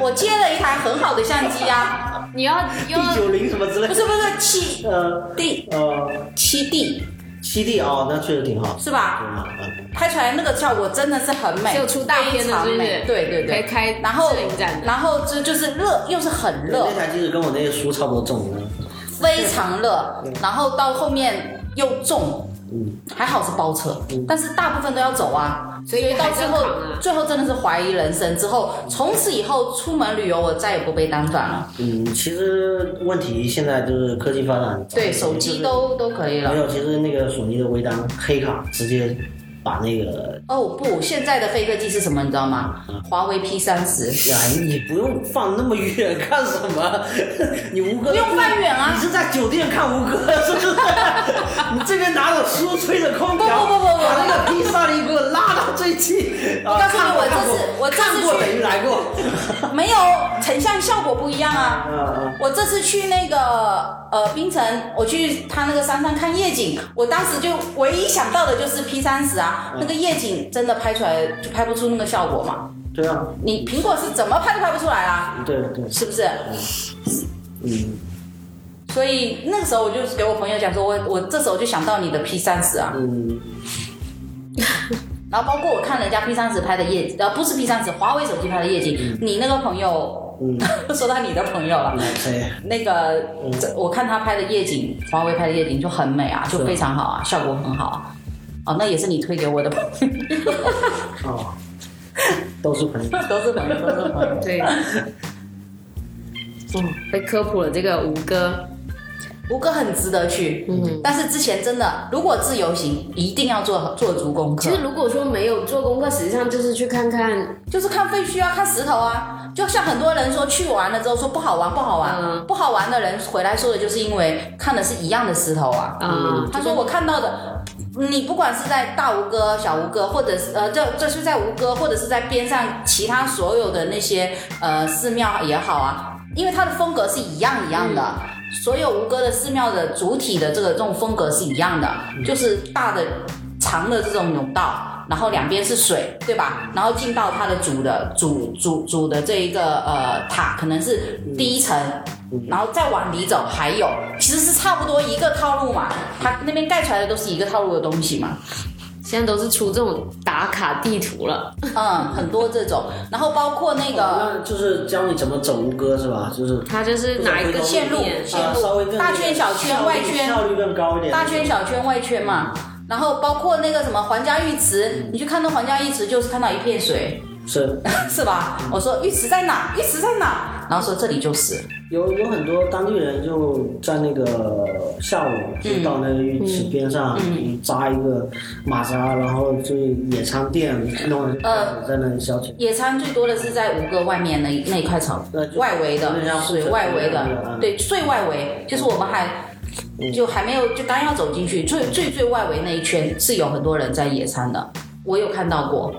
[SPEAKER 2] 我接了一台很好的相机啊，
[SPEAKER 4] 你要用
[SPEAKER 1] 第九零什么之类的，
[SPEAKER 2] 不是不是七
[SPEAKER 1] 呃
[SPEAKER 2] D
[SPEAKER 1] 呃，
[SPEAKER 2] 七 D
[SPEAKER 1] 七 D 哦，那确实挺好，
[SPEAKER 2] 是
[SPEAKER 1] 挺
[SPEAKER 2] 吧？
[SPEAKER 1] 好。嗯
[SPEAKER 2] 拍出来那个效果真的是很美，
[SPEAKER 4] 只有出大片的
[SPEAKER 2] 非常
[SPEAKER 4] 是不是
[SPEAKER 2] 美对对对，
[SPEAKER 4] 可以开
[SPEAKER 2] 然后
[SPEAKER 4] 摄影展的
[SPEAKER 2] 然后这就是热，又是很热
[SPEAKER 1] 那，台机子跟我那些书差不多重，
[SPEAKER 2] 非常热，然后到后面又重，
[SPEAKER 1] 嗯，
[SPEAKER 2] 还好是包车，但是大部分都要走啊，所以到最后
[SPEAKER 4] 还是要扛啊
[SPEAKER 2] 最后真的是怀疑人生。之后从此以后出门旅游，我再也不背单反了，
[SPEAKER 1] 嗯，其实问题现在就是科技发展，
[SPEAKER 2] 对手机都都可以
[SPEAKER 1] 没
[SPEAKER 2] 了。
[SPEAKER 1] 有，其实那个索尼的微单黑卡直接把那个，
[SPEAKER 2] 哦不，现在的黑科技是什么？你知道吗？华为 P 三十。
[SPEAKER 1] 哎，你不用放那么远干什么？ 你吴哥
[SPEAKER 2] 不用放远啊
[SPEAKER 1] 你是在酒店看吴哥是 不是？你这边拿着书吹着空调，
[SPEAKER 2] 不不不不不
[SPEAKER 1] 把那个披萨你给我拉到最近。我
[SPEAKER 2] 我告诉你我这次我这次
[SPEAKER 1] 看过
[SPEAKER 2] 去
[SPEAKER 1] 等于来 过。
[SPEAKER 2] 没有成像效果不一样啊。
[SPEAKER 1] 嗯嗯
[SPEAKER 2] 我这次去那个呃冰城，我去他那个山上看夜景，我当时就唯一想到的就是 P 三十啊，那个夜景真的拍出来就拍不出那个效果嘛。
[SPEAKER 1] 对啊，
[SPEAKER 2] 你苹果是怎么拍都拍不出来啊，
[SPEAKER 1] 对对，
[SPEAKER 2] 是不是？
[SPEAKER 1] 嗯
[SPEAKER 2] 所以那个时候我就给我朋友讲说，我我这时候就想到你的 P 三十啊，
[SPEAKER 1] 嗯，
[SPEAKER 2] 然后包括我看人家 P 三十拍的夜，呃不是 P 三十，华为手机拍的夜景，你那个朋友， 说到你的朋友了，
[SPEAKER 1] 啊谁？
[SPEAKER 2] 那个，这我看他拍的夜景，华为拍的夜景就很美啊，就非常好 啊，效果很好啊。哦，那也是你推给我的吧？
[SPEAKER 1] 哦，都是 朋友。
[SPEAKER 2] 都是朋友，都是朋友。
[SPEAKER 3] 对，被科普了这个吴哥，
[SPEAKER 2] 吴哥很值得去，嗯，但是之前真的，如果自由行，一定要做做足功课。
[SPEAKER 3] 其实如果说没有做功课，实际上就是去看看，
[SPEAKER 2] 就是看废墟啊，看石头啊，就像很多人说去完了之后说不好玩，不好玩，
[SPEAKER 3] 嗯
[SPEAKER 2] 不好玩的人回来说的就是因为看的是一样的石头啊。
[SPEAKER 4] 呃
[SPEAKER 3] 嗯
[SPEAKER 2] 他说我看到的，你不管是在大吴哥、小吴哥，或者是呃，这这是在吴哥，或者是在边上其他所有的那些呃寺庙也好啊，因为它的风格是一样一样的。所有吴哥的寺庙的主体的这个这种风格是一样的，就是大的长的这种甬道，然后两边是水，对吧？然后进到它的主的主主主的这一个呃塔，可能是第一层，然后再往里走还有，其实是差不多一个套路嘛。它那边盖出来的都是一个套路的东西嘛。
[SPEAKER 3] 现在都是出这种打卡地图了。
[SPEAKER 2] 嗯，很多这种，然后包括那个
[SPEAKER 1] 那就是教你怎么走吴哥是吧？就是
[SPEAKER 3] 他就是哪一个
[SPEAKER 2] 线路
[SPEAKER 3] 点
[SPEAKER 2] 线
[SPEAKER 1] 啊稍微
[SPEAKER 2] 路
[SPEAKER 1] 更
[SPEAKER 2] 大圈、小圈、外圈，
[SPEAKER 1] 效率效率更高一点。
[SPEAKER 2] 大圈、小圈、外圈嘛。然后包括那个什么皇家浴池，你去看那皇家浴池，就是看到一片水，
[SPEAKER 1] 是
[SPEAKER 2] 是吧？我说浴池在哪？浴池在哪？然后说这里就是，
[SPEAKER 1] 有有很多当地人就在那个下午就到那个浴池边上
[SPEAKER 2] 嗯
[SPEAKER 1] 扎一个马扎，然后就野餐垫弄完就
[SPEAKER 2] 呃
[SPEAKER 1] 在那里消遣。
[SPEAKER 2] 野餐最多的是在吴哥外面那那一块草
[SPEAKER 1] 对呃就
[SPEAKER 2] 外围的
[SPEAKER 1] 有点像
[SPEAKER 2] 水
[SPEAKER 1] 水
[SPEAKER 2] 外围
[SPEAKER 1] 那嗯样
[SPEAKER 2] 的，
[SPEAKER 1] 的
[SPEAKER 2] 对最外围，就是我们还就还没有就刚要走进去，最最最外围那一圈是有很多人在野餐的，我有看到过，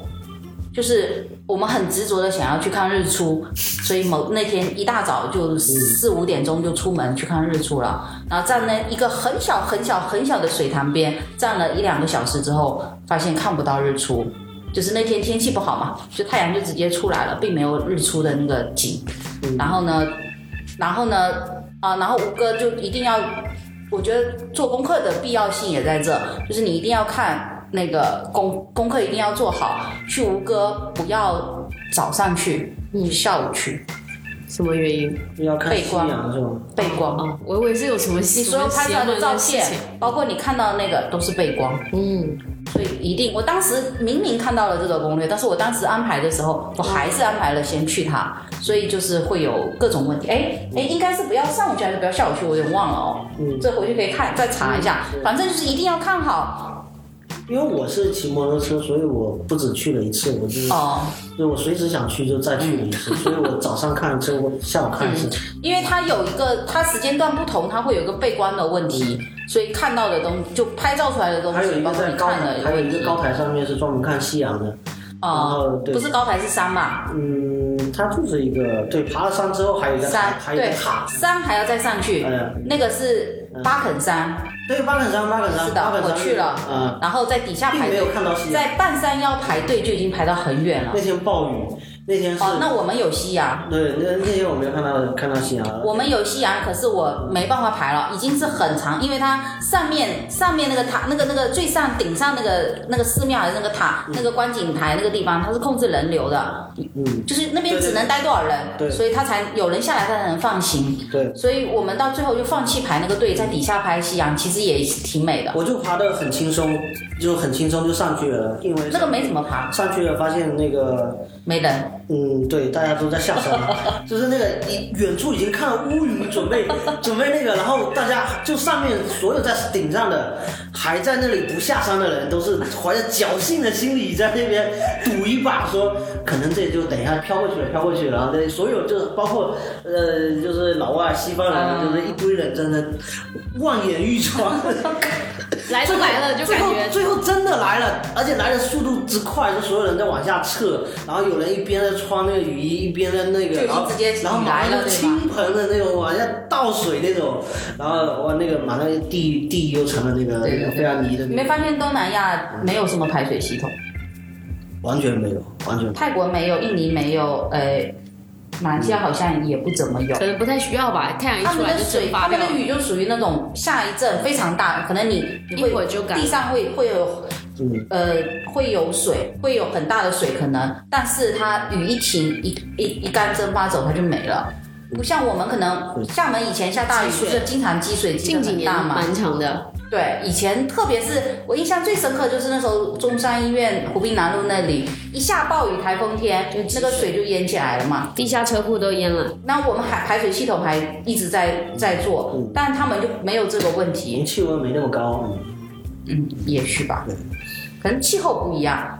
[SPEAKER 2] 就是我们很执着的想要去看日出，所以某那天一大早就四五点钟就出门去看日出了，然后站在一个很小很小很小的水潭边站了一两个小时之后，发现看不到日出。就是那天天气不好嘛，就太阳就直接出来了，并没有日出的那个景。然后呢，然后呢，啊、然后吴哥就一定要，我觉得做功课的必要性也在这，就是你一定要看那个功功课一定要做好，去吴哥不要早上去，嗯，下午去
[SPEAKER 3] 哦
[SPEAKER 4] 什么原因？
[SPEAKER 1] 要看夕阳是吧？
[SPEAKER 2] 背光。
[SPEAKER 3] 哦，我以为是有什么
[SPEAKER 2] 你
[SPEAKER 3] 戏，
[SPEAKER 2] 所有拍出来
[SPEAKER 3] 什么邪
[SPEAKER 2] 的
[SPEAKER 3] 门
[SPEAKER 2] 照
[SPEAKER 3] 事
[SPEAKER 2] 片
[SPEAKER 3] 情，
[SPEAKER 2] 包括你看到那个都是背光，
[SPEAKER 4] 嗯，
[SPEAKER 2] 所以一定，我当时明明看到了这个攻略，但是我当时安排的时候，我还是安排了先去它，所以就是会有各种问题。哎哎，应该是不要上午去还是不要下午去，我有点忘了哦。
[SPEAKER 1] 嗯
[SPEAKER 2] 这回去可以看再查一下，反正就是一定要看好
[SPEAKER 1] 因为我是骑摩托车，所以我不止去了一次，我就是
[SPEAKER 2] 哦，
[SPEAKER 1] 就我随时想去就再去一 次，所以我早上看一次，我下午看一次。
[SPEAKER 2] 因为它有一个它时间段不同，它会有一个背光的问题，所以看到的东就拍照出来嗯的东
[SPEAKER 1] 还有
[SPEAKER 2] 西，
[SPEAKER 1] 一
[SPEAKER 2] 包
[SPEAKER 1] 个
[SPEAKER 2] 括
[SPEAKER 1] 在
[SPEAKER 2] 你
[SPEAKER 1] 高
[SPEAKER 2] 看的
[SPEAKER 1] 台，还有
[SPEAKER 2] 有问
[SPEAKER 1] 一
[SPEAKER 2] 题
[SPEAKER 1] 个。高台上面是专门看夕阳的，然后
[SPEAKER 2] 哦，
[SPEAKER 1] 对
[SPEAKER 2] 不是高台是山吧？
[SPEAKER 1] 嗯，它就是一个对，爬了山之后还有一个
[SPEAKER 2] 山
[SPEAKER 1] 还有一
[SPEAKER 2] 对
[SPEAKER 1] 个塔，
[SPEAKER 2] 山还要再上去
[SPEAKER 1] 嗯，
[SPEAKER 2] 那个是巴肯山。
[SPEAKER 1] 对，八肯山，八肯山，
[SPEAKER 2] 是
[SPEAKER 1] 八
[SPEAKER 2] 的
[SPEAKER 1] 肯，山
[SPEAKER 2] 我去了，
[SPEAKER 1] 嗯，
[SPEAKER 2] 然后在底下
[SPEAKER 1] 并
[SPEAKER 2] 排
[SPEAKER 1] 没有啊
[SPEAKER 2] 队，
[SPEAKER 1] 看到夕阳。
[SPEAKER 2] 在半山腰排队就已经排到很远了
[SPEAKER 1] 那。天暴雨，那天是，
[SPEAKER 2] 哦，那我们有夕阳，
[SPEAKER 1] 对，那那天我没有看到看到夕阳，
[SPEAKER 2] 我们有夕阳，可是我没办法排了，已经是很长，因为它上面上面那个塔，那个那个最上顶上那个那个寺庙还是那个塔，那个观景台那个地方，它是控制人流的，
[SPEAKER 1] 嗯，
[SPEAKER 2] 就是那边
[SPEAKER 1] 对对
[SPEAKER 2] 只能待多少人，
[SPEAKER 1] 对
[SPEAKER 2] 所以它才有人下来，它才能放行。
[SPEAKER 1] 对，
[SPEAKER 2] 所以我们到最后就放弃排那个队，在底下拍夕阳，其实也挺美的。
[SPEAKER 1] 我就爬得很轻松，就很轻松就上去了，因为
[SPEAKER 2] 那个没怎么爬，
[SPEAKER 1] 上去了发现那个，
[SPEAKER 2] 没人，
[SPEAKER 1] 嗯，对，大家都在下山，就是那个你远处已经看到乌云准备准备那个，然后大家就上面所有在顶上的还在那里不下山的人，都是怀着侥幸的心理在那边赌一把说，可能这就等一下飘过去了，飘过去了，然后那所有就是包括呃就是老外西方人，就是一堆人真的望眼欲穿。
[SPEAKER 3] 来
[SPEAKER 2] 哎
[SPEAKER 3] 都来了，就
[SPEAKER 1] 最
[SPEAKER 3] 感
[SPEAKER 1] 后
[SPEAKER 3] 觉
[SPEAKER 1] 最后真的来了，而且来的速度之快，就所有人在往下撤，然后有人一边在穿那个雨衣，一边在那个，
[SPEAKER 2] 就已经
[SPEAKER 1] 然后
[SPEAKER 2] 直接
[SPEAKER 1] 然后马
[SPEAKER 2] 来
[SPEAKER 1] 上
[SPEAKER 2] 了对吧
[SPEAKER 1] 就倾盆的那种往下倒水那种，然后我那个马上地地又成了那个
[SPEAKER 2] 对对对
[SPEAKER 1] 费兰尼的
[SPEAKER 2] 你
[SPEAKER 1] 那
[SPEAKER 2] 没
[SPEAKER 1] 个，
[SPEAKER 2] 发现东南亚没有什么排水系统？
[SPEAKER 1] 完全没有，完全没有。
[SPEAKER 2] 泰国没有，印尼没有，呃，马来西亚好像也不怎么有
[SPEAKER 3] 可。能不太需要吧。太阳
[SPEAKER 2] 他
[SPEAKER 3] 一出
[SPEAKER 2] 们
[SPEAKER 3] 来
[SPEAKER 2] 啊的
[SPEAKER 3] 就
[SPEAKER 2] 水，
[SPEAKER 3] 蒸
[SPEAKER 2] 他
[SPEAKER 3] 发
[SPEAKER 2] 们
[SPEAKER 3] 掉
[SPEAKER 2] 的。雨就属于那种下一阵非常大，可能你你
[SPEAKER 3] 一会儿就干
[SPEAKER 2] 地上会会有
[SPEAKER 1] 嗯，
[SPEAKER 2] 呃会有水，会有很大的水可能，但是它雨一停一一一干蒸发走它就没了，不像我们可能厦门以前下大雨不
[SPEAKER 3] 积水
[SPEAKER 2] 是经常积水积
[SPEAKER 3] 近
[SPEAKER 2] 得
[SPEAKER 3] 几
[SPEAKER 2] 很
[SPEAKER 3] 年
[SPEAKER 2] 大嘛，
[SPEAKER 3] 蛮长的，
[SPEAKER 2] 对，以前特别是我印象最深刻就是那时候中山医院湖滨南路那里，一下暴雨台风天，那个水就淹起来了嘛。
[SPEAKER 3] 地下车库都淹了，
[SPEAKER 2] 那我们还排水系统还一直在在做，但他们就没有这个问
[SPEAKER 1] 您
[SPEAKER 2] 题，
[SPEAKER 1] 气温没那么高，嗯
[SPEAKER 2] 嗯，也许吧，可能气候不一样。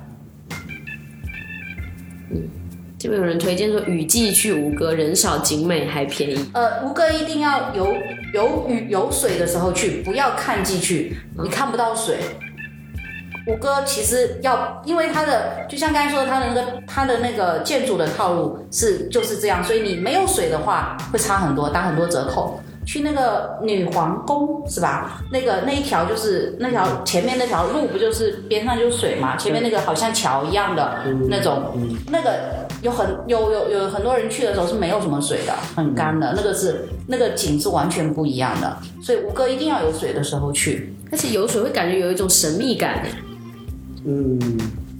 [SPEAKER 3] 这边有人推荐说雨季去吴哥，人少景美还便宜。
[SPEAKER 2] 呃，吴哥一定要有有雨有水的时候去，不要看季去，你看不到水。吴哥其实要，因为它的就像刚才说的，它的那个它的那个建筑的套路是就是这样，所以你没有水的话会差很多，打很多折扣。去那个女皇宫是吧？那个那一条就是那条前面那条路不就是边上就是水嘛？前面那个好像桥一样的
[SPEAKER 1] 嗯
[SPEAKER 2] 那种，那个有很有有有很多人去的时候是没有什么水的，很干
[SPEAKER 1] 嗯
[SPEAKER 2] 的，那个是那个景是完全不一样的。所以吴哥一定要有水的时候去。
[SPEAKER 3] 而且有水会感觉有一种神秘感，
[SPEAKER 1] 嗯，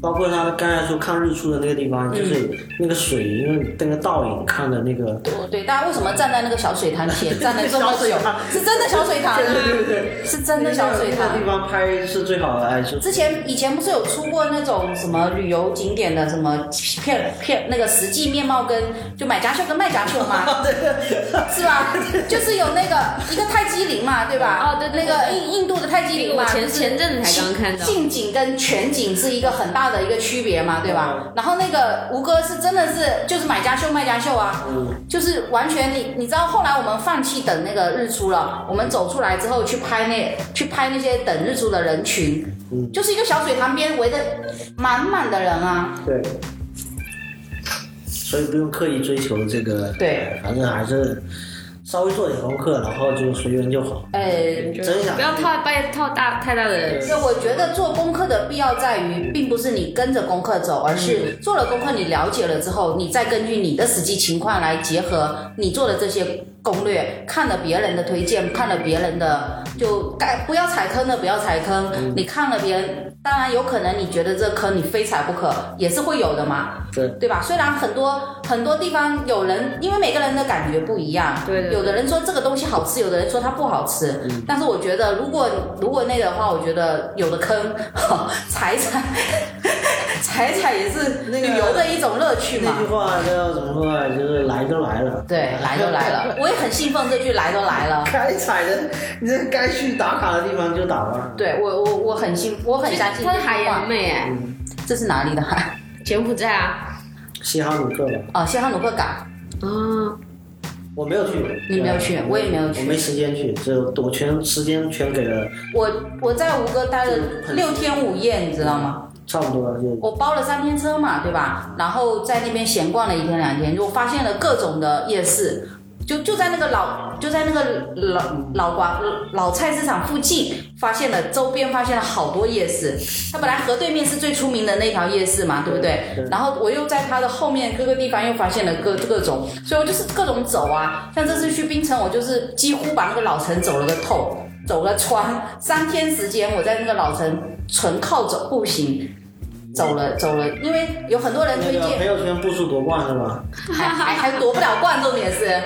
[SPEAKER 1] 包括他刚才说看日出的那个地方，就是
[SPEAKER 2] 嗯
[SPEAKER 1] 那个水，因为那个倒影看的那个，
[SPEAKER 2] 对，大家为什么站在那个小水 潭前站了这么
[SPEAKER 1] 小水
[SPEAKER 2] 久
[SPEAKER 1] 潭？
[SPEAKER 2] 是真的小水潭啊，
[SPEAKER 1] 对对，
[SPEAKER 2] 是真的小水
[SPEAKER 1] 那个
[SPEAKER 2] 潭
[SPEAKER 1] 地。方拍是最好的，哎，是
[SPEAKER 2] 之前以前不是有出过那种什么旅游景点的什么片片那个实际面貌跟就买家秀跟卖家秀 吗？是吧？就是有那个一个太极陵嘛，对吧？
[SPEAKER 3] 哦对对对
[SPEAKER 2] 那个印印度的太极陵嘛，
[SPEAKER 3] 我前
[SPEAKER 2] 就是
[SPEAKER 3] 前阵子才刚看到
[SPEAKER 2] 近景跟全景是一个很大的一个区别嘛，对吧？然后那个吴哥是真的是就是买家秀卖家秀啊，就是完全你你知道后来我们放弃等那个日出了，我们走出来之后去拍那去拍那些等日出的人群，就是一个小水塘边围的满满的人啊，
[SPEAKER 1] 对，所以不用刻意追求这个，
[SPEAKER 2] 对，
[SPEAKER 1] 反正还是稍微做点功课，然后就随缘就好。
[SPEAKER 2] 呃。
[SPEAKER 1] 真想
[SPEAKER 3] 不要套太套大太大的
[SPEAKER 2] 所以我觉得做功课的必要在于，并不是你跟着功课走，而是做了功课，你了解了之后，你再根据你的实际情况来结合你做的这些攻略，看了别人的推荐，看了别人的就该不要踩坑的不要踩坑，你看了别人，当然有可能你觉得这坑你非踩不可，也是会有的嘛。
[SPEAKER 1] 对，
[SPEAKER 2] 对吧？虽然很多很多地方有人，因为每个人的感觉不一样，
[SPEAKER 3] 对对对
[SPEAKER 2] 有的人说这个东西好吃，有的人说它不好吃。
[SPEAKER 1] 嗯
[SPEAKER 2] 但是我觉得，如果如果那个的话，我觉得有的坑 踩踩 踩踩也是
[SPEAKER 1] 那个
[SPEAKER 2] 旅游的一种乐趣嘛
[SPEAKER 1] 那。句话叫怎么说啊？就是来都来了，
[SPEAKER 2] 对，来都来了，我也很兴奋，这句来都来了。
[SPEAKER 1] 该踩的，你这该去打卡的地方就打吧。
[SPEAKER 2] 对我我我很兴，我很相信
[SPEAKER 3] 它
[SPEAKER 2] 这
[SPEAKER 3] 的
[SPEAKER 2] 句
[SPEAKER 3] 海也
[SPEAKER 2] 话
[SPEAKER 3] 很。美哎，
[SPEAKER 1] 嗯
[SPEAKER 2] 这是哪里的 海？
[SPEAKER 3] 柬埔寨啊，
[SPEAKER 1] 西哈努克吧，
[SPEAKER 2] 哦，西哈努克港。哦
[SPEAKER 3] 啊，
[SPEAKER 1] 我没有去，
[SPEAKER 2] 你没有去我也没有去
[SPEAKER 1] 我没时间去，这我全时间全给了，
[SPEAKER 2] 我我在吴哥待了六天五夜，你知道吗？
[SPEAKER 1] 差不多了就。
[SPEAKER 2] 我包了三天车嘛，对吧？然后在那边闲逛了一天两天，就发现了各种的夜市，就就在那个老就在那个老老广老菜市场附近，发现了周边发现了好多夜市。它本来河对面是最出名的那条夜市嘛，对不对
[SPEAKER 1] 对？
[SPEAKER 2] 然后我又在它的后面各个地方又发现了各各种，所以我就是各种走啊。像这次去槟城，我就是几乎把那个老城走了个透。走了穿三天时间，我在那个老城纯靠走步行，走了走了，因为有很多人
[SPEAKER 1] 嗯那
[SPEAKER 2] 推
[SPEAKER 1] 个朋
[SPEAKER 2] 荐，
[SPEAKER 1] 友圈步数夺冠是吧？
[SPEAKER 2] 还还还夺不了冠，重点是
[SPEAKER 1] 嗯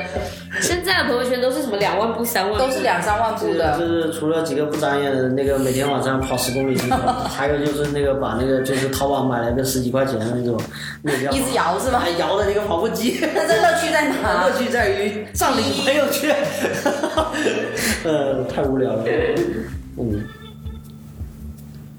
[SPEAKER 3] 现在的朋友圈都是什么两万步、三万步，
[SPEAKER 2] 都是两三万步
[SPEAKER 1] 就
[SPEAKER 2] 的。
[SPEAKER 1] 是除了几个不长眼的，那个每天晚上跑 十公里那种，还有就是那个把那个就是淘宝买了个十几块钱的那种，那个叫
[SPEAKER 2] 一直摇啊是吗
[SPEAKER 1] 还？摇的那个跑步机。
[SPEAKER 2] 那这乐趣在哪
[SPEAKER 1] 乐？趣在于占领朋友圈， 呃，太无聊了。嗯，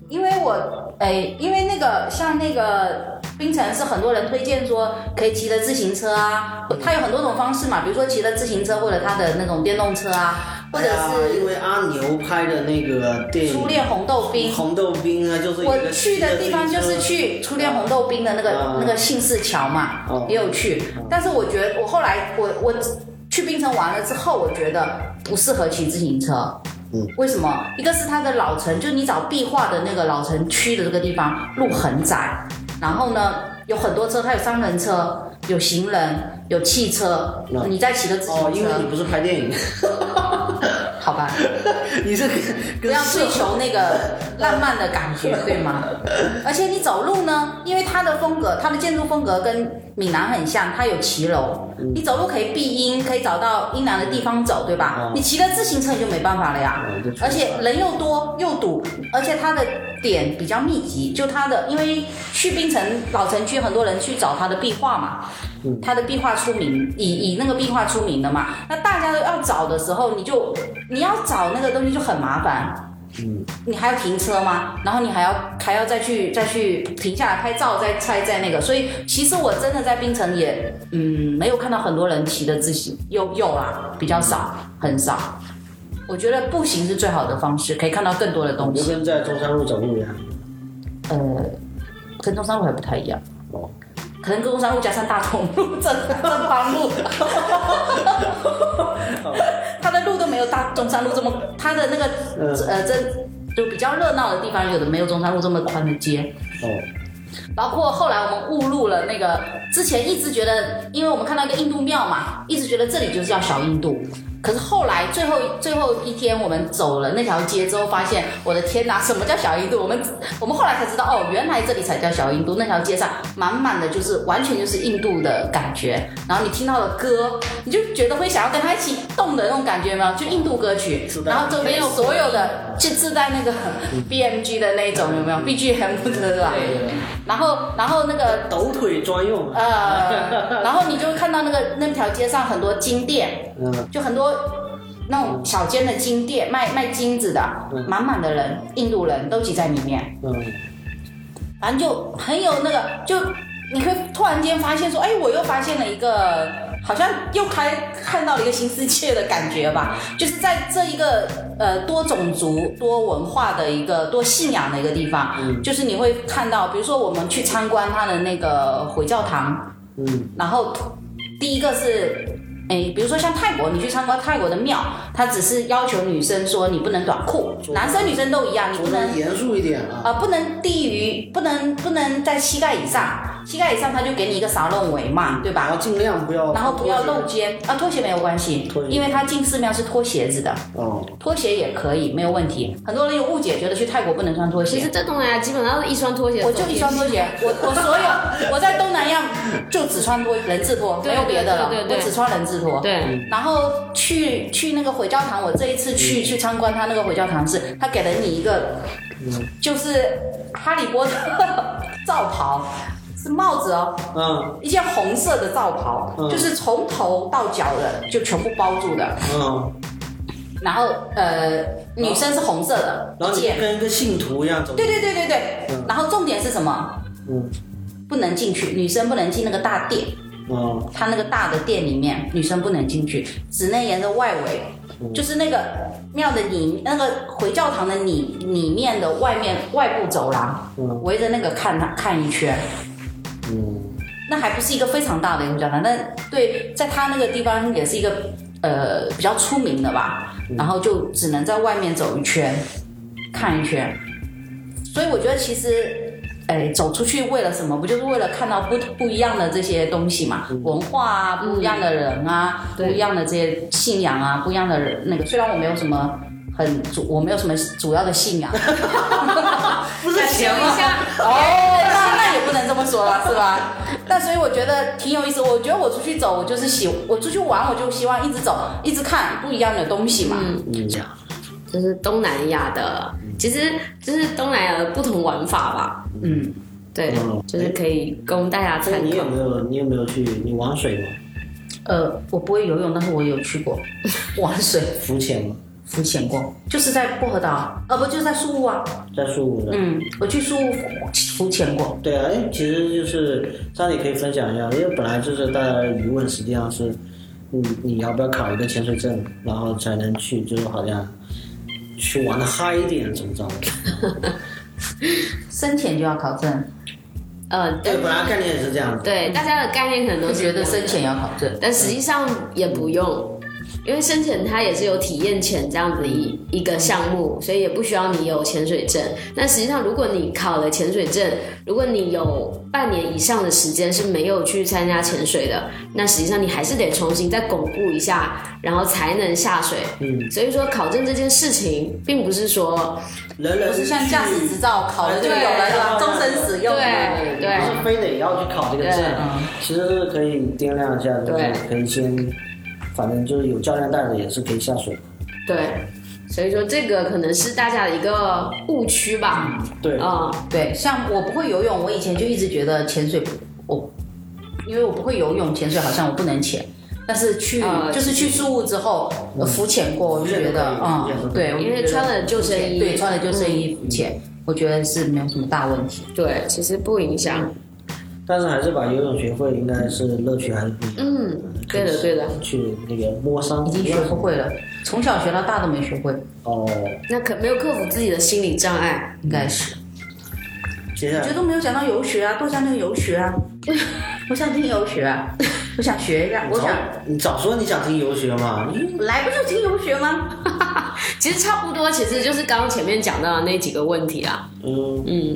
[SPEAKER 2] 因为我哎，因为那个像那个冰城是很多人推荐说可以骑着自行车啊，
[SPEAKER 1] 嗯
[SPEAKER 2] 它有很多种方式嘛，比如说骑着自行车或者它的那种电动车啊，或者
[SPEAKER 1] 哎呀因
[SPEAKER 2] 是
[SPEAKER 1] 为阿牛拍的那个电影
[SPEAKER 2] 初恋红豆冰。
[SPEAKER 1] 红豆冰》啊，就是有一
[SPEAKER 2] 我
[SPEAKER 1] 个
[SPEAKER 2] 去的地方就是
[SPEAKER 1] 骑
[SPEAKER 2] 去初恋红豆冰的那个、
[SPEAKER 1] 嗯
[SPEAKER 2] 那个杏市桥嘛，
[SPEAKER 1] 嗯
[SPEAKER 2] 也有去。但是我觉得我后来我我去槟城玩了之后，我觉得不适合骑自行车。
[SPEAKER 1] 嗯，
[SPEAKER 2] 为什么？一个是它的老城，就是你找壁画的那个老城区的这个地方，路很窄，然后呢有很多车，它有三轮车，有行人，有汽车，
[SPEAKER 1] 嗯
[SPEAKER 2] 你再骑个自
[SPEAKER 1] 着自行车。哦，
[SPEAKER 2] 行
[SPEAKER 1] 因
[SPEAKER 2] 车，
[SPEAKER 1] 为你不是拍电影，
[SPEAKER 2] 好吧？
[SPEAKER 1] 你是
[SPEAKER 2] 不要追求那个浪漫的感觉，对吗？而且你走路呢，因为它的风格，它的建筑风格跟闽南很像，它有骑楼，你走路可以避阴，可以找到阴凉的地方走，对吧？你骑个自行车你就没办法了呀
[SPEAKER 1] 嗯就出，
[SPEAKER 2] 而且人又多又堵，而且它的点比较密集，就它的，因为去槟城老城区很多人去找它的壁画嘛，
[SPEAKER 1] 嗯
[SPEAKER 2] 他的壁画出名，以以那个壁画出名的嘛。那大家要找的时候，你就你要找那个东西就很麻烦。
[SPEAKER 1] 嗯，
[SPEAKER 2] 你还要停车吗？然后你还要还要再去再去停下来拍照，再再再那个。所以其实我真的在槟城也嗯没有看到很多人骑的自行有有啦，比较少，很少。我觉得步行是最好的方式，可以看到更多的东
[SPEAKER 1] 你就
[SPEAKER 2] 西。
[SPEAKER 1] 跟在中山路走路一 样。
[SPEAKER 2] 呃，跟中山路还不太一样，
[SPEAKER 1] 哦，
[SPEAKER 2] 可能跟中山路加上大同路、正正方路。
[SPEAKER 1] 哦
[SPEAKER 2] 它的路都没有大中山路这么，它的那个、
[SPEAKER 1] 嗯
[SPEAKER 2] 呃这就比较热闹的地方，有的没有中山路这么宽的街。
[SPEAKER 1] 哦，
[SPEAKER 2] 包括后来我们误入了那个，之前一直觉得，因为我们看到一个印度庙嘛，一直觉得这里就是叫小印度。可是后来最后最后一天，我们走了那条街之后，发现我的天哪，什么叫小印度？我们我们后来才知道，哦，原来这里才叫小印度。那条街上满满的就是完全就是印度的感觉，然后你听到的歌，你就觉得会想要跟他一起动的那种感觉吗？就印度歌曲
[SPEAKER 1] 自，带
[SPEAKER 2] 然后周边有所有的就自带那个 BMG 的那种有没有 BGM 的啦？然后然后那个
[SPEAKER 1] 抖腿专用。
[SPEAKER 2] 呃，然后你就看到那个那条街上很多金店，
[SPEAKER 1] 嗯，
[SPEAKER 2] 就很多那种小间的金店，卖卖金子的
[SPEAKER 1] 嗯，
[SPEAKER 2] 满满的人，印度人都挤在里面，
[SPEAKER 1] 嗯，
[SPEAKER 2] 反正就很有那个，就你会突然间发现说，哎，我又发现了一个，好像又开看到了一个新世界的感觉吧， 就是在这一个呃多种族、多文化的一个多信仰的一个地方，
[SPEAKER 1] 嗯
[SPEAKER 2] 就是你会看到，比如说我们去参观他的那个回教堂。
[SPEAKER 1] 嗯，
[SPEAKER 2] 然后第一个是，哎诶，比如说像泰国，你去参观泰国的庙，它只是要求女生说你不能短裤，男生女生都一样，你
[SPEAKER 1] 我
[SPEAKER 2] 不
[SPEAKER 1] 们
[SPEAKER 2] 能
[SPEAKER 1] 严肃一点啊。
[SPEAKER 2] 呃不能低于不能不能在膝盖以上，膝盖以上他就给你一个沙龙围嘛，对
[SPEAKER 1] 然
[SPEAKER 2] 吧？
[SPEAKER 1] 后尽量不要，
[SPEAKER 2] 然后不要露。肩啊，拖鞋没有关系
[SPEAKER 1] 哦拖，鞋
[SPEAKER 2] 因为他进寺庙是脱鞋子的，
[SPEAKER 1] 哦，
[SPEAKER 2] 拖鞋也可以，没有问题。很多人有误解，觉得去泰国不能穿拖鞋。
[SPEAKER 3] 其实这东南亚基本上是一双拖鞋，
[SPEAKER 2] 我就一双拖鞋，我我所有我在东南亚就只穿拖人字拖，没
[SPEAKER 3] 对
[SPEAKER 2] 有别的了，
[SPEAKER 3] 对对对对
[SPEAKER 2] 我只穿人字拖。
[SPEAKER 3] 对，
[SPEAKER 2] 然后去去那个回教堂，我这一次
[SPEAKER 1] 嗯
[SPEAKER 2] 去去参观他那个回教堂是，他给了你一个，就是哈利波特 罩袍，是帽子哦，
[SPEAKER 1] 嗯
[SPEAKER 2] 一件红色的罩袍，
[SPEAKER 1] 嗯
[SPEAKER 2] 就是从头到脚的就全部包住的。
[SPEAKER 1] 嗯，
[SPEAKER 2] 然后呃，女生是红色的
[SPEAKER 1] 然后
[SPEAKER 2] 一
[SPEAKER 1] 你就
[SPEAKER 2] 件，
[SPEAKER 1] 跟一个信徒一样走。
[SPEAKER 2] 对对对对对
[SPEAKER 1] 嗯。
[SPEAKER 2] 然后重点是什么？
[SPEAKER 1] 嗯
[SPEAKER 2] 不能进去，女生不能进那个大殿，
[SPEAKER 1] 嗯
[SPEAKER 2] 他那个大的殿里面，女生不能进去，只能沿着外围，就是那个庙的里，那个回教堂的里里面的外面外部走廊，
[SPEAKER 1] 嗯
[SPEAKER 2] 围着那个看它看一圈。
[SPEAKER 1] 嗯，
[SPEAKER 2] 那还不是一个非常大的一个回教堂，但对，在他那个地方也是一个呃比较出名的吧，
[SPEAKER 1] 嗯
[SPEAKER 2] 然后就只能在外面走一圈，看一圈。所以我觉得其实，哎，走出去为了什么？不就是为了看到不不一样的这些东西嘛，
[SPEAKER 1] 嗯
[SPEAKER 2] 文化啊，不一样的人啊，
[SPEAKER 3] 对
[SPEAKER 2] 不一样的这些信仰啊，不一样的人那个。虽然我没有什么很主，我没有什么主要的信 仰，
[SPEAKER 1] 不是
[SPEAKER 3] 想一下，
[SPEAKER 2] 哦，那那也不能这么说啊了，是 吧？但所以我觉得挺有意思。我觉得我出去走，我就是喜，我出去玩，我就希望一直走，一直看不一样的东西嘛。
[SPEAKER 3] 嗯，
[SPEAKER 1] 这样。
[SPEAKER 3] 这是东南亚的，其实就是东南亚的不同玩法吧。
[SPEAKER 2] 嗯，
[SPEAKER 3] 对
[SPEAKER 1] 嗯，
[SPEAKER 3] 就是可以供大家
[SPEAKER 1] 那
[SPEAKER 3] 参
[SPEAKER 1] 你有
[SPEAKER 3] 考。
[SPEAKER 1] 没有你有没有去你玩水吗？
[SPEAKER 2] 呃，我不会游泳，但是我有去过玩水、
[SPEAKER 1] 浮潜吗？
[SPEAKER 2] 浮潜过，就是在薄荷岛，呃，不，就是在宿务啊。
[SPEAKER 1] 在苏武的。
[SPEAKER 2] 嗯，我去宿务浮潜过。
[SPEAKER 1] 对啊，哎，其实就是这里可以分享一下，因为本来就是大家的疑问，实际上是，你你要不要考一个潜水证，然后才能去，就是好像去玩的嗨一点，怎么着？
[SPEAKER 2] 深潜就要考证，
[SPEAKER 3] 呃，
[SPEAKER 1] 对，本来概念也是这样子。
[SPEAKER 3] 对，大家的概念可能
[SPEAKER 2] 我
[SPEAKER 3] 都是
[SPEAKER 2] 觉得
[SPEAKER 3] 一样的
[SPEAKER 2] 深潜，要考证。
[SPEAKER 3] 但实际上也不用。因为深潜它也是有体验潜这样子一一个项目，所以也不需要你有潜水证。但实际上，如果你考了潜水证，如果你有半年以上的时间是没有去参加潜水的，那实际上你还是得重新再巩固一下，然后才能下水。嗯，所以说考证这件事情，并不是说
[SPEAKER 1] 人人哎
[SPEAKER 2] 不是像驾驶执照考了就有
[SPEAKER 1] 对
[SPEAKER 2] 了，是吧
[SPEAKER 1] 对
[SPEAKER 2] 终身使用。
[SPEAKER 3] 对对
[SPEAKER 1] 不是非得要去考这个证
[SPEAKER 2] 对嗯，
[SPEAKER 1] 其实是可以掂量一下，就是
[SPEAKER 3] 对
[SPEAKER 1] 可以先，反正就是有教练带着也是可以下水。
[SPEAKER 3] 对，所以说这个可能是大家的一个误区吧。
[SPEAKER 1] 对，
[SPEAKER 2] 哦
[SPEAKER 3] 啊、
[SPEAKER 2] 对，像我不会游泳，我以前就一直觉得潜水，我因为我不会游泳，潜水好像我不能潜。但是去、
[SPEAKER 3] 啊
[SPEAKER 2] 就是去宿务之后，呃浮潜过，我就觉得，
[SPEAKER 1] 嗯
[SPEAKER 2] 嗯，对，我就
[SPEAKER 3] 因为嗯
[SPEAKER 2] 觉得
[SPEAKER 3] 穿了救生衣
[SPEAKER 2] 对，穿了救生衣浮潜，我觉得是没有什么大问题。
[SPEAKER 3] 嗯对，其实不影响。
[SPEAKER 1] 但是还是把游泳学会，应该是乐趣还是不一样。
[SPEAKER 3] 嗯，对的对的。
[SPEAKER 1] 去那个摸伤
[SPEAKER 3] 哦
[SPEAKER 2] 已经学不会了，
[SPEAKER 3] 啊
[SPEAKER 2] 从小学到大都没学会，
[SPEAKER 1] 哦，
[SPEAKER 3] 那可没有克服自己的心理障碍。
[SPEAKER 2] 应该是。
[SPEAKER 3] 嗯
[SPEAKER 1] 接下
[SPEAKER 2] 我觉得
[SPEAKER 1] 来
[SPEAKER 2] 都没有讲到游学啊，多讲点游学 啊。我想听游学啊，我想学一下，我
[SPEAKER 1] 早
[SPEAKER 2] 想
[SPEAKER 1] 你早说你想听游学嘛，你
[SPEAKER 2] 来不就听游学吗？
[SPEAKER 3] 其实差不多，其实就是刚刚前面讲到的那几个问题啦。
[SPEAKER 1] 嗯，
[SPEAKER 3] 嗯，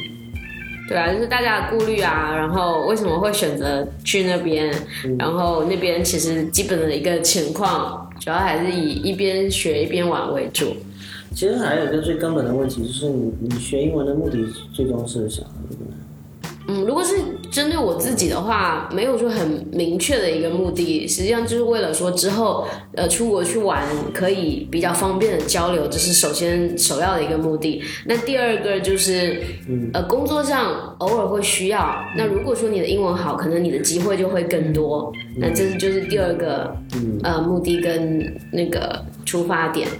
[SPEAKER 3] 对啊，就是大家的顾虑啊，然后为什么会选择去那边，然后那边其实基本的一个情况，主要还是以一边学一边玩为主。
[SPEAKER 1] 其实还有一个最根本的问题就是你你学英文的目的最终是啥？
[SPEAKER 3] 嗯，如果是针对我自己的话，没有说很明确的一个目的，实际上就是为了说之后呃出国去玩可以比较方便的交流，这是首先首要的一个目的。那第二个就是，呃，工作上偶尔会需要。那如果说你的英文好，可能你的机会就会更多。那这是就是第二个呃目的跟那个出发点。
[SPEAKER 2] 啊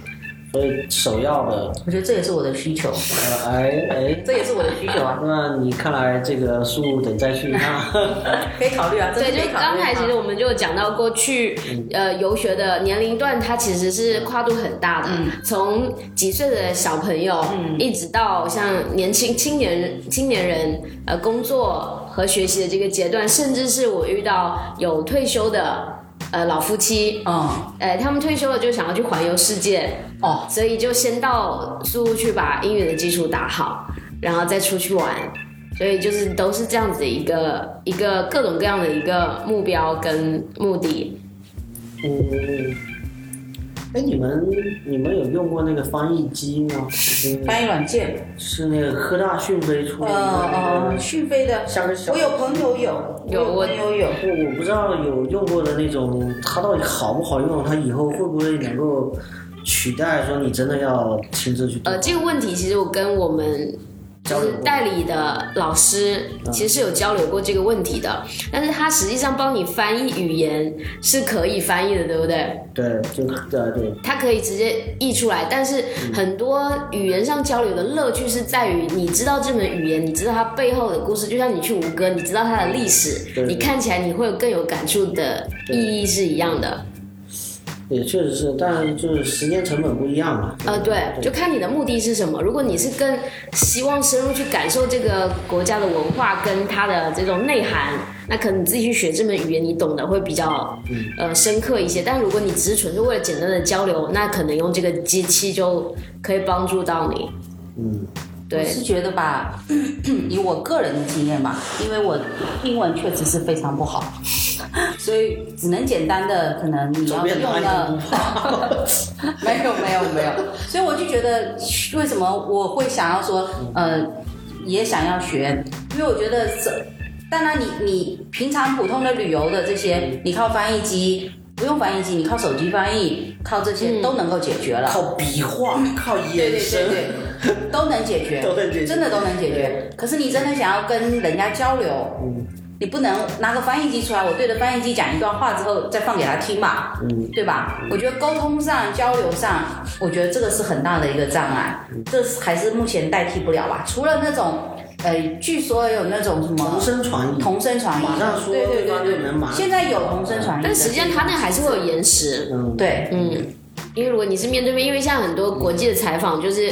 [SPEAKER 1] 所以首要的，
[SPEAKER 2] 我觉得这也是我的需求，
[SPEAKER 1] 呃，哎哎，
[SPEAKER 2] 这也是我的需求啊，
[SPEAKER 1] 那你看来这个树得再去一 趟。
[SPEAKER 2] 可以考虑啊。
[SPEAKER 3] 对，
[SPEAKER 2] 真的可
[SPEAKER 3] 就
[SPEAKER 2] 以考虑啊
[SPEAKER 3] 刚才其实我们就有讲到过去，呃，游学的年龄段它其实是跨度很大的，从几岁的小朋友，一直到像年轻青年人青年人，呃，工作和学习的这个阶段，甚至是我遇到有退休的。呃，老夫妻，
[SPEAKER 2] 嗯
[SPEAKER 3] 呃，他们退休了就想要去环游世界，
[SPEAKER 2] 哦，
[SPEAKER 3] 所以就先到宿务去把英语的基础打好，然后再出去玩。所以就是都是这样子的一个一个各种各样的一个目标跟目的。
[SPEAKER 1] 嗯，哎，你们你们有用过那个翻译机吗？就是
[SPEAKER 2] 翻译软件，
[SPEAKER 1] 是那个科大讯飞出的
[SPEAKER 2] 呃
[SPEAKER 1] 一个
[SPEAKER 3] 哎
[SPEAKER 1] 那
[SPEAKER 3] 哦
[SPEAKER 1] 个
[SPEAKER 2] 呃，讯飞的，
[SPEAKER 1] 像个小
[SPEAKER 2] 我有朋友有，
[SPEAKER 3] 有
[SPEAKER 2] 我有朋友有，
[SPEAKER 1] 我我不知道有用过的那种，它到底好不好用？它以后会不会能够取代？说你真的要亲自去读
[SPEAKER 3] 呃，这个问题其实我跟我们就
[SPEAKER 1] 交流
[SPEAKER 3] 是
[SPEAKER 1] 过嗯
[SPEAKER 3] 代理的老师其实是有交流过这个问题的，但是他实际上帮你翻译语言是可以翻译的，对不对？
[SPEAKER 1] 对，就对对，
[SPEAKER 3] 它可以直接译出来，但是很多语言上交流的乐趣是在于你知道这门语言，你知道它背后的故事，就像你去吴哥，你知道它的历史，
[SPEAKER 1] 对
[SPEAKER 3] 你看起来你会有更有感触的意义是一样的。
[SPEAKER 1] 也确实是，但是就是时间成本不一样嘛。
[SPEAKER 3] 呃，对，就看你的目的是什么。如果你是更希望深入去感受这个国家的文化跟它的这种内涵，那可能你自己去学这门语言，你懂得会比较呃深刻一些。但如果你只是纯粹为了简单的交流，那可能用这个机器就可以帮助到你。
[SPEAKER 1] 嗯，
[SPEAKER 2] 我
[SPEAKER 3] 对
[SPEAKER 2] 是觉得吧， 以我个人的经验吧，因为我英文确实是非常不好， 所以只能简单的可能你
[SPEAKER 1] 左
[SPEAKER 2] 要
[SPEAKER 1] 边
[SPEAKER 2] 用
[SPEAKER 1] 拿一个
[SPEAKER 2] 的
[SPEAKER 1] 不，好。
[SPEAKER 2] 没有没有没有，所以我就觉得为什么我会想要说
[SPEAKER 1] 嗯
[SPEAKER 2] 呃也想要学，因为我觉得这当然你你平常普通的旅游的这些，你靠翻译机。不用翻译机，你靠手机翻译，靠这些都能够解决了。
[SPEAKER 1] 靠笔画，靠
[SPEAKER 2] 对
[SPEAKER 1] 眼
[SPEAKER 2] 对对
[SPEAKER 1] 神，
[SPEAKER 2] 对，都能解决，
[SPEAKER 1] 都能解决
[SPEAKER 2] 真的都能解决。可是你真的想要跟人家交流，
[SPEAKER 1] 嗯
[SPEAKER 2] 你不能拿个翻译机出来，我对着翻译机讲一段话之后再放给他听吧，
[SPEAKER 1] 嗯
[SPEAKER 2] 对吧？我觉得沟通上、交流上，我觉得这个是很大的一个障碍，
[SPEAKER 1] 嗯
[SPEAKER 2] 这是还是目前代替不了吧？除了那种，呃，据说有那种什么
[SPEAKER 1] 同声传译，
[SPEAKER 2] 同声传译，
[SPEAKER 1] 马上说
[SPEAKER 2] 对对
[SPEAKER 1] 对方
[SPEAKER 2] 对
[SPEAKER 1] 就能马
[SPEAKER 2] 对，
[SPEAKER 1] 上
[SPEAKER 2] 现在有同声传译的，
[SPEAKER 3] 但实际上它那还是会有延时。
[SPEAKER 1] 嗯，
[SPEAKER 2] 对，
[SPEAKER 3] 嗯，因为如果你是面对面，因为像很多国际的采访就是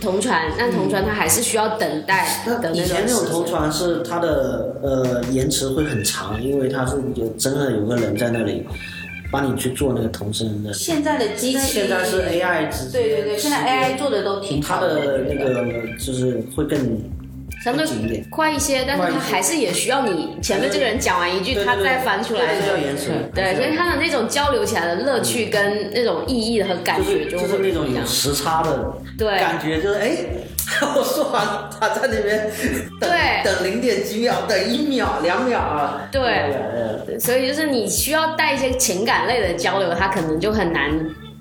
[SPEAKER 3] 同传，那同传它还是需要等待的
[SPEAKER 1] 嗯那以
[SPEAKER 3] 那
[SPEAKER 1] 前那种
[SPEAKER 3] 种
[SPEAKER 1] 同
[SPEAKER 3] 时间。
[SPEAKER 1] 传是它的呃延迟会很长，因为它是有真的有个人在那里，帮你去做那个同声的。
[SPEAKER 2] 现在的机器
[SPEAKER 1] 现在是 AI 直接
[SPEAKER 2] 对对对，现在 AI 做的都挺
[SPEAKER 1] 它
[SPEAKER 2] 好的
[SPEAKER 1] 的
[SPEAKER 2] 我觉
[SPEAKER 1] 那
[SPEAKER 2] 得
[SPEAKER 1] 个就是会更
[SPEAKER 3] 相对
[SPEAKER 1] 紧一点。
[SPEAKER 3] 快一些，但是他还是也需要你前面这个人讲完一句，
[SPEAKER 1] 对对
[SPEAKER 3] 他再翻出来
[SPEAKER 1] 对对对要延伸
[SPEAKER 3] 对，所以他的那种交流起来的乐趣跟那种意义和感
[SPEAKER 1] 就
[SPEAKER 3] 觉
[SPEAKER 1] 是
[SPEAKER 3] 就
[SPEAKER 1] 就
[SPEAKER 3] 会
[SPEAKER 1] 是
[SPEAKER 3] 不
[SPEAKER 1] 那
[SPEAKER 3] 一
[SPEAKER 1] 种有
[SPEAKER 3] 样。
[SPEAKER 1] 时差的
[SPEAKER 3] 对
[SPEAKER 1] 感觉，就是哎， 我说完了，他在那边等
[SPEAKER 3] 对
[SPEAKER 1] 等零点几秒，等一秒两秒啊，
[SPEAKER 3] 对
[SPEAKER 1] 呃
[SPEAKER 3] 所以就是你需要带一些情感类的交流，他可能就很难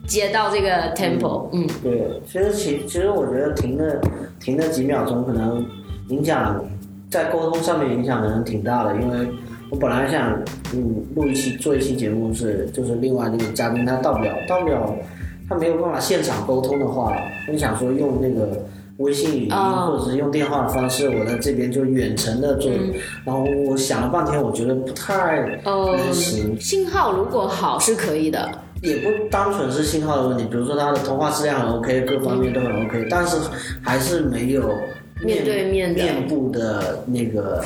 [SPEAKER 3] 接到这个 tempo。嗯，
[SPEAKER 1] 对，其实其其实我觉得停了停了几秒钟，可能影响在沟通上面影响可能挺大的，因为我本来想嗯录一期做一期节目是就是另外那个嘉宾他到不了到不了，他没有办法现场沟通的话，我想说用那个。微信语音
[SPEAKER 3] 哦
[SPEAKER 1] 或者是用电话的方式，我在这边就远程的做，
[SPEAKER 3] 嗯
[SPEAKER 1] 然后我想了半天，我觉得不太
[SPEAKER 3] 哦
[SPEAKER 1] 能行，，
[SPEAKER 3] 信号如果好是可以的，
[SPEAKER 1] 也不单纯是信号的问题，比如说它的通话质量很 OK，各方面都很 OK，但是还是没有
[SPEAKER 3] 面对面的
[SPEAKER 1] 面部的那个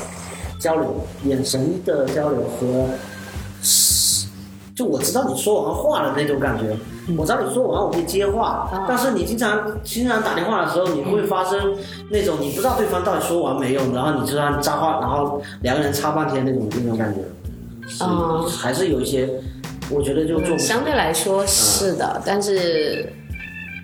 [SPEAKER 1] 交流、眼神的交流和，就我知道你说完话的那种感觉。
[SPEAKER 3] 嗯
[SPEAKER 1] 我知道你说完我会接话，
[SPEAKER 3] 啊
[SPEAKER 1] 但是你经常经常打电话的时候，你会发生那种你不知道对方到底说完没有，然后你就让插话，然后两个人插半天那种那种感觉，是
[SPEAKER 3] 哦
[SPEAKER 1] 还是有一些，我觉得就做不
[SPEAKER 3] 嗯相对来说是的，但是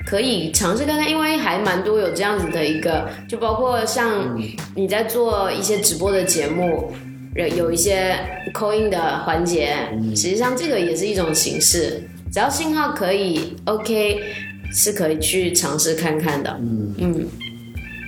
[SPEAKER 3] 可以尝试看看，因为还蛮多有这样子的一个，就包括像你在做一些直播的节目。有有一些 call in 的环节，实际上这个也是一种形式，只要信号可以 OK，是可以去尝试看看的。嗯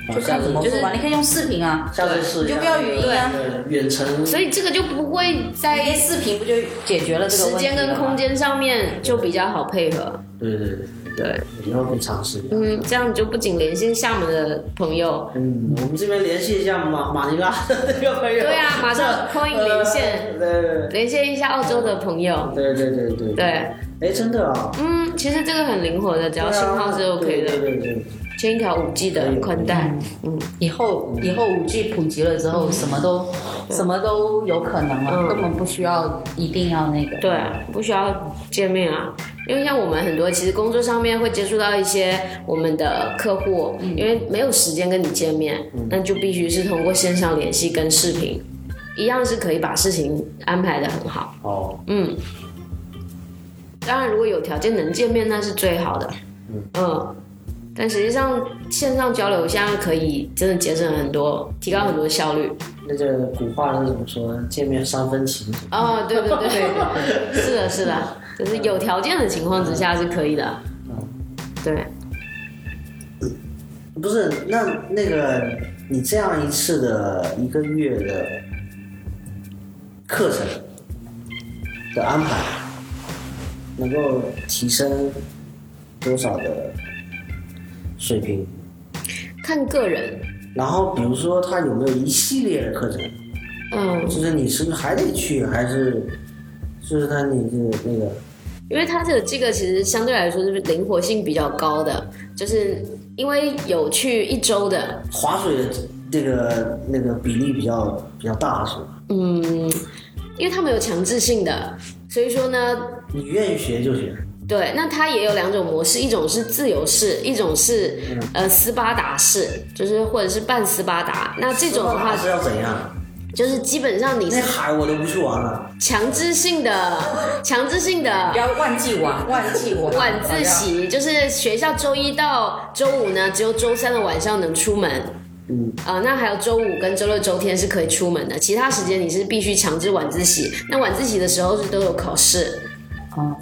[SPEAKER 1] 好
[SPEAKER 2] 就
[SPEAKER 1] 啊下
[SPEAKER 2] 看
[SPEAKER 1] 次
[SPEAKER 2] 怎么
[SPEAKER 1] 就
[SPEAKER 2] 说吧，你可以用视频啊，
[SPEAKER 1] 下次试一下
[SPEAKER 2] 你就不要语音啊，
[SPEAKER 1] 对远程
[SPEAKER 3] 所以这个就不会
[SPEAKER 2] 直接
[SPEAKER 3] 在
[SPEAKER 2] 视频不就解决了这个
[SPEAKER 3] 时
[SPEAKER 2] 问题
[SPEAKER 3] 间跟
[SPEAKER 2] 了吗
[SPEAKER 3] 空间上面就比较好配合。
[SPEAKER 1] 对对
[SPEAKER 3] 对，
[SPEAKER 1] 对，以后可以尝试一下。
[SPEAKER 3] 嗯，这样就不仅联系厦门的朋友，
[SPEAKER 1] 嗯，我们这边联系一下马马 尼拉的那个朋友。
[SPEAKER 3] 对啊马 上 call in 连线
[SPEAKER 1] 呃。对
[SPEAKER 3] 联系一下澳洲的朋友。
[SPEAKER 1] 对对对对
[SPEAKER 3] 对，
[SPEAKER 1] 哎，真的啊，
[SPEAKER 3] 嗯，其实这个很灵活的，只要信号是 OK
[SPEAKER 1] 对
[SPEAKER 3] 的，
[SPEAKER 1] 对对对，
[SPEAKER 3] 牵一条五 G 的宽带，嗯，
[SPEAKER 2] 以后以后五 G 普及了之后，什么都什么都有可能
[SPEAKER 3] 嗯
[SPEAKER 2] 了，根本不需要一定要那个。
[SPEAKER 3] 对，啊不需要见面啊。因为像我们很多其实工作上面会接触到一些我们的客户，因为没有时间跟你见面，那就必须是通过线上联系跟视频，一样是可以把事情安排的很好。
[SPEAKER 1] 哦，
[SPEAKER 3] 嗯，当然，如果有条件能见面，那是最好的。嗯但实际上线上交流现在可以真的节省很多，提高很多效率。
[SPEAKER 1] 那个古话是怎么说？见面三分情，
[SPEAKER 3] 哦，对对对对对，是的，是的，就是有条件的情况之下是可以的。对，
[SPEAKER 1] 不是？那那个你这样一次的一个月的课程的安排，能够提升多少的水平？
[SPEAKER 3] 看个人。
[SPEAKER 1] 然后比如说他有没有一系列的课程，
[SPEAKER 3] 嗯，
[SPEAKER 1] 就是你是不是还得去，还是就是他你的那个
[SPEAKER 3] 因为它的这个其实相对来说是灵活性比较高的，就是因为有去一周的，
[SPEAKER 1] 划水的这个那个比例比较比较大是吧？
[SPEAKER 3] 嗯，因为他们有强制性的，所以说呢，
[SPEAKER 1] 你愿意学就学，
[SPEAKER 3] 对，那它也有两种模式，一种是自由式，一种是
[SPEAKER 1] 嗯
[SPEAKER 3] 呃斯巴达式，就是或者是半斯巴达。那这种的
[SPEAKER 1] 还，
[SPEAKER 3] 话
[SPEAKER 1] 是要怎样？
[SPEAKER 3] 就是基本上你
[SPEAKER 1] 那
[SPEAKER 3] 是
[SPEAKER 1] 海我都不去玩了，
[SPEAKER 3] 强制 性的、强制性的
[SPEAKER 2] 不要忘记玩，忘记玩。
[SPEAKER 3] 晚自习，就是学校周一到周五呢，只有周三的晚上能出门。
[SPEAKER 1] 嗯，
[SPEAKER 3] 啊，那还有周五跟周六、周天是可以出门的，其他时间你是必须强制晚自习。那晚自习的时候是都有考试，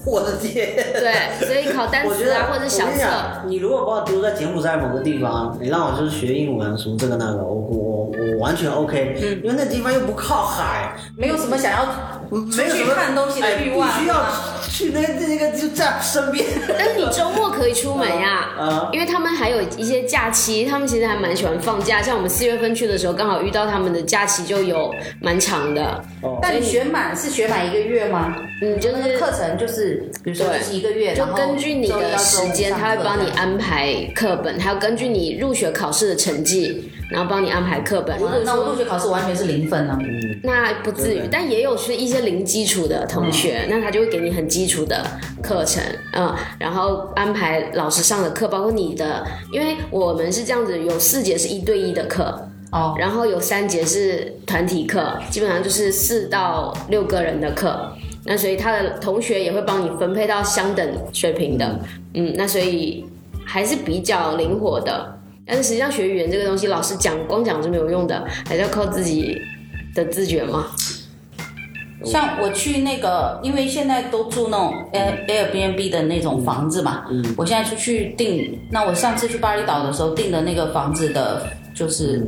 [SPEAKER 1] 我的天！
[SPEAKER 3] 对，所以考单
[SPEAKER 1] 我觉
[SPEAKER 3] 词
[SPEAKER 1] 得
[SPEAKER 3] 啊或者小
[SPEAKER 1] 我跟你
[SPEAKER 3] 测，
[SPEAKER 1] 讲你如果把我丢在柬埔寨某个地方，你让我就是学英文什么这个那个，我我我完全 OK，、因为那地方又不靠海，
[SPEAKER 2] 嗯没有什么想要出
[SPEAKER 1] 没有什
[SPEAKER 2] 去
[SPEAKER 1] 么
[SPEAKER 2] 看东西的欲望。啊
[SPEAKER 1] 哎必须要去那那个就在身边。
[SPEAKER 3] 但是你周末可以出门呀、
[SPEAKER 1] 啊
[SPEAKER 3] 因为他们还有一些假期，他们其实还蛮喜欢放假。像我们四月份去的时候，刚好遇到他们的假期就有蛮长的，
[SPEAKER 2] 但你学满是学满一个月吗？
[SPEAKER 3] 嗯，就
[SPEAKER 2] 那个
[SPEAKER 3] 是
[SPEAKER 2] 课程就是，比如说
[SPEAKER 3] 对
[SPEAKER 2] 就是一个月，
[SPEAKER 3] 就
[SPEAKER 2] 然后
[SPEAKER 3] 根据你
[SPEAKER 2] 周一到
[SPEAKER 3] 的
[SPEAKER 2] 周五
[SPEAKER 3] 时间，
[SPEAKER 2] 上
[SPEAKER 3] 他会
[SPEAKER 2] 课
[SPEAKER 3] 帮你安排课本，还有根据你入学考试的成绩，然后帮你安排课本。啊如果
[SPEAKER 2] 那我
[SPEAKER 3] 说
[SPEAKER 2] 入学考试完全是零分呢、啊
[SPEAKER 3] 那不至于，但也有是一些零基础的同学，那他就会给你很基础的课程，嗯，然后安排老师上的课，包括你的，因为我们是这样子，有四节是一对一的课，
[SPEAKER 2] 哦，
[SPEAKER 3] 然后有三节是团体课，基本上就是四到六个人的课。那所以他的同学也会帮你分配到相等水平的，嗯，那所以还是比较灵活的。但是实际上学语言这个东西，老师讲光讲是没有用的，还是要靠自己的自觉嘛。
[SPEAKER 2] 像我去那个，因为现在都住那种 Air Airbnb 的那种房子嘛，我现在出去订，那我上次去巴厘岛的时候订的那个房子的，就是，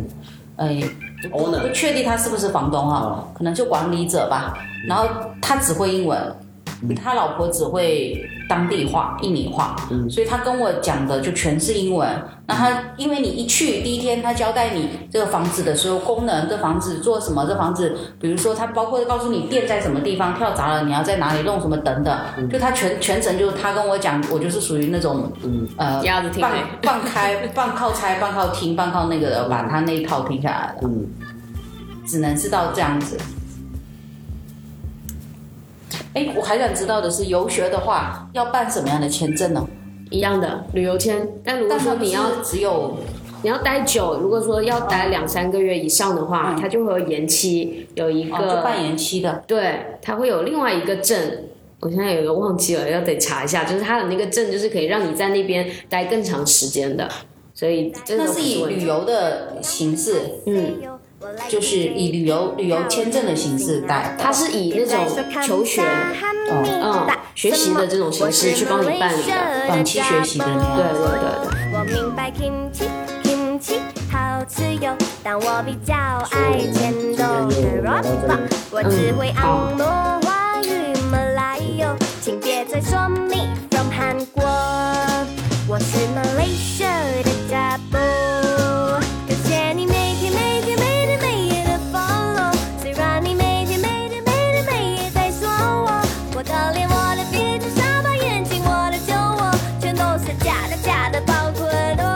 [SPEAKER 2] 哎、不
[SPEAKER 1] Owner
[SPEAKER 2] 不确定他是不是
[SPEAKER 1] 哦
[SPEAKER 2] 房东啊，可能就管理者吧。然后他只会英文，他老婆只会当地话、印尼话，所以他跟我讲的就全是英文。那他因为你一去第一天，他交代你这个房子的所有功能，这房子做什么，这房子，比如说他包括告诉你电在什么地方跳闸了，你要在哪里弄什么等等，就他全全程就是他跟我讲，我就是属于那种，呃，
[SPEAKER 3] 鸭子听
[SPEAKER 2] 半
[SPEAKER 3] 嘞
[SPEAKER 2] 半开半靠猜半靠听半靠那个的，把他那一套听下来的，
[SPEAKER 1] 嗯
[SPEAKER 2] 只能是到这样子。哎，我还想知道的是，游学的话要办什么样的签证呢？
[SPEAKER 3] 一样的旅游签。但如果
[SPEAKER 2] 但
[SPEAKER 3] 说
[SPEAKER 2] 它不
[SPEAKER 3] 你要
[SPEAKER 2] 是只有
[SPEAKER 3] 你要待久，如果说要待两三个月以上的话，
[SPEAKER 2] 嗯
[SPEAKER 3] 它就会有延期，有一
[SPEAKER 2] 哦，就
[SPEAKER 3] 个、
[SPEAKER 2] 半延期的，
[SPEAKER 3] 对，它会有另外一个证。我现在有一个忘记了，要得查一下，就是它的那个证，就是可以让你在那边待更长时间的，所以这个
[SPEAKER 2] 那
[SPEAKER 3] 都不
[SPEAKER 2] 是以
[SPEAKER 3] 问题
[SPEAKER 2] 旅游的形式，
[SPEAKER 3] 嗯，
[SPEAKER 2] 就是以旅游旅游签证的形式带。哦
[SPEAKER 3] 它是以那种求学，嗯，学习的这种形式去帮你办理的，
[SPEAKER 2] 短期学习的那
[SPEAKER 3] 对
[SPEAKER 2] 样。
[SPEAKER 3] 对对对。
[SPEAKER 5] 我明白 kimchi kimchi 好吃哟，但我比较爱甜豆的 r o b 我只会按摩华语马来哟，请别再说 me from 韩国，我是 Malaysia 的 double。感谢你每天每天每天每夜的 follow，虽然你每天每天每天每夜在说我，我的脸我的鼻子沙发眼睛我的酒窝，全都是假的假的包括的。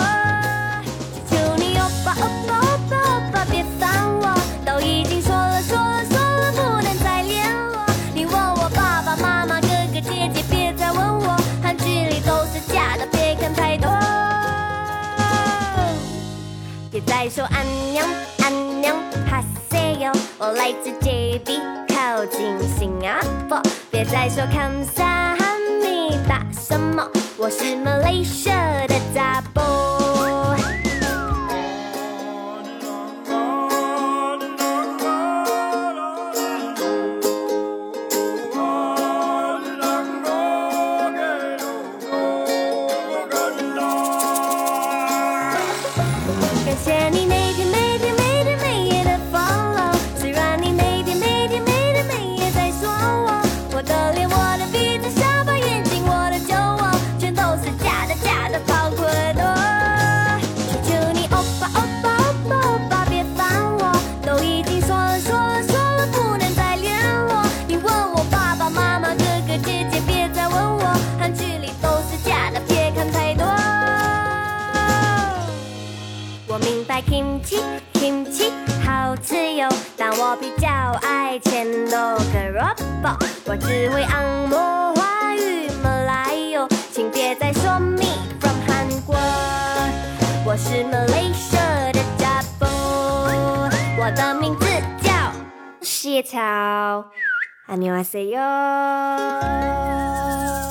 [SPEAKER 5] 求你欧巴欧巴欧巴欧巴别烦我，都已经说了说了说了不能再联络。你问我爸爸妈妈哥哥姐姐别再问我，韩剧里都是假的别看太多。别再说安娘安娘哈塞哟，我来自 JB 靠近新加坡。别再说看萨哈密达什么，我是 Malaysia 的杂波。感谢你每天每天每天每夜的 follow，虽然你每天每天每天每夜在说我，我的脸、我的鼻子、下巴、眼睛、我的酒窝，全都是假的假的包括多。求求你欧巴欧巴欧巴欧巴别烦我，都已经说了说了说了不能再联络。你问我爸爸妈妈哥哥姐姐别再问我，韩剧里都是假的，别看太多。我明白 kimchi kimchi 好吃哟，但我比较爱钱肉跟 robot，我只会按摩华语马来哟，请别再说 me from 韩国，我是 Malaysia 的 double，我的名字叫谢草，안녕하세요。